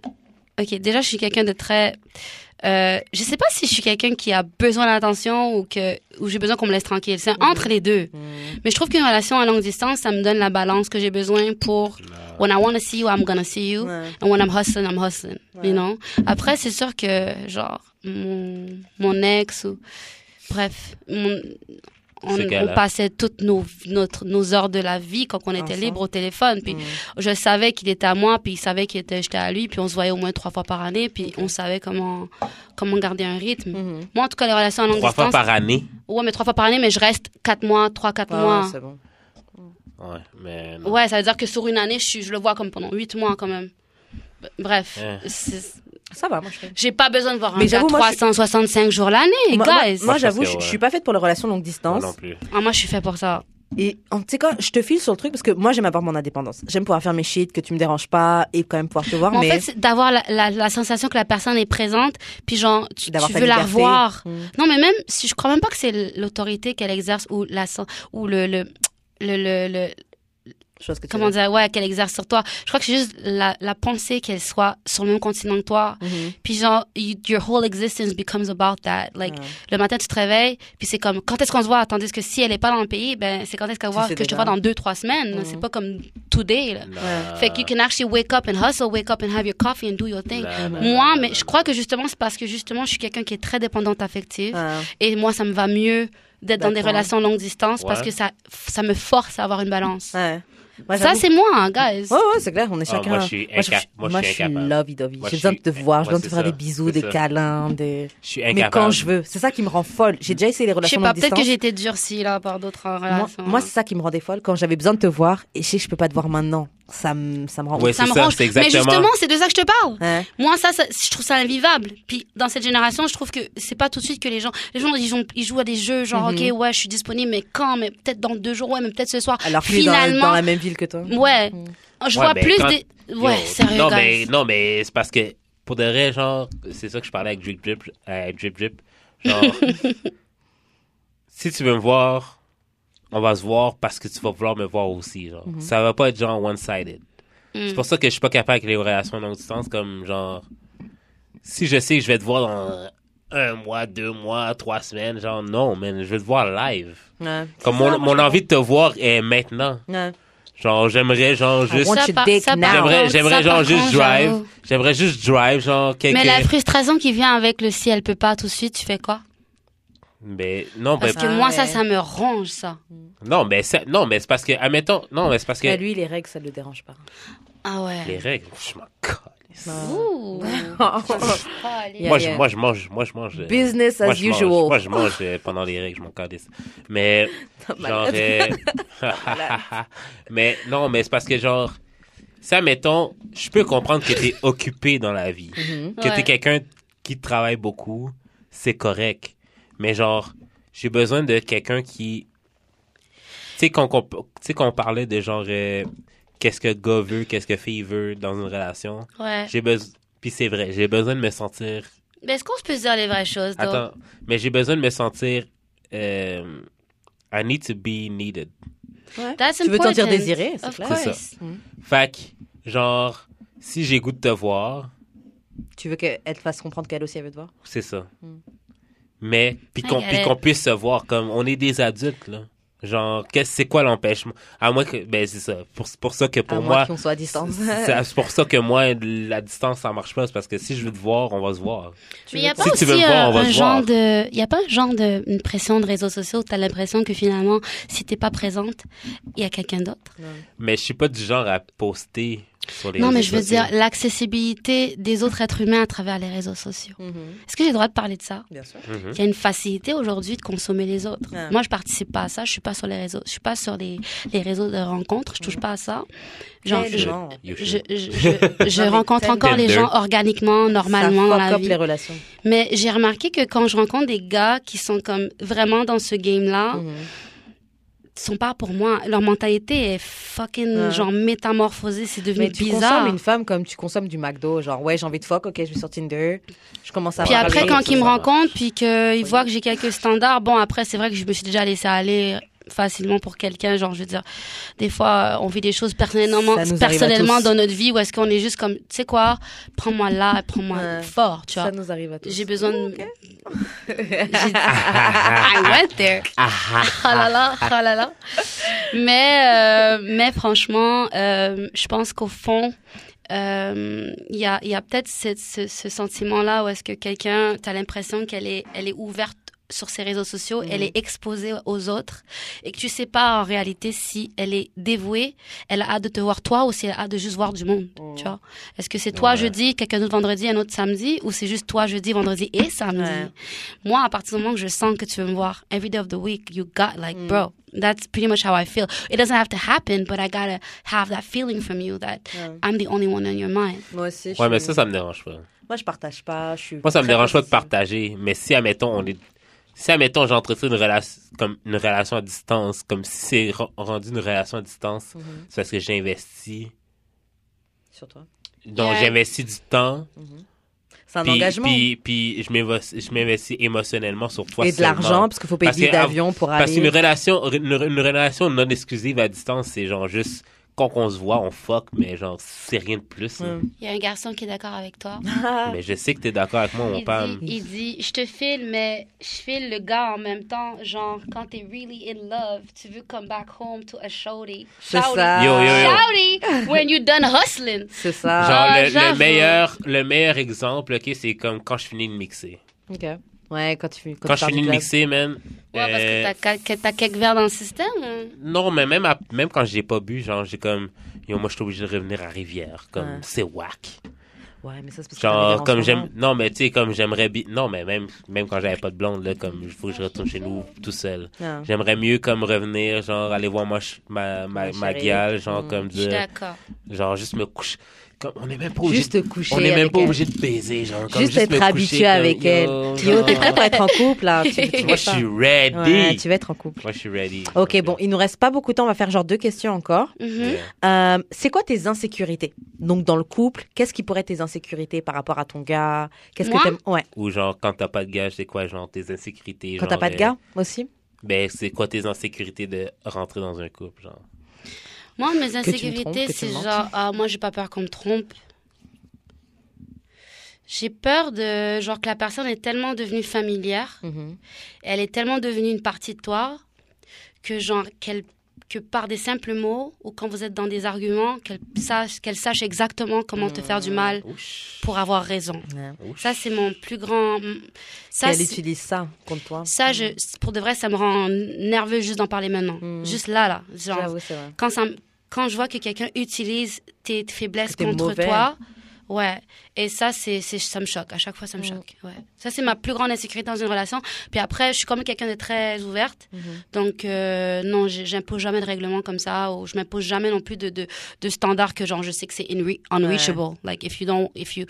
Ok, déjà je suis quelqu'un de très. Euh, je sais pas si je suis quelqu'un qui a besoin d'attention ou que ou j'ai besoin qu'on me laisse tranquille. C'est entre les deux.
Mhm.
Mais je trouve qu'une relation à longue distance, ça me donne la balance que j'ai besoin pour when I wanna see you, I'm gonna see you,
Ouais.
and when I'm hustling, I'm hustling.
Ouais.
You know. Après, c'est sûr que genre mon mon ex ou bref, mon- on,
Ce gars-là.
on passait toutes nos notre nos heures de la vie quand on était
Ensemble.
libre au téléphone. Puis
Mhm.
je savais qu'il était à moi, puis il savait qu'il était, j'étais à lui, puis on se voyait au moins trois fois par année, puis on savait comment, comment garder un rythme.
Mhm.
Moi, en tout cas, les relations à longue
Trois fois
distance.
par année.
Ouais, mais trois fois par année, mais je reste quatre mois, trois, quatre
Ouais,
mois.
ouais, c'est bon.
Ouais, mais. non.
Ouais, ça veut dire que sur une année, je, suis- je le vois comme pendant huit mois quand même. B- Bref,
Ouais.
c'est-
Ça va, moi je fais.
j'ai pas besoin de voir un
Mais
gars
j'avoue, moi, je-
365 jours l'année,
moi, moi-
guys.
moi,
Moi, je
j'avoue,
pense
je,
que,
je
ouais.
suis pas faite pour les relations longue
Moi
distance.
non plus.
Ah, moi, je suis fait pour ça.
Et en- tu sais quoi, je te file sur le truc parce que moi j'aime avoir mon indépendance. J'aime pouvoir faire mes shit, que tu me déranges pas et quand même pouvoir te voir.
Mais
Mais,
En fait, c'est d'avoir la, la- la sensation que la personne est présente, puis genre, tu,
D'avoir
tu
ta
veux la
liberté.
revoir.
Mm.
Non, mais même si je crois même pas que c'est l'autorité qu'elle exerce ou la sen- ou le le le, le- le-
je vois ce que tu
comment
veux dire.
dire ouais qu'elle exerce sur toi. Je crois que c'est juste la, la pensée qu'elle soit sur le même continent que toi.
Mhm.
Puis genre you- your whole existence becomes about that. Like
Ouais.
le matin tu te réveilles, puis c'est comme quand est-ce qu'on se voit tandis que si elle est pas dans le pays, ben c'est quand est-ce qu'elle
Tu
voit
sais
que je
déjà.
te vois dans deux trois semaines.
Mm.
C'est pas comme today. Là.
Non.
Euh.
Fait que you can actually wake up and hustle, wake up and have your coffee and do your thing.
Non, non,
Moi,
non,
mais
non,
je
non.
crois que justement, c'est parce que justement, je suis quelqu'un qui est très dépendante affective.
Ouais.
Et moi, ça me va mieux d'être dans
Ah.
des
D'accord.
relations longue distance parce
Ouais.
que ça, ça me force à avoir une balance.
Ouais. Moi,
ça,
j'avoue-
c'est moi, hein, guys.
Ouais, ouais, c'est clair, on est
Ah,
chacun.
moi, je suis
Moi, je-
inca- moi, je
moi,
suis
je suis
incapable.
lovey-dovey.
Moi,
J'ai
je
besoin de
suis-
te voir, j'ai
ouais,
besoin de te
c'est
faire
ça.
des bisous,
C'est
des
ça.
câlins, des.
Je suis
Mais
incapable.
quand je veux, c'est ça qui me rend folle. J'ai déjà essayé les
Je sais
relations
pas,
longue
peut-être
distance.
que j'ai été durcie là par d'autres
Moi,
euh, relations.
moi, c'est ça qui me rendait folle quand j'avais besoin de te voir et je sais que je peux pas te voir maintenant. Ça me, ça me rend.
Ouais,
ça
c'est
me
ça,
range.
c'est
Mais
exactement.
justement, c'est de ça que je te parle.
Hein
Moi, ça, ça, je trouve ça invivable. Puis, dans cette génération, je trouve que c'est pas tout de suite que les gens, les gens, ils, ont- ils jouent à des jeux, genre,
Mhm.
ok, ouais, je suis disponible, mais quand, mais peut-être dans deux jours, ouais, mais peut-être ce soir.
Alors que lui, dans-
Finalement-
dans la même ville que toi.
Ouais.
Mhm.
Je
Ouais,
vois
ben,
plus
quand-
des,
Yo,
ouais, sérieux,
Non,
guys.
mais, non, mais c'est parce que, pour de vrai, genre, c'est ça que je parlais avec Drip Drip. euh, Drip Drip.
[laughs]
Genre, si tu veux me voir, on va se voir parce que tu vas vouloir me voir aussi. Genre. Ça va pas être genre one-sided.
Mhm. Mm.
C'est pour ça que je suis pas capable avec les relations à longue distance, comme genre, si je sais que je vais te voir dans un mois, deux mois, trois semaines, genre, non, man, je veux te voir live.
Ouais.
Comme
C'est ça, moi,
mon, mon
je
envie de te voir est maintenant.
comprends. Ouais.
Genre, j'aimerais, genre, juste.
want
Ça,
your
par-
dick
ça,
now.
par
J'aimerais,
contre, Ah, ça,
j'aimerais
par
genre juste
contre,
drive.
j'avoue.
J'aimerais juste drive, genre quelqu'un.
Mais la frustration qui vient avec le si elle peut pas tout de suite, tu fais quoi
Mais non, mais
Parce que
Ah
moi
ouais.
ça, ça me range ça.
non, mais c'est, non, mais c'est parce que, admettons, non, mais c'est parce que
Mais lui, les règles, ça le dérange pas.
Ah
les
ouais.
règles, je m'en calisse.
Ouh.
[laughs] Yeah,
moi,
yeah.
Je, moi, je mange, moi, je mange. euh,
Business
moi,
as
je mange-
usual.
moi, je mange euh, pendant les règles, je m'en calisse.
[laughs]
Mais
Oh
[laughs] Bah,
genre, euh, [laughs] mais non, mais c'est parce que genre, ça, mettons, je peux comprendre que t'es occupé dans la vie.
Mhm.
que t'es
Ouais.
quelqu'un qui travaille beaucoup, c'est correct. Mais genre, j'ai besoin de quelqu'un qui... Tu sais, qu'on qu'on- tu sais qu'on parlait de genre... euh, qu'est-ce que gars veut, qu'est-ce que fille veut dans une relation.
Ouais.
J'ai besoin... Puis c'est vrai, j'ai besoin de me sentir...
Mais est-ce qu'on se peut se dire les vraies choses donc
Attends, mais j'ai besoin de me sentir... euh, I need to be needed.
That's
Tu veux te sentir
important.
désiré, c'est
Of
clair.
C'est ça.
course.
Fait que, genre, si j'ai goût de te voir,
Tu veux qu'elle te fasse comprendre qu'elle aussi elle veut te voir
C'est ça.
Mm.
Mais, puis
I
qu'on
get
puis
it.
qu'on puisse se voir comme on est des adultes, là. Genre, qu'est-ce c'est quoi l'empêchement? À moins que. Ben, c'est ça. Pour, pour ça que pour
À moins
moi.
qu'on soit à distance. [laughs]
c'est c'est pour ça que moi, la distance, ça marche pas. C'est parce que si je veux te voir, on va se voir.
Mais il n'y a
Si
pas
tu
aussi
veux me voir, on
euh,
va
un
se
genre
voir.
de, il y a pas un genre de une pression de réseaux sociaux où t'as l'impression que finalement, si t'es pas présente, il y a quelqu'un d'autre.
Mais je suis pas du genre à poster sur les
Non, mais
réseaux
je veux
sociaux.
dire l'accessibilité des autres êtres humains à travers les réseaux sociaux.
Mhm.
Est-ce que j'ai le droit de parler de ça
Bien sûr.
Mhm.
Il y a une facilité aujourd'hui de consommer les autres.
Ouais.
Moi, je participe pas à ça. Je suis pas sur les réseaux. Je suis pas sur les, les réseaux de rencontres. Je touche pas à ça. Genre,
Mais
je,
non,
You
je,
should.
je, je- je
Non, mais
rencontre
tellement.
encore les
Tinder.
gens organiquement, normalement dans
ça fuck
la
up les
vie.
relations.
Mais j'ai Hein
Mm.
remarqué que quand je rencontre des gars qui sont comme vraiment dans ce game-là,
Mhm.
sont pas pour moi. Leur mentalité est fucking
Ouais.
genre métamorphosée, c'est devenu
Mais tu
bizarre.
consommes une femme comme tu consommes du McDo. Genre, ouais, j'ai envie de fuck, ok, je vais sur Tinder. Je commence à
Puis
avoir
après,
des-
quand
ça,
ils me
ça va.
rencontrent, puis qu'ils voient que j'ai quelques standards, bon, après, c'est vrai que je me suis déjà laissé aller facilement pour quelqu'un. Genre, je veux dire, des fois, euh, on vit des choses
Ça
personnellement,
nous arrive à
personnellement
tous.
dans notre vie où est-ce qu'on est juste comme, tu sais quoi, prends-moi là, prends-moi
Ouais.
fort, tu
Ça
vois.
nous arrive à tous.
J'ai
[laughs]
besoin de... J'ai-
Ah,
I went there.
ah, ah.
[laughs] Ah là là, ah là là. Mais, euh, mais franchement, euh, je pense qu'au fond, euh, il y a, il y a peut-être cette- ce, ce sentiment-là où est-ce que quelqu'un, tu as l'impression qu'elle est, elle est ouverte sur ses réseaux sociaux,
Mhm.
elle est exposée aux autres et que tu sais pas en réalité si elle est dévouée, elle a hâte de te voir toi ou si elle a hâte de juste voir du monde,
Mhm.
tu vois. Est-ce que c'est toi
Ouais.
jeudi, quelqu'un d'autre vendredi, un autre samedi ou c'est juste toi jeudi, vendredi et samedi
Ouais.
moi, à partir du moment que je sens que tu veux me voir, every day of the week, you got like,
Mm.
bro, that's pretty much how I feel. It doesn't have to happen, but I gotta have that feeling from you that
Ouais.
I'm the only one in your mind.
Moi aussi. je
Ouais, mais
suis-
ça, ça me dérange pas.
Moi, je partage pas. Je suis
Moi, ça me
très
dérange pas de
possessive.
partager, mais si, admettons, on est. Si, admettons, j'entretiens une, relation comme une relation à distance, comme si c'est ren- rendu une relation à distance,
Mhm.
c'est parce que j'ai investi.
Sur toi.
Donc,
Yeah.
j'investis du temps.
C'est un
Puis,
engagement.
puis, puis je m'investis je m'investis émotionnellement sur toi.
et de
seulement.
l'argent, parce qu'il faut payer
Parce
des
que av-
d'avion pour
Parce qu'une
aller.
relation, une, une relation non exclusive à distance, c'est genre juste quand on se voit, on fuck, mais genre, c'est rien de plus. là.
Hum.
Il y a un garçon qui est d'accord avec toi.
[laughs]
Mais je sais que t'es d'accord avec moi, mon
Il
pam.
dit, il dit, je te file, mais je file le gars en même temps. Genre, quand t'es really in love, tu veux come back home to a shawty.
C'est
Shawty.
ça.
Yo, yo, yo.
Shawty, when you done
[laughs]
hustling.
C'est
Genre,
ça.
le, le
Ah, j'avoue.
meilleur, le meilleur exemple, ok, c'est comme quand je finis de mixer.
Ok. Ouais, quand tu
Quand,
tu
je
pars
finis
du
de
club.
mixer, man.
Ouais, parce
euh,
que t'as quel- que t'as quelques verres dans le système. hein.
Non, mais même, à- même quand j'ai pas bu, genre, j'ai comme. Yo, moi, je suis obligé de revenir à Rivière. Comme,
Ouais.
c'est whack.
Ouais, mais ça, c'est parce que t'as des
Genre, comme
dérangements.
j'aime. Non, mais tu sais, comme j'aimerais bien. Non, mais même, même quand j'avais pas de blonde, là, comme, il faut que je retourne chez nous tout seul.
Ah.
J'aimerais mieux, comme, revenir, genre, aller voir ma, ch- ma, ma,
Ma
ma
chérie.
gueule, genre,
Mm.
comme
Je suis
dire.
d'accord.
Genre, juste me coucher. Comme, on est même pas obligé
Juste te coucher.
On est même
avec
pas
elle.
obligé de baiser, genre. Comme
Juste,
juste,
être
me
habitué
coucher, comme,
avec
yo,
elle. Yo,
genre,
t'es [laughs] prêt pour être en couple, là. Tu, tu
[laughs]
veux
Moi,
pas.
je suis ready.
Ouais, tu vas être en couple.
Moi, je suis ready.
Ok, bon, il nous reste pas beaucoup de temps. On va faire genre deux questions encore.
Mhm.
Yeah.
Euh, c'est quoi tes insécurités Donc, dans le couple, qu'est-ce qui pourrait être tes insécurités par rapport à ton gars Qu'est-ce que
Moi
t'aimes Ouais,
Ou genre, quand t'as pas de gars, c'est quoi, genre, tes insécurités?
quand
genre,
t'as pas de
euh,
gars aussi
Ben, c'est quoi tes insécurités de rentrer dans un couple, genre?
Moi, mes
tu me trompes,
insécurités,
que tu
c'est
me mentes.
genre, ah, moi, j'ai pas peur qu'on me trompe. J'ai peur de, genre, que la personne est tellement devenue familière,
Mhm.
elle est tellement devenue une partie de toi, que, genre, qu'elle, que par des simples mots, ou quand vous êtes dans des arguments, qu'elle sache, qu'elle sache exactement comment te faire du mal
Mm.
Ouch.
pour avoir raison.
Ouais.
Ouch.
Ça, c'est mon plus grand. Ça,
Qu'elle
c'est-
utilise ça contre toi
ça je, pour de vrai, ça me rend nerveux juste d'en parler maintenant.
Mhm.
Juste là, là. Genre,
J'avoue, c'est vrai.
quand, ça m- quand je vois que quelqu'un utilise tes tes faiblesses
Que t'es
contre
mauvais.
toi, ouais. Et ça, c'est, c'est- ça me choque. À chaque fois, ça me
Mm.
choque. Ouais. Ça, c'est ma plus grande insécurité dans une relation. Puis après, je suis comme quelqu'un de très ouverte.
Mhm.
Donc, euh, non, j'ai- j'impose jamais de règlement comme ça. Ou je m'impose jamais non plus de, de, de standards que, genre, je sais que c'est inre- unreachable. Like, if you don't, if you.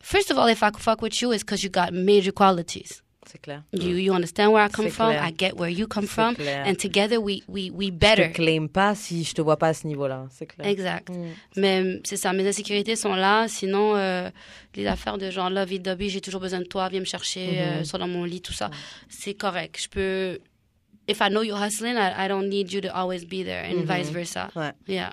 First of all, if I fuck with you, it's because you got major qualities.
C'est clair.
You, you understand where I come
Mm. C'est
from,
clair.
I get where you come
C'est
from,
clair.
and together we, we, we
Je
better.
te claim pas si je te vois pas à ce niveau-là. C'est clair.
Exact.
Mm.
Mais euh, c'est ça, mes insécurités sont là. Sinon, euh, les affaires de genre love it, Dobby, j'ai toujours besoin de toi, viens me chercher, euh,
Mhm.
sois dans mon lit, tout ça, c'est correct. Je peux. If I know you're hustling, I, I don't need you to always be there, and
Mhm.
vice versa.
Ouais.
Yeah.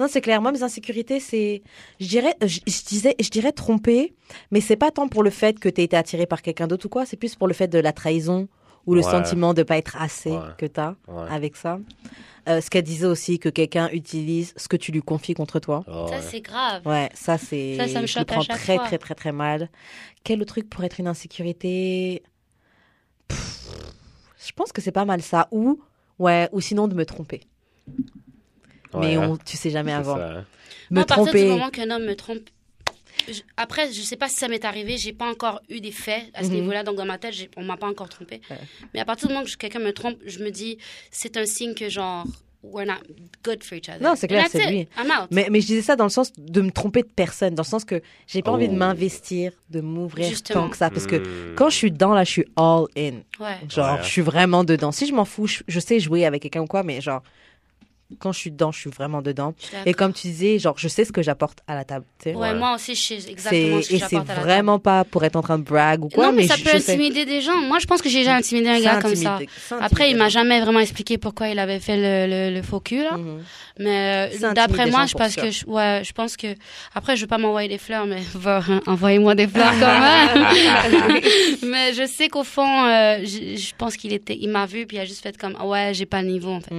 Non, c'est clair. Moi, mes insécurités, c'est, je dirais, je, je disais, je dirais tromper, mais c'est pas tant pour le fait que t'aies été attiré par quelqu'un d'autre ou quoi. C'est plus pour le fait de la trahison ou le
Ouais.
sentiment de pas être assez
Ouais.
que t'as
Ouais.
avec ça. Euh, ce qu'elle disait aussi, que quelqu'un utilise ce que tu lui confies contre toi.
Oh,
Ça,
ouais.
c'est grave.
Ouais, ça c'est.
Ça, ça me
je le
choque à
prends
chaque
très,
fois.
très, très, très mal. Quel autre truc pourrait être une insécurité Pff, Je pense que c'est pas mal ça. Ou, ouais, ou sinon de me tromper. mais
Ouais,
on,
hein,
tu sais jamais
c'est
avant.
ça, hein.
Me
Moi, à partir
tromper.
du moment qu'un homme me trompe, je- après, je sais pas si ça m'est arrivé, j'ai pas encore eu des faits à ce
Mhm.
niveau-là, donc dans ma tête, j'ai- on m'a pas encore trompé.
Ouais.
Mais à partir du moment que je- quelqu'un me trompe, je me dis, c'est un signe que genre, we're not good for each other.
Non, c'est clair,
And that's
c'est
it.
lui.
I'm out.
Mais, mais je disais ça dans le sens de me tromper de personne, dans le sens que j'ai pas envie de
Oh.
m'investir, de m'ouvrir
Justement.
tant que ça. Parce que
Hmm.
quand je suis dedans, là, je suis all in.
Ouais.
Genre,
Ouais.
je suis vraiment dedans. Si je m'en fous, je, je sais jouer avec quelqu'un ou quoi, mais genre, quand je suis dedans, je suis vraiment dedans.
je suis d'accord.
Et comme tu disais, genre, je sais ce que j'apporte à la table. tu sais.
Ouais,
Ouais.
moi aussi, je sais exactement
C'est-
ce que
Et c'est
j'apporte à la
vraiment pas pour être en train de brague ou
table.
quoi,
non, mais, ça
je,
peut
je sais.
intimider des gens. Moi, je pense que j'ai déjà intimidé un
C'est
gars comme ça.
intimidé- c'est
Après, il m'a
intimidant.
jamais vraiment expliqué pourquoi il avait fait le, le, le faux cul, là.
Mhm.
Mais
C'est
euh, d'après
intimidant
moi, je
pour
pense
sûr.
que je, ouais, je pense que après je vais pas m'envoyer des fleurs, mais [laughs] va, hein, envoyez-moi des fleurs quand
[laughs]
même. mais je sais qu'au fond, euh, je, je pense qu'il était, il m'a vu puis il a juste fait comme Ah ouais, j'ai pas le niveau en fait.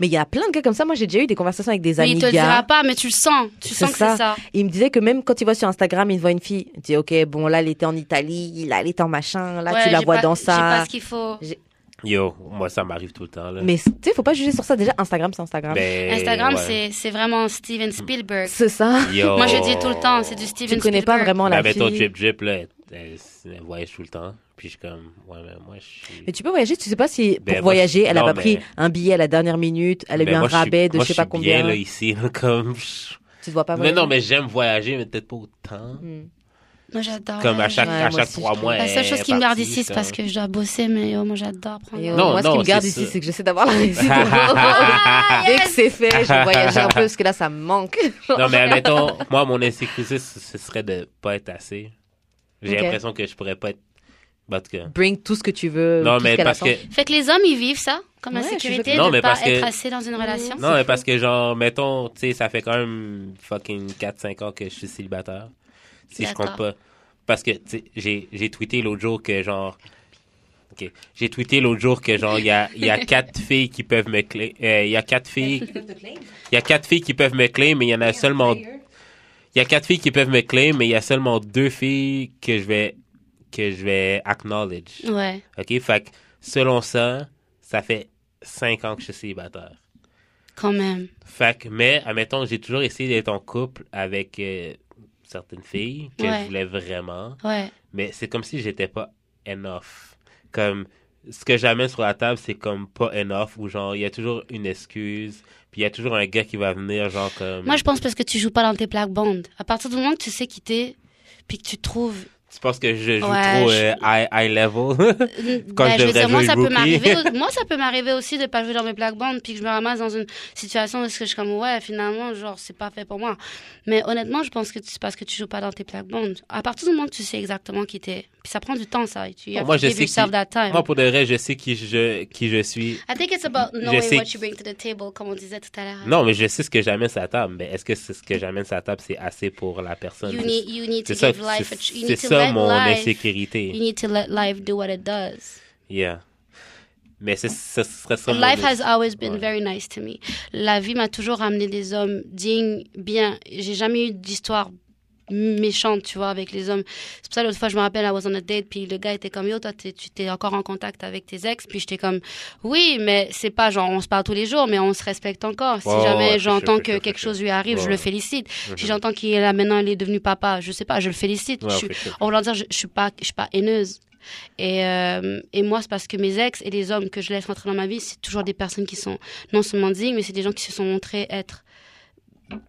Mais il y a plein de cas comme ça. Moi, j'ai déjà eu des conversations avec des
Mais
amis
il te le
gars.
dira pas, mais tu le sens, tu
C'est
sens que c'est ça.
Il me disait que même quand il voit sur Instagram, il voit une fille. Il dit, OK, bon, là, elle était en Italie, là, elle était en machin, là,
Ouais,
tu la
j'ai
vois
pas-
dans
J'ai pas
ça.
ce qu'il faut.
[laughs] Yo, moi, ça m'arrive tout le temps. Là.
Mais tu sais, faut pas juger sur ça. Déjà, Instagram, c'est Instagram.
Ben,
Instagram,
ouais.
c'est c'est vraiment Steven Spielberg.
C'est ça.
Yo.
Moi, je dis tout le temps, c'est du
Tu
Steven
ne connais
Spielberg.
pas vraiment Oh, la
Mais mettons,
fille.
Drip Drip, là, elle, elle- elle voyage tout le temps. Puis je suis comme, ouais, mais moi, je suis...
Mais tu peux voyager, tu sais pas si pour
Ben, moi,
voyager,
je-
elle a
non,
pas pris
mais-
un billet à la dernière minute, elle a
Mais
eu un
Ben, moi, je suis-
rabais de
moi,
je sais pas
suis bien,
combien.
là, ici, là, comme... je-
Tu te vois pas
Mais
voyager.
non, mais j'aime voyager, mais peut-être pas autant.
Hmm.
Moi, j'adore.
Comme à
voyager.
chaque,
Ouais,
à
moi
chaque
aussi,
trois
je-
mois,
La seule chose
elle
qui me garde
partit,
ici, c'est
comme- [laughs]
parce que [laughs] je dois bosser, mais oh, moi, j'adore prendre.
Et, euh,
Non,
moi, ce qui
non,
me garde
c'est
ici,
ça.
c'est que j'essaie d'avoir
[laughs]
la
Oh,
réussite.
Ah,
Dès
yes!
que c'est fait, je vais voyager un peu parce que là, ça me manque.
Non, mais admettons, moi, mon insécurité, ce ce serait de pas être assez. J'ai
Ok.
l'impression que je pourrais pas être... bah, En tout cas...
Bring tout ce que tu veux.
Non,
tout ce
mais
qu'elle
parce
attend.
que...
Fait que les hommes, ils vivent ça, comme
Ouais, je
l'insécurité
suis
d'accord.
de
Non, mais
pas
parce que-
être assez dans une relation.
Non, mais parce que, genre, mettons, tu sais, ça fait quand même fucking 4-5 ans que je suis célibataire. Si je compte
D'accord.
pas. Parce que, tu sais, j'ai j'ai tweeté l'autre jour que, genre. Ok. J'ai tweeté l'autre jour que, genre, il y a, il y a 4 filles qui peuvent me clé. euh, Il y a 4 filles. Il y a 4 filles qui peuvent me clé, mais il y en a seulement. Il y a 4 filles qui peuvent me clé, mais il y a seulement 2 filles que je vais. que je vais acknowledge.
Ouais.
Ok? Fait que, selon ça, ça fait 5 ans que je suis célibataire.
Quand même.
Fait que, mais, admettons, j'ai toujours essayé d'être en couple avec euh, certaines filles que
Ouais.
je voulais vraiment,
Ouais.
mais c'est comme si j'étais pas enough. Comme, ce que j'amène sur la table, c'est comme pas enough, ou genre, il y a toujours une excuse, puis il y a toujours un gars qui va venir, genre, comme.
Moi, je pense parce que tu joues pas dans tes plaques bandes. À partir du moment que tu sais quitter, puis que tu trouves.
Tu penses que je joue
Ouais,
trop
je-
euh, high, high level? [laughs] Quand je devrais
moi,
jouer
Ben, ça peut
rookie.
m'arriver.
[laughs]
Moi, ça peut m'arriver aussi de pas jouer dans mes plaques bandes, puis que je me ramasse dans une situation où est-ce que je suis comme ouais, finalement, genre c'est pas fait pour moi. Mais honnêtement, je pense que c'est parce que tu joues pas dans tes plaques bandes. À partir du moment que tu sais exactement qui t'es, puis ça prend du temps, ça. Tu
Moi, je
give
sais
yourself
qui-
that time.
Moi, pour de vrai, je sais qui je, qui je suis.
I think it's about
Je
knowing
sais-
what you bring to the table, comme on disait tout à l'heure.
Non, mais je sais ce que j'amène sur la table, mais est-ce que c'est ce que j'amène sur la table, c'est assez pour la personne?
You need, you need to
C'est ça,
give life. a tr-
c'est
you need to
ça
let
mon
life.
insécurité.
You need to let life do what it does.
Yeah. Mais c'est- ce serait ça. mon-
Life has always been
Ouais.
very nice to me. La vie m'a toujours amené des hommes dignes, bien. J'ai jamais eu d'histoire méchante, tu vois, avec les hommes. C'est pour ça, l'autre fois, je me rappelle, I was on a date, puis le gars était comme, yo, toi, t'es- tu t'es encore en contact avec tes ex, puis j'étais comme, oui, mais c'est pas genre, on se parle tous les jours, mais on se respecte encore. Si
Ouais,
jamais
ouais, je sais, je
j'entends que
sais,
quelque
je sais.
chose lui arrive, je
Ouais.
le félicite. Si
Mhm.
j'entends qu'il est là maintenant, il est devenu papa, je sais pas, je le félicite.
Ouais,
Je suis-
ok, ok.
en voulant dire, je, je suis pas, je suis pas haineuse. Et, euh, et moi, c'est parce que mes ex et les hommes que je laisse rentrer dans ma vie, c'est toujours des personnes qui sont non seulement dignes, mais c'est des gens qui se sont montrés être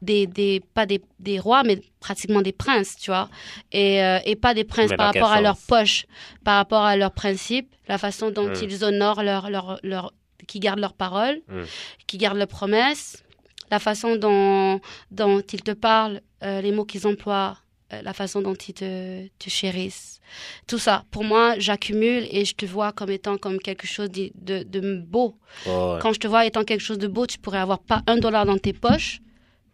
des, des pas des, des rois, mais pratiquement des princes, tu vois. Et, euh, et pas des princes
Mais
par
dans quel
rapport à
sens
leur poche, par rapport à leurs principes, la façon dont
Mm.
ils honorent leur, leur, leur, qui gardent leurs paroles,
Mm.
qui gardent leurs promesses, la façon dont, dont ils te parlent, euh, les mots qu'ils emploient, euh, la façon dont ils te, te chérissent. Tout ça, pour moi, j'accumule et je te vois comme étant comme quelque chose de, de, de beau.
Ouais, ouais.
Quand je te vois étant quelque chose de beau, tu pourrais avoir pas un dollar dans tes poches.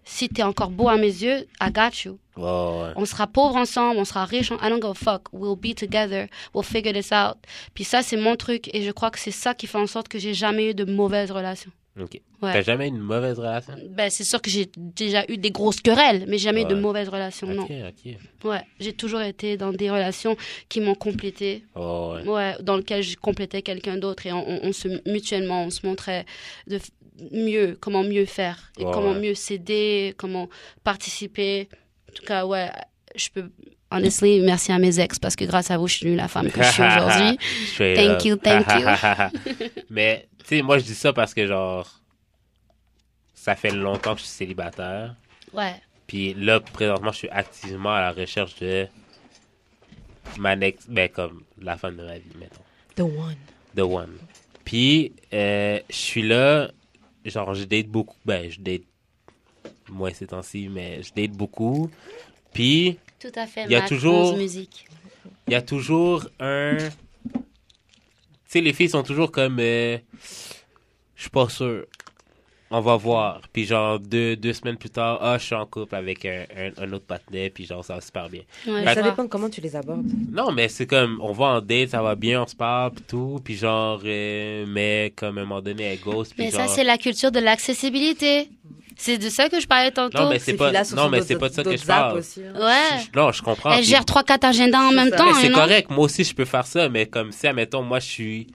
Si t'es encore beau à mes yeux, I got you.
Ouais, ouais.
On sera pauvres ensemble, on sera riches, on- I don't give a fuck. We'll be together, we'll figure this out. Puis ça, c'est mon truc et je crois que c'est ça qui fait en sorte que j'ai jamais eu de mauvaises relations.
Ok.
Ouais.
T'as jamais eu une mauvaise relation?
Ben, c'est sûr que j'ai déjà eu des grosses querelles, mais jamais eu de
Ouais.
mauvaises relations,
Ok, ok.
non. Ouais, j'ai toujours été dans des relations qui m'ont complété,
Ouais, ouais.
ouais. dans lesquelles je complétais quelqu'un d'autre et on, on- on se mutuellement, on se montrait de f- mieux, comment mieux faire, et
Ouais,
comment
ouais.
mieux s'aider, comment participer. En tout cas, ouais, je peux. Honestly, merci à mes ex parce que grâce à vous, je suis la femme que je
[laughs]
suis aujourd'hui.
Straight
Thank you, thank
[laughs] you. Mais, tu sais, moi, je dis ça parce que, genre, ça fait longtemps que je suis célibataire.
Ouais.
Puis là, présentement, je suis activement à la recherche de ma next, ben, comme la femme de ma vie, mettons.
The one.
The one. Puis, euh, je suis là, genre, je date beaucoup. Ben, je date moins ces temps-ci, mais je date beaucoup. Puis,
Tout à fait.
Il y a
Mac,
toujours-
onze musique.
il y a toujours un. Tu sais, les filles sont toujours comme. euh, je suis pas sûr. On va voir. Puis, genre, deux, deux semaines plus tard, ah, je suis en couple avec un, un, un autre partenaire. Puis, genre, ça va super bien.
Ouais,
Mais
je
ça
vois.
dépend de comment tu les abordes.
Non, mais c'est comme, on va en date, ça va bien, on se parle, pis tout, puis genre, euh, mais comme à un moment donné, elle ghost, puis
Mais
genre...
ça, c'est la culture de l'accessibilité. C'est de ça que je parlais tantôt.
Non, mais c'est pas, non, mais c'est pas de ça que je parle.
hein.
Ouais.
Je- Non, je comprends.
Elle
puis-
gère trois, quatre agendas en
C'est
même
ça.
temps.
mais c'est
non
correct, moi aussi, je peux faire ça, mais comme si, admettons, moi, je suis...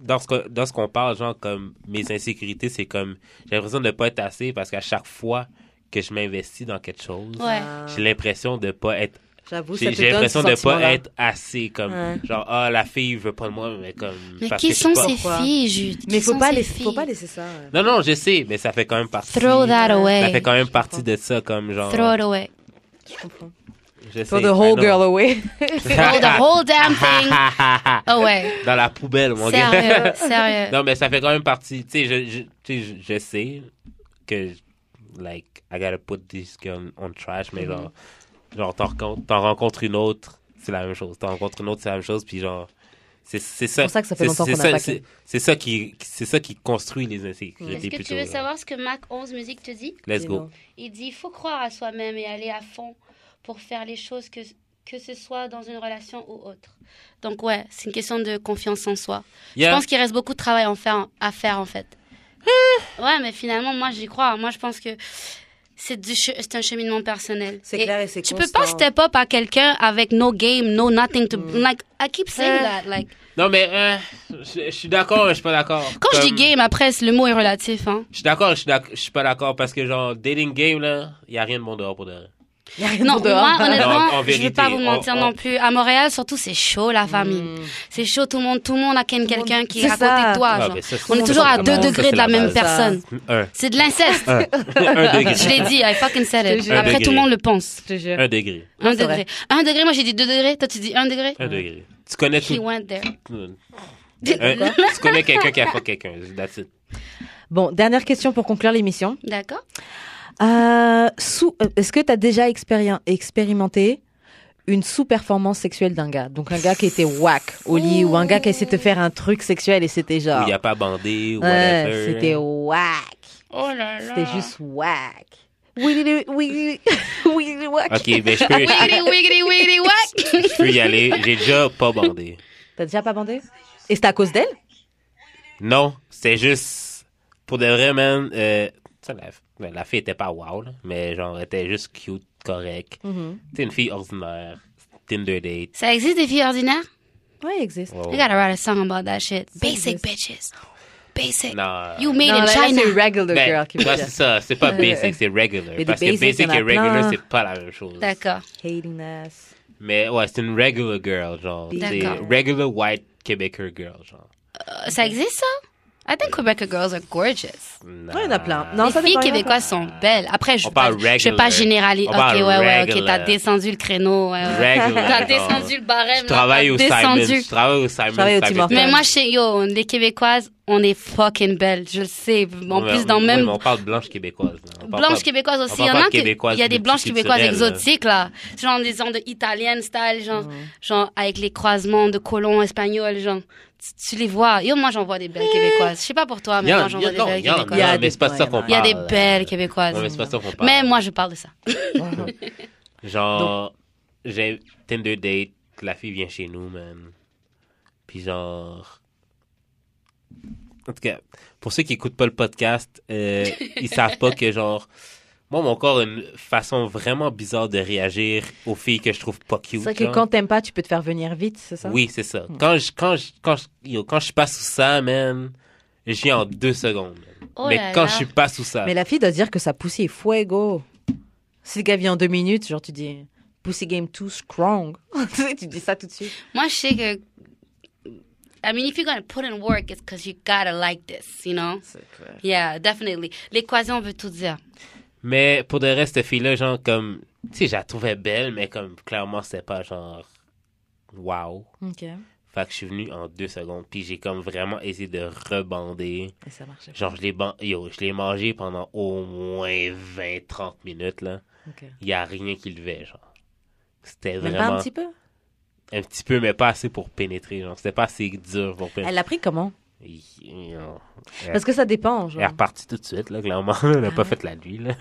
Dans ce, que- dans ce qu'on parle, genre, comme mes insécurités, c'est comme, j'ai l'impression de ne pas être assez parce qu'à chaque fois que je m'investis dans quelque chose,
Ouais.
j'ai l'impression de ne pas être
J'avoue, ça
J'ai
te
j'ai
donne
l'impression
ce
de pas
sentiment-là.
être assez comme
Ouais.
genre ah la fille veut pas de moi mais comme
Mais
parce
qui
que je suis
sont
pas-
ces
Pourquoi
filles, Jude
Mais
Qui
faut
sont
pas,
ces
laisser, faut
filles
pas laisser ça. euh.
Non non, je sais mais ça fait quand même partie
Throw
ça
that
fait
away.
quand même partie de ça comme genre
Throw it away.
Je comprends.
je
Throw
sais, Ah,
the whole
[laughs] I know.
girl away.
[laughs]
Throw the whole damn thing away.
dans la poubelle mon gars.
Sérieux, sérieux.
non mais ça fait quand même partie, tu sais je je, tu sais, je je sais que like I gotta put this girl on trash mais
Mhm.
genre genre t'en rencontres, t'en rencontres une autre, c'est la même chose. T'en rencontres une autre, c'est la même chose puis genre c'est c'est ça.
pour ça que ça fait
c'est-
longtemps
c'est
qu'on n'a
ça-
pas
c'est- C'est ça qui c'est ça qui construit les insécurités
Est-ce que
plutôt, euh,
tu veux
genre.
savoir ce que Mac 11 Musique te dit
[laughs]
Let's go.
Il dit il faut croire à soi-même et aller à fond pour faire les choses que, que ce soit dans une relation ou autre. Donc ouais, c'est une question de confiance en soi. Je
Yeah.
pense qu'il reste beaucoup de travail en faire- à faire en fait. ouais, mais finalement, moi j'y crois. Moi je pense que c'est du che- c'est un cheminement personnel.
C'est
Et
clair et c'est
Tu peux
constant.
pas step up à quelqu'un avec no game, no nothing to like. I keep saying
Euh,
that. Like
Non, mais euh, je, je suis d'accord, mais je suis pas d'accord.
quand je dis
Comme-
game, après c'est- le mot est relatif. Hein.
Je suis d'accord, je suis d'ac- je suis pas d'accord parce que, genre, dating game, là, y a rien de bon dehors pour dehors.
Y a rien
Non,
de dehors.
moi honnêtement,
Non, en
je vais
vérité,
pas vous
on-
mentir
on-
non plus. À Montréal, surtout c'est chaud la famille.
Mm.
C'est chaud tout le monde, tout le monde a ken quelqu'un qui est
C'est
à côté
ça.
de toi. Ah, genre. On est
ça,
toujours
c'est
à
la
2
base.
degrés
Ah, Ça,
de la
c'est la
même
base.
personne.
Un.
C'est de l'inceste.
Un.
[laughs]
un
Je
degré.
l'ai dit, I fucking said
Je te
it.
jure.
Un
Après, tout
degré.
le monde le pense.
Je te jure.
Un degré.
Un
C'est
degré.
vrai.
Un degré, moi j'ai dit deux degrés, toi tu dis un degré.
Un degré. Tu connais
She
tout.
went there.
Un- [laughs] tu connais quelqu'un qui a pas quelqu'un. That's it.
Bon, dernière question pour conclure l'émission.
D'accord.
Euh, sous- euh, Est-ce que tu as déjà expérien- expérimenté une sous-performance sexuelle d'un gars Donc un gars qui était whack au lit ou un gars qui essayait de te faire un truc sexuel et c'était genre...
Ou y a pas bandé, ou
Ouais,
whatever.
c'était whack.
Oh là là.
C'était juste whack. Wiggly, wiggly, [laughs] wiggly whack.
Ok, ben je peux,
Wiggity,
[laughs]
wiggity, wiggity, what?
je peux y aller. J'ai déjà pas bandé.
T'as déjà pas bandé Et c'était à cause d'elle
Non, c'est juste pour de vrai, man. euh, tu sais, la, ben, la fille était pas wow, là, mais genre, elle était juste cute, correct.
Mm-hmm.
T'es une fille ordinaire. Tinder date.
Ça existe des filles ordinaires?
Ouais, il existe.
Wow.
I gotta write a song about that shit. Basic
existe.
bitches. Basic.
Non.
You made
Non,
in
là, là,
China.
c'est regular
Ben,
girl qui veut
moi,
dire.
c'est ça, c'est pas
Ouais.
basic, c'est regular.
Mais des
parce que
basics,
basic
y'en a
et regular,
plein.
c'est pas la même chose.
D'accord.
Hating ass.
Mais ouais, c'est une regular girl, genre. C'est
D'accord.
regular white Quebecer girl, genre.
Euh, Ça existe ça? I think Quebec girls are gorgeous.
Non.
Ouais, il y en a plein. Non,
Les
ça
filles
dépend.
québécoises sont belles. Après, je
On
veux pas,
parle
je vais pas
regular.
généraliser.
On
Ok,
parle
ouais, ouais, ok,
regular.
t'as descendu le créneau. Ouais, ouais.
Regular.
[laughs] T'as
genre.
descendu le barème.
Je travaille
là,
au
t'as
Simon.
descendu.
Je travaille au Simon.
travaille au
ça fait
Timor.
Mais
Ouais.
moi, chez yo, les Québécoises, on est fucking belles. Je le sais. En
Ouais,
plus, dans
oui,
même
mais on parle de blanche québécoise. là. On parle
blanches
pas-
québécoises aussi,
on
il y
parle
en
pas
a
de
qui-
québécoises
il y a des blanches québécoises
multiculturelles, là.
exotiques là, genre des gens de italienne style, genre, genre avec les croisements de colons espagnols, genre. Tu, tu les vois. Yo, moi, j'en vois des belles québécoises. Je sais pas pour toi, mais
Y en-
moi,
y
j'en
en-
vois des
non,
belles
y en-
québécoises.
y en a
non, mais c'est pas
des-
de ça qu'on parle.
Il y a des belles
Ouais, mais
québécoises.
c'est pas de ça qu'on parle.
Mais moi, je parle de ça.
[laughs] Genre, j'ai Tinder date, la fille vient chez nous, man. Puis genre... En tout cas, pour ceux qui écoutent pas le podcast, euh, ils savent pas que genre... Moi, mon corps a une façon vraiment bizarre de réagir aux filles que je trouve pas cute.
C'est vrai que
genre.
quand t'aimes pas, tu peux te faire venir vite, c'est ça
Oui, c'est ça. Quand je, quand je, quand je, yo, quand je suis pas sous ça, man, je viens en deux secondes. man.
Oh
Mais
là
quand
là.
je suis pas sous ça,
Mais la fille doit dire que sa poussée est fuego. Si le gars vient en deux minutes, genre tu dis [laughs] pussy game too strong. tu sais, tu dis ça tout de suite.
Moi, je sais que I mean, if you're gonna put in work, it's because you gotta like this, you know?
C'est clair.
Yeah, definitely. L'équation veut
[laughs]
tout dire.
Mais pour de reste, cette fille-là, genre, comme, tu sais, je la trouvais belle, mais comme, clairement, c'était pas genre, wow.
Ok.
Fait que je suis venu en deux secondes, puis j'ai comme vraiment essayé de rebander.
Et ça marchait.
Genre, je l'ai ban- yo, je l'ai mangé pendant au moins 20-30 minutes, là.
Ok.
Il n'y a rien qui levait, genre. C'était
Même
vraiment
pas un petit peu.
peu, mais pas assez pour pénétrer, genre. C'était pas assez dur pour pénétrer.
Elle l'a pris comment
Il- il- on-
Parce que ça dépend.
Elle
Genre.
est repartie tout de suite, là, clairement. Elle n'a
Ah
pas
ouais?
fait la nuit, là.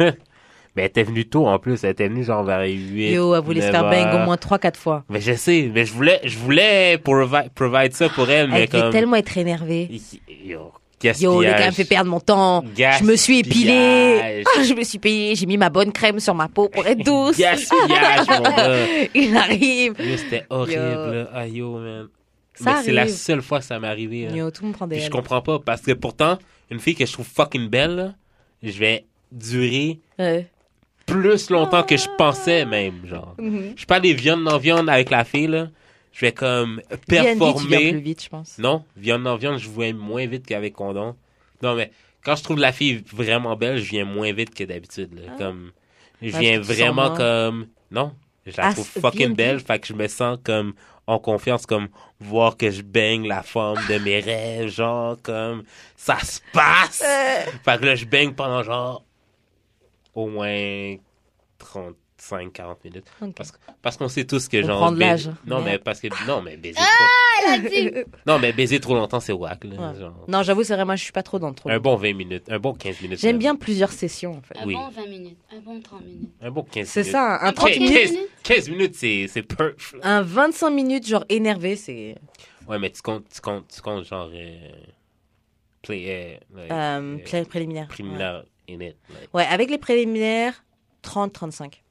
Mais elle était venue tôt, en plus. Elle était venue, genre, vers 8
Yo, elle voulait se
9
faire bang au
heures.
moins 3-4 fois.
Mais je sais, mais je voulais, je voulais provi- provide ça pour elle, mais
Elle devait
comme...
tellement être énervée.
Il- Yo,
Yo, le gars me
gaspillage.
fait perdre mon
Mm.
temps. Je me suis épilée. Je me suis payée. J'ai mis ma bonne crème sur ma peau pour être douce.
Gaspillage, mon gars.
[laughs] Il arrive.
Yo, c'était horrible.
Yo.
là. Ah, yo, man.
Ça
Mais c'est la
arrive.
seule fois que ça m'est arrivé. hein.
Yo, tout me prend des
Puis je
ailes.
comprends pas, parce que pourtant, une fille que je trouve fucking belle, là, je vais durer
Ouais.
plus longtemps que je pensais même, genre.
Mhm.
Je suis pas des viandes non viande avec la fille, là. Je vais comme
BNB, tu viens plus
performer.
vite, je pense.
Non, viande non viande, je viens moins vite qu'avec condom. Non, mais quand je trouve la fille vraiment belle, je viens moins vite que d'habitude, là.
Ah.
Comme, je
Parce
viens
que tu
vraiment
sens moins.
comme, non, je la
Ah,
trouve
c'est
fucking
BNB.
belle, fait que je me sens comme en confiance, comme voir que je baigne la forme de mes rêves, genre, comme, ça se passe! Fait que là, je baigne pendant genre au moins 35, 40 minutes.
Ok.
Parce, que- parce qu'on sait tous que
On
genre.
prend de
bais-
l'âge.
Non,
Merde.
mais parce que. Non, mais baiser trop, non, mais baiser trop longtemps, c'est wack. là,
Ouais.
genre.
Euh, Non, j'avoue, c'est vrai, moi, je suis pas trop dans le trop.
Un bon Ah, 20 minutes, un bon 15 minutes.
J'aime
même.
bien plusieurs sessions, en fait.
Un
Oui.
bon 20 minutes, un bon 30 minutes.
Un bon 15 minutes.
C'est ça, un, un 30
Qu-
minutes.
15,
minutes.
15 minutes, c'est c'est peu.
Un 25 minutes, genre énervé, c'est.
Ouais, mais tu comptes, tu comptes, tu comptes genre. euh, play. euh, like,
Euh,
euh,
pré- préliminaire. Ouais.
preliminary in it. like.
Ouais, avec les préliminaires, 30-35.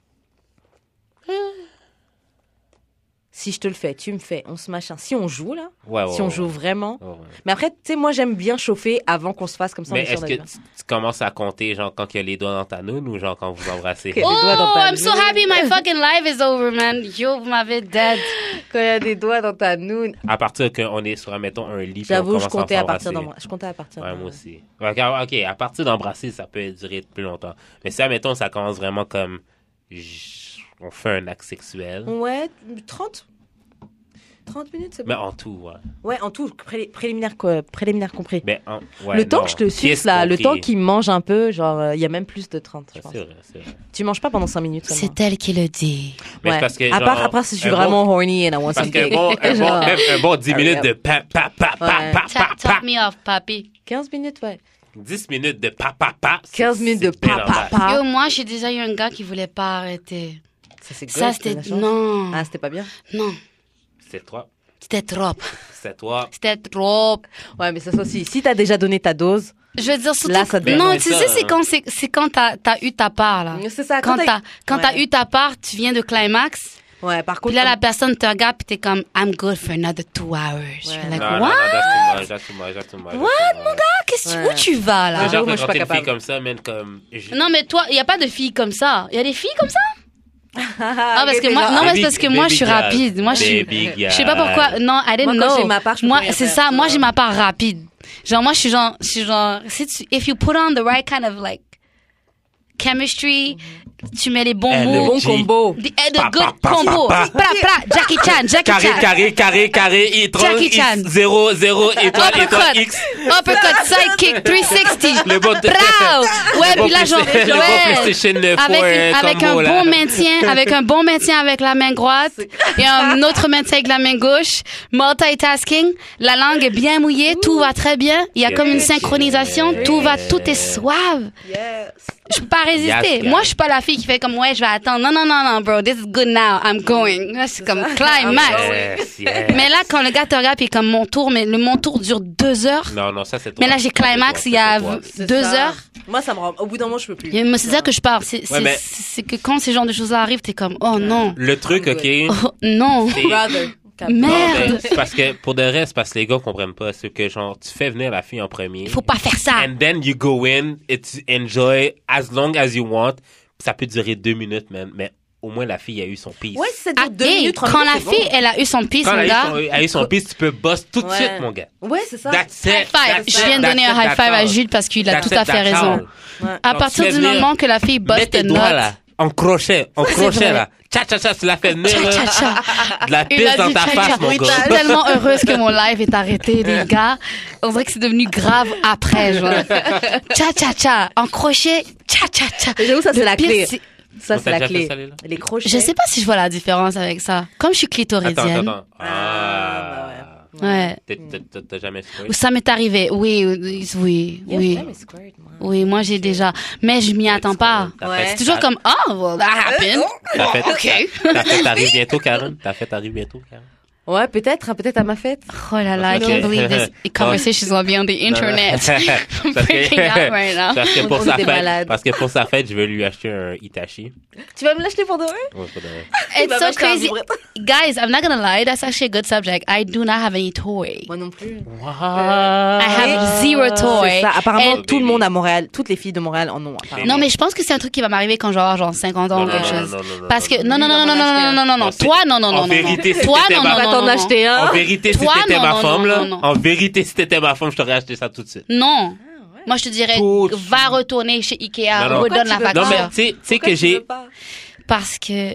Si je te le fais, tu me fais, on se machin. Si on joue, là,
Ouais, ouais,
si on
Ah, ouais,
joue vraiment.
ouais. Ouais, ouais.
Mais après, tu sais, moi, j'aime bien chauffer avant qu'on se fasse comme ça. on
Mais
est sûr
est-ce que
d'être
tu, tu commences à compter, genre, quand il y a les doigts dans ta noune ou genre quand
[laughs]
vous embrassez?
Que- Les doigts dans
Oh,
ta
I'm so
nuque.
happy
[laughs]
my fucking life is over, man. Yo, vous m'avez dead.
bien. Quand il y a des doigts dans ta noune.
À partir qu'on est sur, mettons, un lit. puis on
J'avoue, je
commence
comptais à
s'embrasser.
partir d'embra- Je comptais à partir
Ouais,
d'embra-
moi aussi. Ok, ah, ok, à partir d'embrasser, ça peut durer plus longtemps. Mais si, mettons, ça commence vraiment comme. j- On fait un acte sexuel.
Ouais, 30 30 minutes, c'est
Mais
bon.
en tout, ouais.
Ouais, en tout, pré- préliminaire, quoi, préliminaire compris.
Mais en- ouais,
le temps
non.
que je te suce,
Kiss
là, le
compris.
temps qu'il mange un peu, genre, euh, il y a même plus de 30, je
Ouais,
pense.
Ah, C'est vrai, c'est vrai.
Tu manges pas pendant 5 minutes, seulement.
elle qui le dit.
Mais c'est
Ouais.
parce que.
à
genre,
part, à part si je suis
un bon-
vraiment horny and I want
Parce
some
qu'un
dick.
bon,
[laughs]
un bon,
Genre,
même un bon 10
Hurry
minutes
up.
de pa, pa, pa, pa,
Ouais.
pa, pa,
Top,
pa.
top me off, papi.
15 minutes, ouais.
10 minutes de pa, pa, pa. c'est-
15 minutes de
c'est bien normal.
papa, papa.
Yo, moi, j'ai déjà eu un gars qui voulait pas arrêter.
Ça, c'est Ah.
Ça,
good,
c'était.
t'as de la chance.
Non.
Ah, c'était pas bien.
Non.
C'est toi.
C'était trop.
C'est toi.
C'était trop.
Ouais, mais ça, ça aussi. Si t'as déjà donné ta dose,
Je veux dire, surtout.
Là, ça devient
non,
vrai,
tu
ça,
sais,
hein.
c'est quand, c'est c'est quand t'as as eu ta part, là.
c'est ça.
Quand t'as quand t'as
Ouais.
eu ta part, tu viens de climax.
Ouais, par
Puis
contre.
là, la personne te regarde, puis t'es comme, I'm good for another two hours. Je
Ouais.
suis
Non,
like,
non, non,
what?
that's too much, that's too much, that's too much, that's
What,
too
mon
much.
Ah, qu'est-ce
Ouais.
où tu vas, là?
Ouais,
Genre,
j'avoue, moi, je suis
quand
pas
une fille
capable.
comme ça, man, comme. je-
Non, mais toi, il n'y a pas de filles comme ça. Il y a des filles comme ça?
Ah,
Ah, parce que moi, non, mais c'est parce que moi, je suis
Baby
rapide.
girl.
Moi, je suis.
Baby
Je sais pas
girl.
pourquoi. Non, I didn't
Moi, quand
know.
j'ai ma part, je peux
moi,
rien faire,
c'est
hein.
ça.
tu
Moi,
vois.
j'ai ma part rapide. Genre, moi, je suis genre, je suis genre, si tu, if you put on the right kind of like chemistry, tu mets les bons
Eh, le
mots.
Bon
G.
combo.
The, eh, the
Pa, pa,
good
pa,
combo.
pa,
Pra, pra, Jackie Chan, Jackie
Carré,
Chan.
carré, carré, carré, et 30,
Jackie
X,
Chan.
0, 0, étoile, étoile,
Uppercut.
X.
Uppercut, sidekick, 360.
Le bon de-
Bravo. Ouais,
Bon
puis là, genre,
PlayStation- le bon
ouais.
PlayStation 9,
avec,
ouais,
avec un
combo, là.
bon maintien, avec un bon maintien avec la main droite et un autre maintien avec la main gauche. Multitasking, la langue est bien mouillée, tout va très bien. Il y a
Yes.
comme une synchronisation, tout va, tout est suave.
Yes.
Je peux pas résister.
Yes, yeah.
Moi, je suis pas la fille qui fait comme ouais, je vais attendre. Non, non, non, non, bro, this is good now, I'm going. Là, c'est comme
Ah Yes,
climax.
yes.
Mais là, quand le gars te regarde, puis comme mon tour, mais le mon tour dure deux heures.
Non, non, ça, c'est toi.
Mais là, j'ai climax il y a
C'est
deux
ça.
heures.
Moi, ça me rend. Au bout d'un moment, je peux plus.
Et moi, C'est ça que je parle. C'est c'est-
mais-
c'est- c'est que quand ces genres de choses arrivent, t'es comme oh non.
Le truc,
I'm
OK,
good.
Oh, non.
c'est...
Brother.
Mais-
Non,
Merde.
mais c'est parce que, pour de reste, parce que les gars comprennent pas, c'est que, genre, tu fais venir la fille en premier.
Faut pas faire ça.
And then you go in, et tu enjoy as long as you want. Ça peut durer deux minutes, man. Mais au moins la fille a eu son piece.
Ouais, c'est de deux
Hey,
minutes, trente
Ah, quand la
minutes, c'est
fille,
bon.
elle a eu son pisse,
Quand
mon
elle a
gars.
eu son, a eu son piece, tu peux boss tout de
Ouais.
suite, mon gars.
Ouais, c'est ça.
That's it.
High five.
That's
Je viens
it.
de donner un
That's it.
high five à
That's it.
Jules parce qu'il a
That's it.
tout à fait
That's it.
raison. À
Donc,
partir
tu
du
fais venir,
moment que la fille
Mets
bosse
tes
tes
doigts
notes,
là, en crochet, en
c'est
crochet
vrai.
là. Tcha tcha tcha, tu la fais venir
Tcha,
là.
tcha, tcha.
De la
Il a
pisse dans
dit
ta
tcha,
face,
tcha.
mon
Je suis
gars.
tellement heureuse que
[laughs]
mon live est arrêté, les gars. On dirait que c'est devenu grave après, genre.
[laughs]
Tcha, tcha, tcha. En crochet, tcha, tcha, tcha.
J'avoue, ça, c'est
Le
la
pire,
clé.
c'est-
Ça,
Vous
c'est
avez
la
déjà
clé.
fait ça, les gens
Les crochets.
Je sais pas si je vois la différence avec ça. Comme je suis
Attends,
clitoridienne.
attends. Ah.
bah
Ouais.
T'es- t'es- t'es- T'as jamais fait
Ou Ça m'est arrivé. Oui, oui, oui,
Yeah,
oui.
j'aime les squirts, moi.
Oui, moi j'ai déjà. Mais je m'y attends pas.
T'as
Ouais.
fait-
C'est toujours
t'as-
comme, oh, well, that happened.
T'as fait,
[laughs] Ok.
t'as fait, t'arrives bientôt, Karen. T'as fait, t'arrives bientôt, Karen.
Ouais, peut-être, hein, peut-être à ma fête.
Oh là là, I
Ok.
can't believe this conversation's gonna be on the [laughs] internet. [laughs]
[laughs]
I'm
Parce que-
freaking out right now.
Parce que
On-
pour
on
sa
était malades.
fête, parce que pour sa fête, je vais lui acheter un Itachi.
Tu vas me l'acheter pour de vrai
Ouais, pour de vrai.
Il va
It's so
m'acheter un
crazy.
vibrette.
Guys, I'm not gonna lie, that's actually a good subject. I do not have any toy.
Moi non plus.
I have zero
Ah. C'est
toy. Eh.
ça. Apparemment,
Elle-
tout le monde à Montréal, toutes les filles de Montréal en ont. apparemment.
Non, mais je pense que c'est un truc qui va m'arriver quand j'aurai genre 50 ans
Non,
ou
non,
quelque
non,
chose.
non, non, non,
Parce que, non, non,
non,
non, non,
non,
non, non, non, non,
Non,
non,
c'est-
toi, non, non,
en
non, non, non.
vérité, si
Toi,
t'étais
non,
ma-
On
non,
va
non,
t'en
non, non.
acheter un.
En vérité, si
Toi,
t'étais
non,
ma
non,
femme,
non,
là,
non, non.
en vérité, si t'étais ma femme, je t'aurais acheté ça tout de suite.
Non.
Ah,
Moi, je te dirais,
Tout de
va retourner chez
Non,
Ikea,
non.
redonne la
Pourquoi tu veux
Non, mais
facture.
tu sais- tu sais
Pourquoi
que
tu veux
j'ai.
pas
Parce que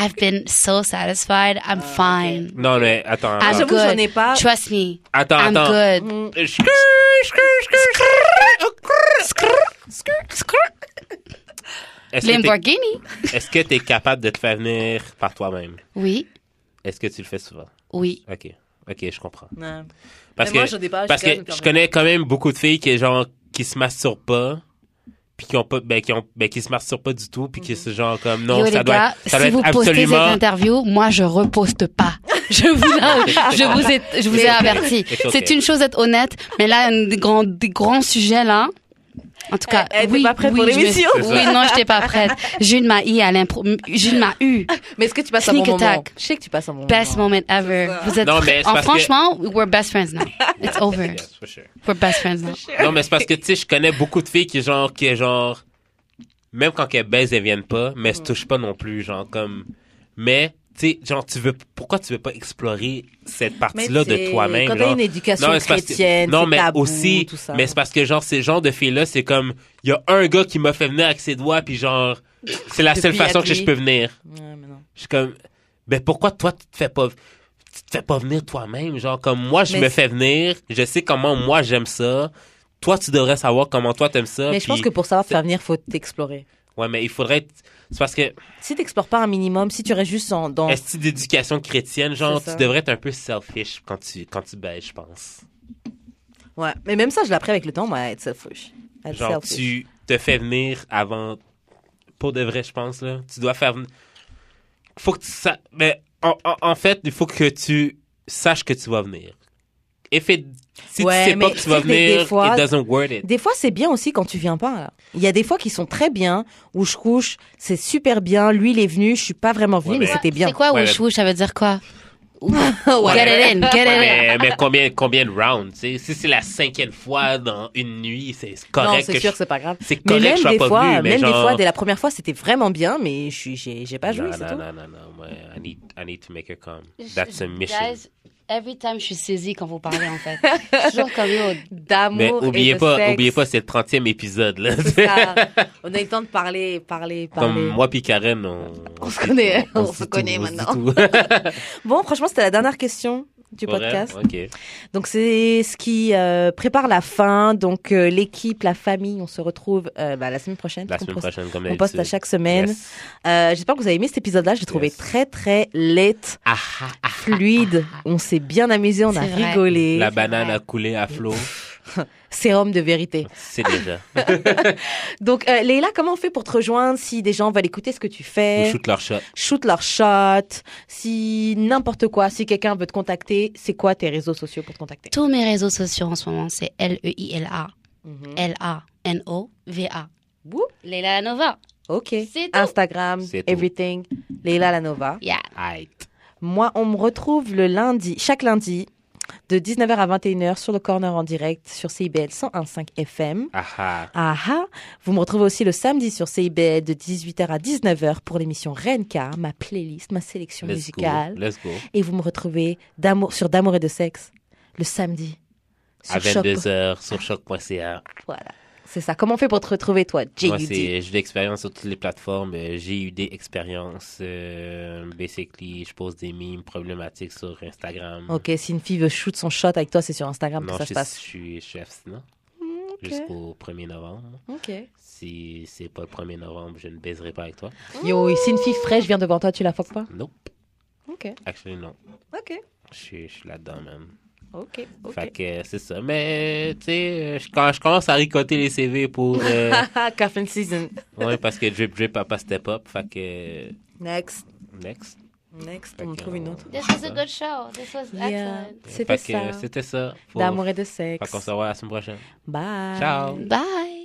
I've been so satisfied,
Ah,
I'm fine.
Non, mais attends.
I'm
Attends,
j'avoue,
good.
j'en ai pas.
Trust me.
attends.
Ah, I'm
Ah, attends.
good.
Mm.
Euh, skrrr, skrrr, skrrr, skrrr, skrrr, skrrr, skrrr, skrrr. Est-ce que t'es-
Lamborghini.
Est-ce que tu es capable de te faire venir par toi-même?
Oui,
Est-ce que tu le fais souvent?
oui.
OK. OK, je comprends.
Non.
Parce
Mm. Mais moi,
que,
j'en ai pas, Ah, je
parce
suis
que
capable de me
je
faire
connais quand même beaucoup de filles qui, genre, qui se masturbent pas, puis qui ont pas, ben, qui ont, ben, qui se masturbent pas du tout, puis
Mhm.
qui se genre comme, non,
Yo, les
ça doit,
gars,
être- ça doit
si
être
vous postez cette
absolument.
interview, moi, je reposte pas. [laughs] Je vous, la-
[laughs]
je vous ai, je vous ai averti.
It's okay.
C'est une chose d'être honnête, mais là, un des grands, des grands sujets, là. En tout cas,
Elle- elle était
oui,
Eh, pas prête
oui,
pour
je me-
l'émission.
C'est ça.
Oui, non, j'étais pas
[laughs]
prête. J'ai une ma I à l'impro, j'ai une ma U.
Mais est-ce que tu passes un bon
Sneak
moment
attack.
Je sais que tu passes un bon
Best
moment.
moment ever.
Oh. C'est ça.
Vous êtes,
Non, mais c'est
en
parce que-
franchement, we're best friends now.
[laughs]
It's over.
Yes, for sure.
We're best friends now.
Non, mais c'est parce que, tu sais, je connais beaucoup de filles qui, genre, qui, genre, même quand elles baisent, elles viennent pas, mais elles
Mhm.
se touchent pas non plus, genre, comme, mais, tu sais, genre, tu veux, pourquoi tu veux pas explorer cette partie-là
Mais
de
c'est-
toi-même,
quand t'as
genre?
une éducation
mais c'est parce que-
chrétienne,
non,
c'est
mais
tabou,
aussi,
tout ça.
mais c'est parce que, genre, ces genres de filles-là, c'est comme, il y a un gars qui m'a fait venir avec ses doigts, puis genre, c'est la seule
Depuis
façon que
habillé.
je peux venir.
Ouais, mais non.
Je suis comme, ben pourquoi toi, tu te fais pas, tu te fais pas venir toi-même? Genre, comme moi, je
Mais
me
c'est-
fais venir, je sais comment moi j'aime ça. Toi, tu devrais savoir comment toi t'aimes ça.
Mais je pense que
puis-
pour savoir te faire venir, faut t'explorer.
Ouais, mais il faudrait. être- C'est parce que,
Si t'explores pas un minimum, si tu restes juste en- dans.
est-ce d'éducation chrétienne, genre,
C'est
tu
ça.
devrais être un peu selfish quand tu, quand tu baises, je pense.
Ouais. Mais même ça, je l'ai appris avec le temps, moi, être selfish. Être
Genre,
selfish.
tu te fais venir avant. Pour de vrai, je pense, là. Tu dois faire. ven- Faut que tu sa- Mais en, en- en fait, il faut que tu saches que tu vas venir. Et fait, si
Ouais,
tu sais pas
mais
que tu vas
tu sais, des-
venir,
des fois-
it doesn't worth it.
Des fois, c'est bien aussi quand tu viens pas. là. Il y a des fois qui sont très bien, où je couche, c'est super bien. Lui, il est venu, je suis pas vraiment venue,
Ouais,
mais,
mais-
c'était bien.
C'est quoi
Ouais,
wish
mais-
wish? Ça veut dire quoi?
[laughs] Ouais.
Get it in, get
Ouais,
it in.
mais, mais combien, combien de rounds, tu sais? Si c'est la cinquième fois dans une nuit, c'est
Non,
correct.
c'est
que
sûr
je-
que c'est pas grave.
c'est
Mais
correct que
même
je sois
des
pas
fois,
venu, mais
même des
genre-
fois, dès la première fois, c'était vraiment bien, mais je suis, j'ai, j'ai pas joué,
non,
c'est
non,
tout.
non, non, non, moi, I need, I need to make her come. That's a mission.
Guys, every time je suis saisie quand vous parlez, en fait.
[laughs]
Je suis toujours comme yo.
D'amour.
mais oubliez
et de
pas,
sexe.
oubliez pas, c'est le 30e
[laughs]
épisode, là.
C'est ça. On a eu le temps de parler, parler, parler.
Comme moi puis
[laughs]
Karen, on,
On se connaît, on
dit
se
tout,
connaît
on se dit
maintenant.
tout.
Bon, franchement, c'était la dernière question [laughs] du
Pour elle?
podcast.
Ok.
Donc c'est ce qui euh, prépare la fin. Donc euh, l'équipe, la famille, on se retrouve euh, bah, la semaine prochaine.
La
parce qu'on
semaine
poste-
prochaine, comme
On poste à
d'habitude.
chaque semaine.
Yes.
Euh, J'espère que vous avez aimé cet épisode-là. Je l'ai trouvé
Yes.
très très lit,
Ah, ah, ah.
fluide. On s'est bien amusé, on a
C'est vrai.
rigolé.
La banane a coulé à flot.
Sérum de vérité. [laughs]
C'est déjà.
Donc euh, Leïla, comment on fait pour te rejoindre si des gens veulent écouter ce que tu
Ils
fais
shootent leur shot.
Shoot leur shot. Si n'importe quoi, si quelqu'un veut te contacter, c'est quoi tes réseaux sociaux pour te contacter
Tous mes réseaux sociaux en ce moment, c'est E L-E-I-L-A.
Mhm.
L-A-N-O-V-A.
Wouh.
Leila Nova.
Ok. Ah.
C'est tout.
Instagram,
C'est tout.
everything. Leïla Lanova.
Yeah.
Aight.
Moi, on me retrouve le lundi, chaque lundi, de 19h à 21h sur le corner en direct sur CIBL 101.5 FM.
Ah, Aha.
Aha. Ah Vous me retrouvez aussi le samedi sur CIBL de 18h à 19h pour l'émission Renka, ma playlist, ma sélection
Let's go.
musicale.
Let's go.
Et vous me retrouvez d'amour, sur D'amour et de sexe le samedi. Sur
À
Choc.
22h sur choc.ca.
Voilà. C'est ça. Comment on fait pour te retrouver, toi,
Moi,
JUD
c'est j'ai de l'expérience sur toutes les plateformes. euh, J'ai eu des expériences. euh, basically, je pose des mimes problématiques sur Instagram.
Ok, si une fille veut shoot son shot avec toi, c'est sur Instagram
Non,
que ça
je,
se passe. Mm,
suis, je suis- je suis abstinent
ok.
jusqu'au 1er novembre.
Ok.
Si c'est pas le 1er novembre, je ne baiserai pas avec toi.
Yo, si une fille fraîche vient devant toi, tu la foques pas
Nope.
Ok.
Actually, non.
Ok.
Je suis, je suis là-dedans, même.
Ok.
Fait que euh, c'est ça. Mais, tu sais, euh, je- quand je commence à ricoter les CV pour.
[laughs]
euh,
Haha, Coffin season.
ouais, parce que Drip Drip a pas step up. Fait que. euh,
Next.
Next.
Next,
Fait
on
que,
trouve une
euh,
autre.
This was a good show. This was
Yeah.
excellent.
C'était
Fait que, euh,
ça.
C'était ça. Faut-
D'amour et de
Fait
sexe.
qu'on se revoit la semaine prochaine.
Bye.
Ciao.
Bye.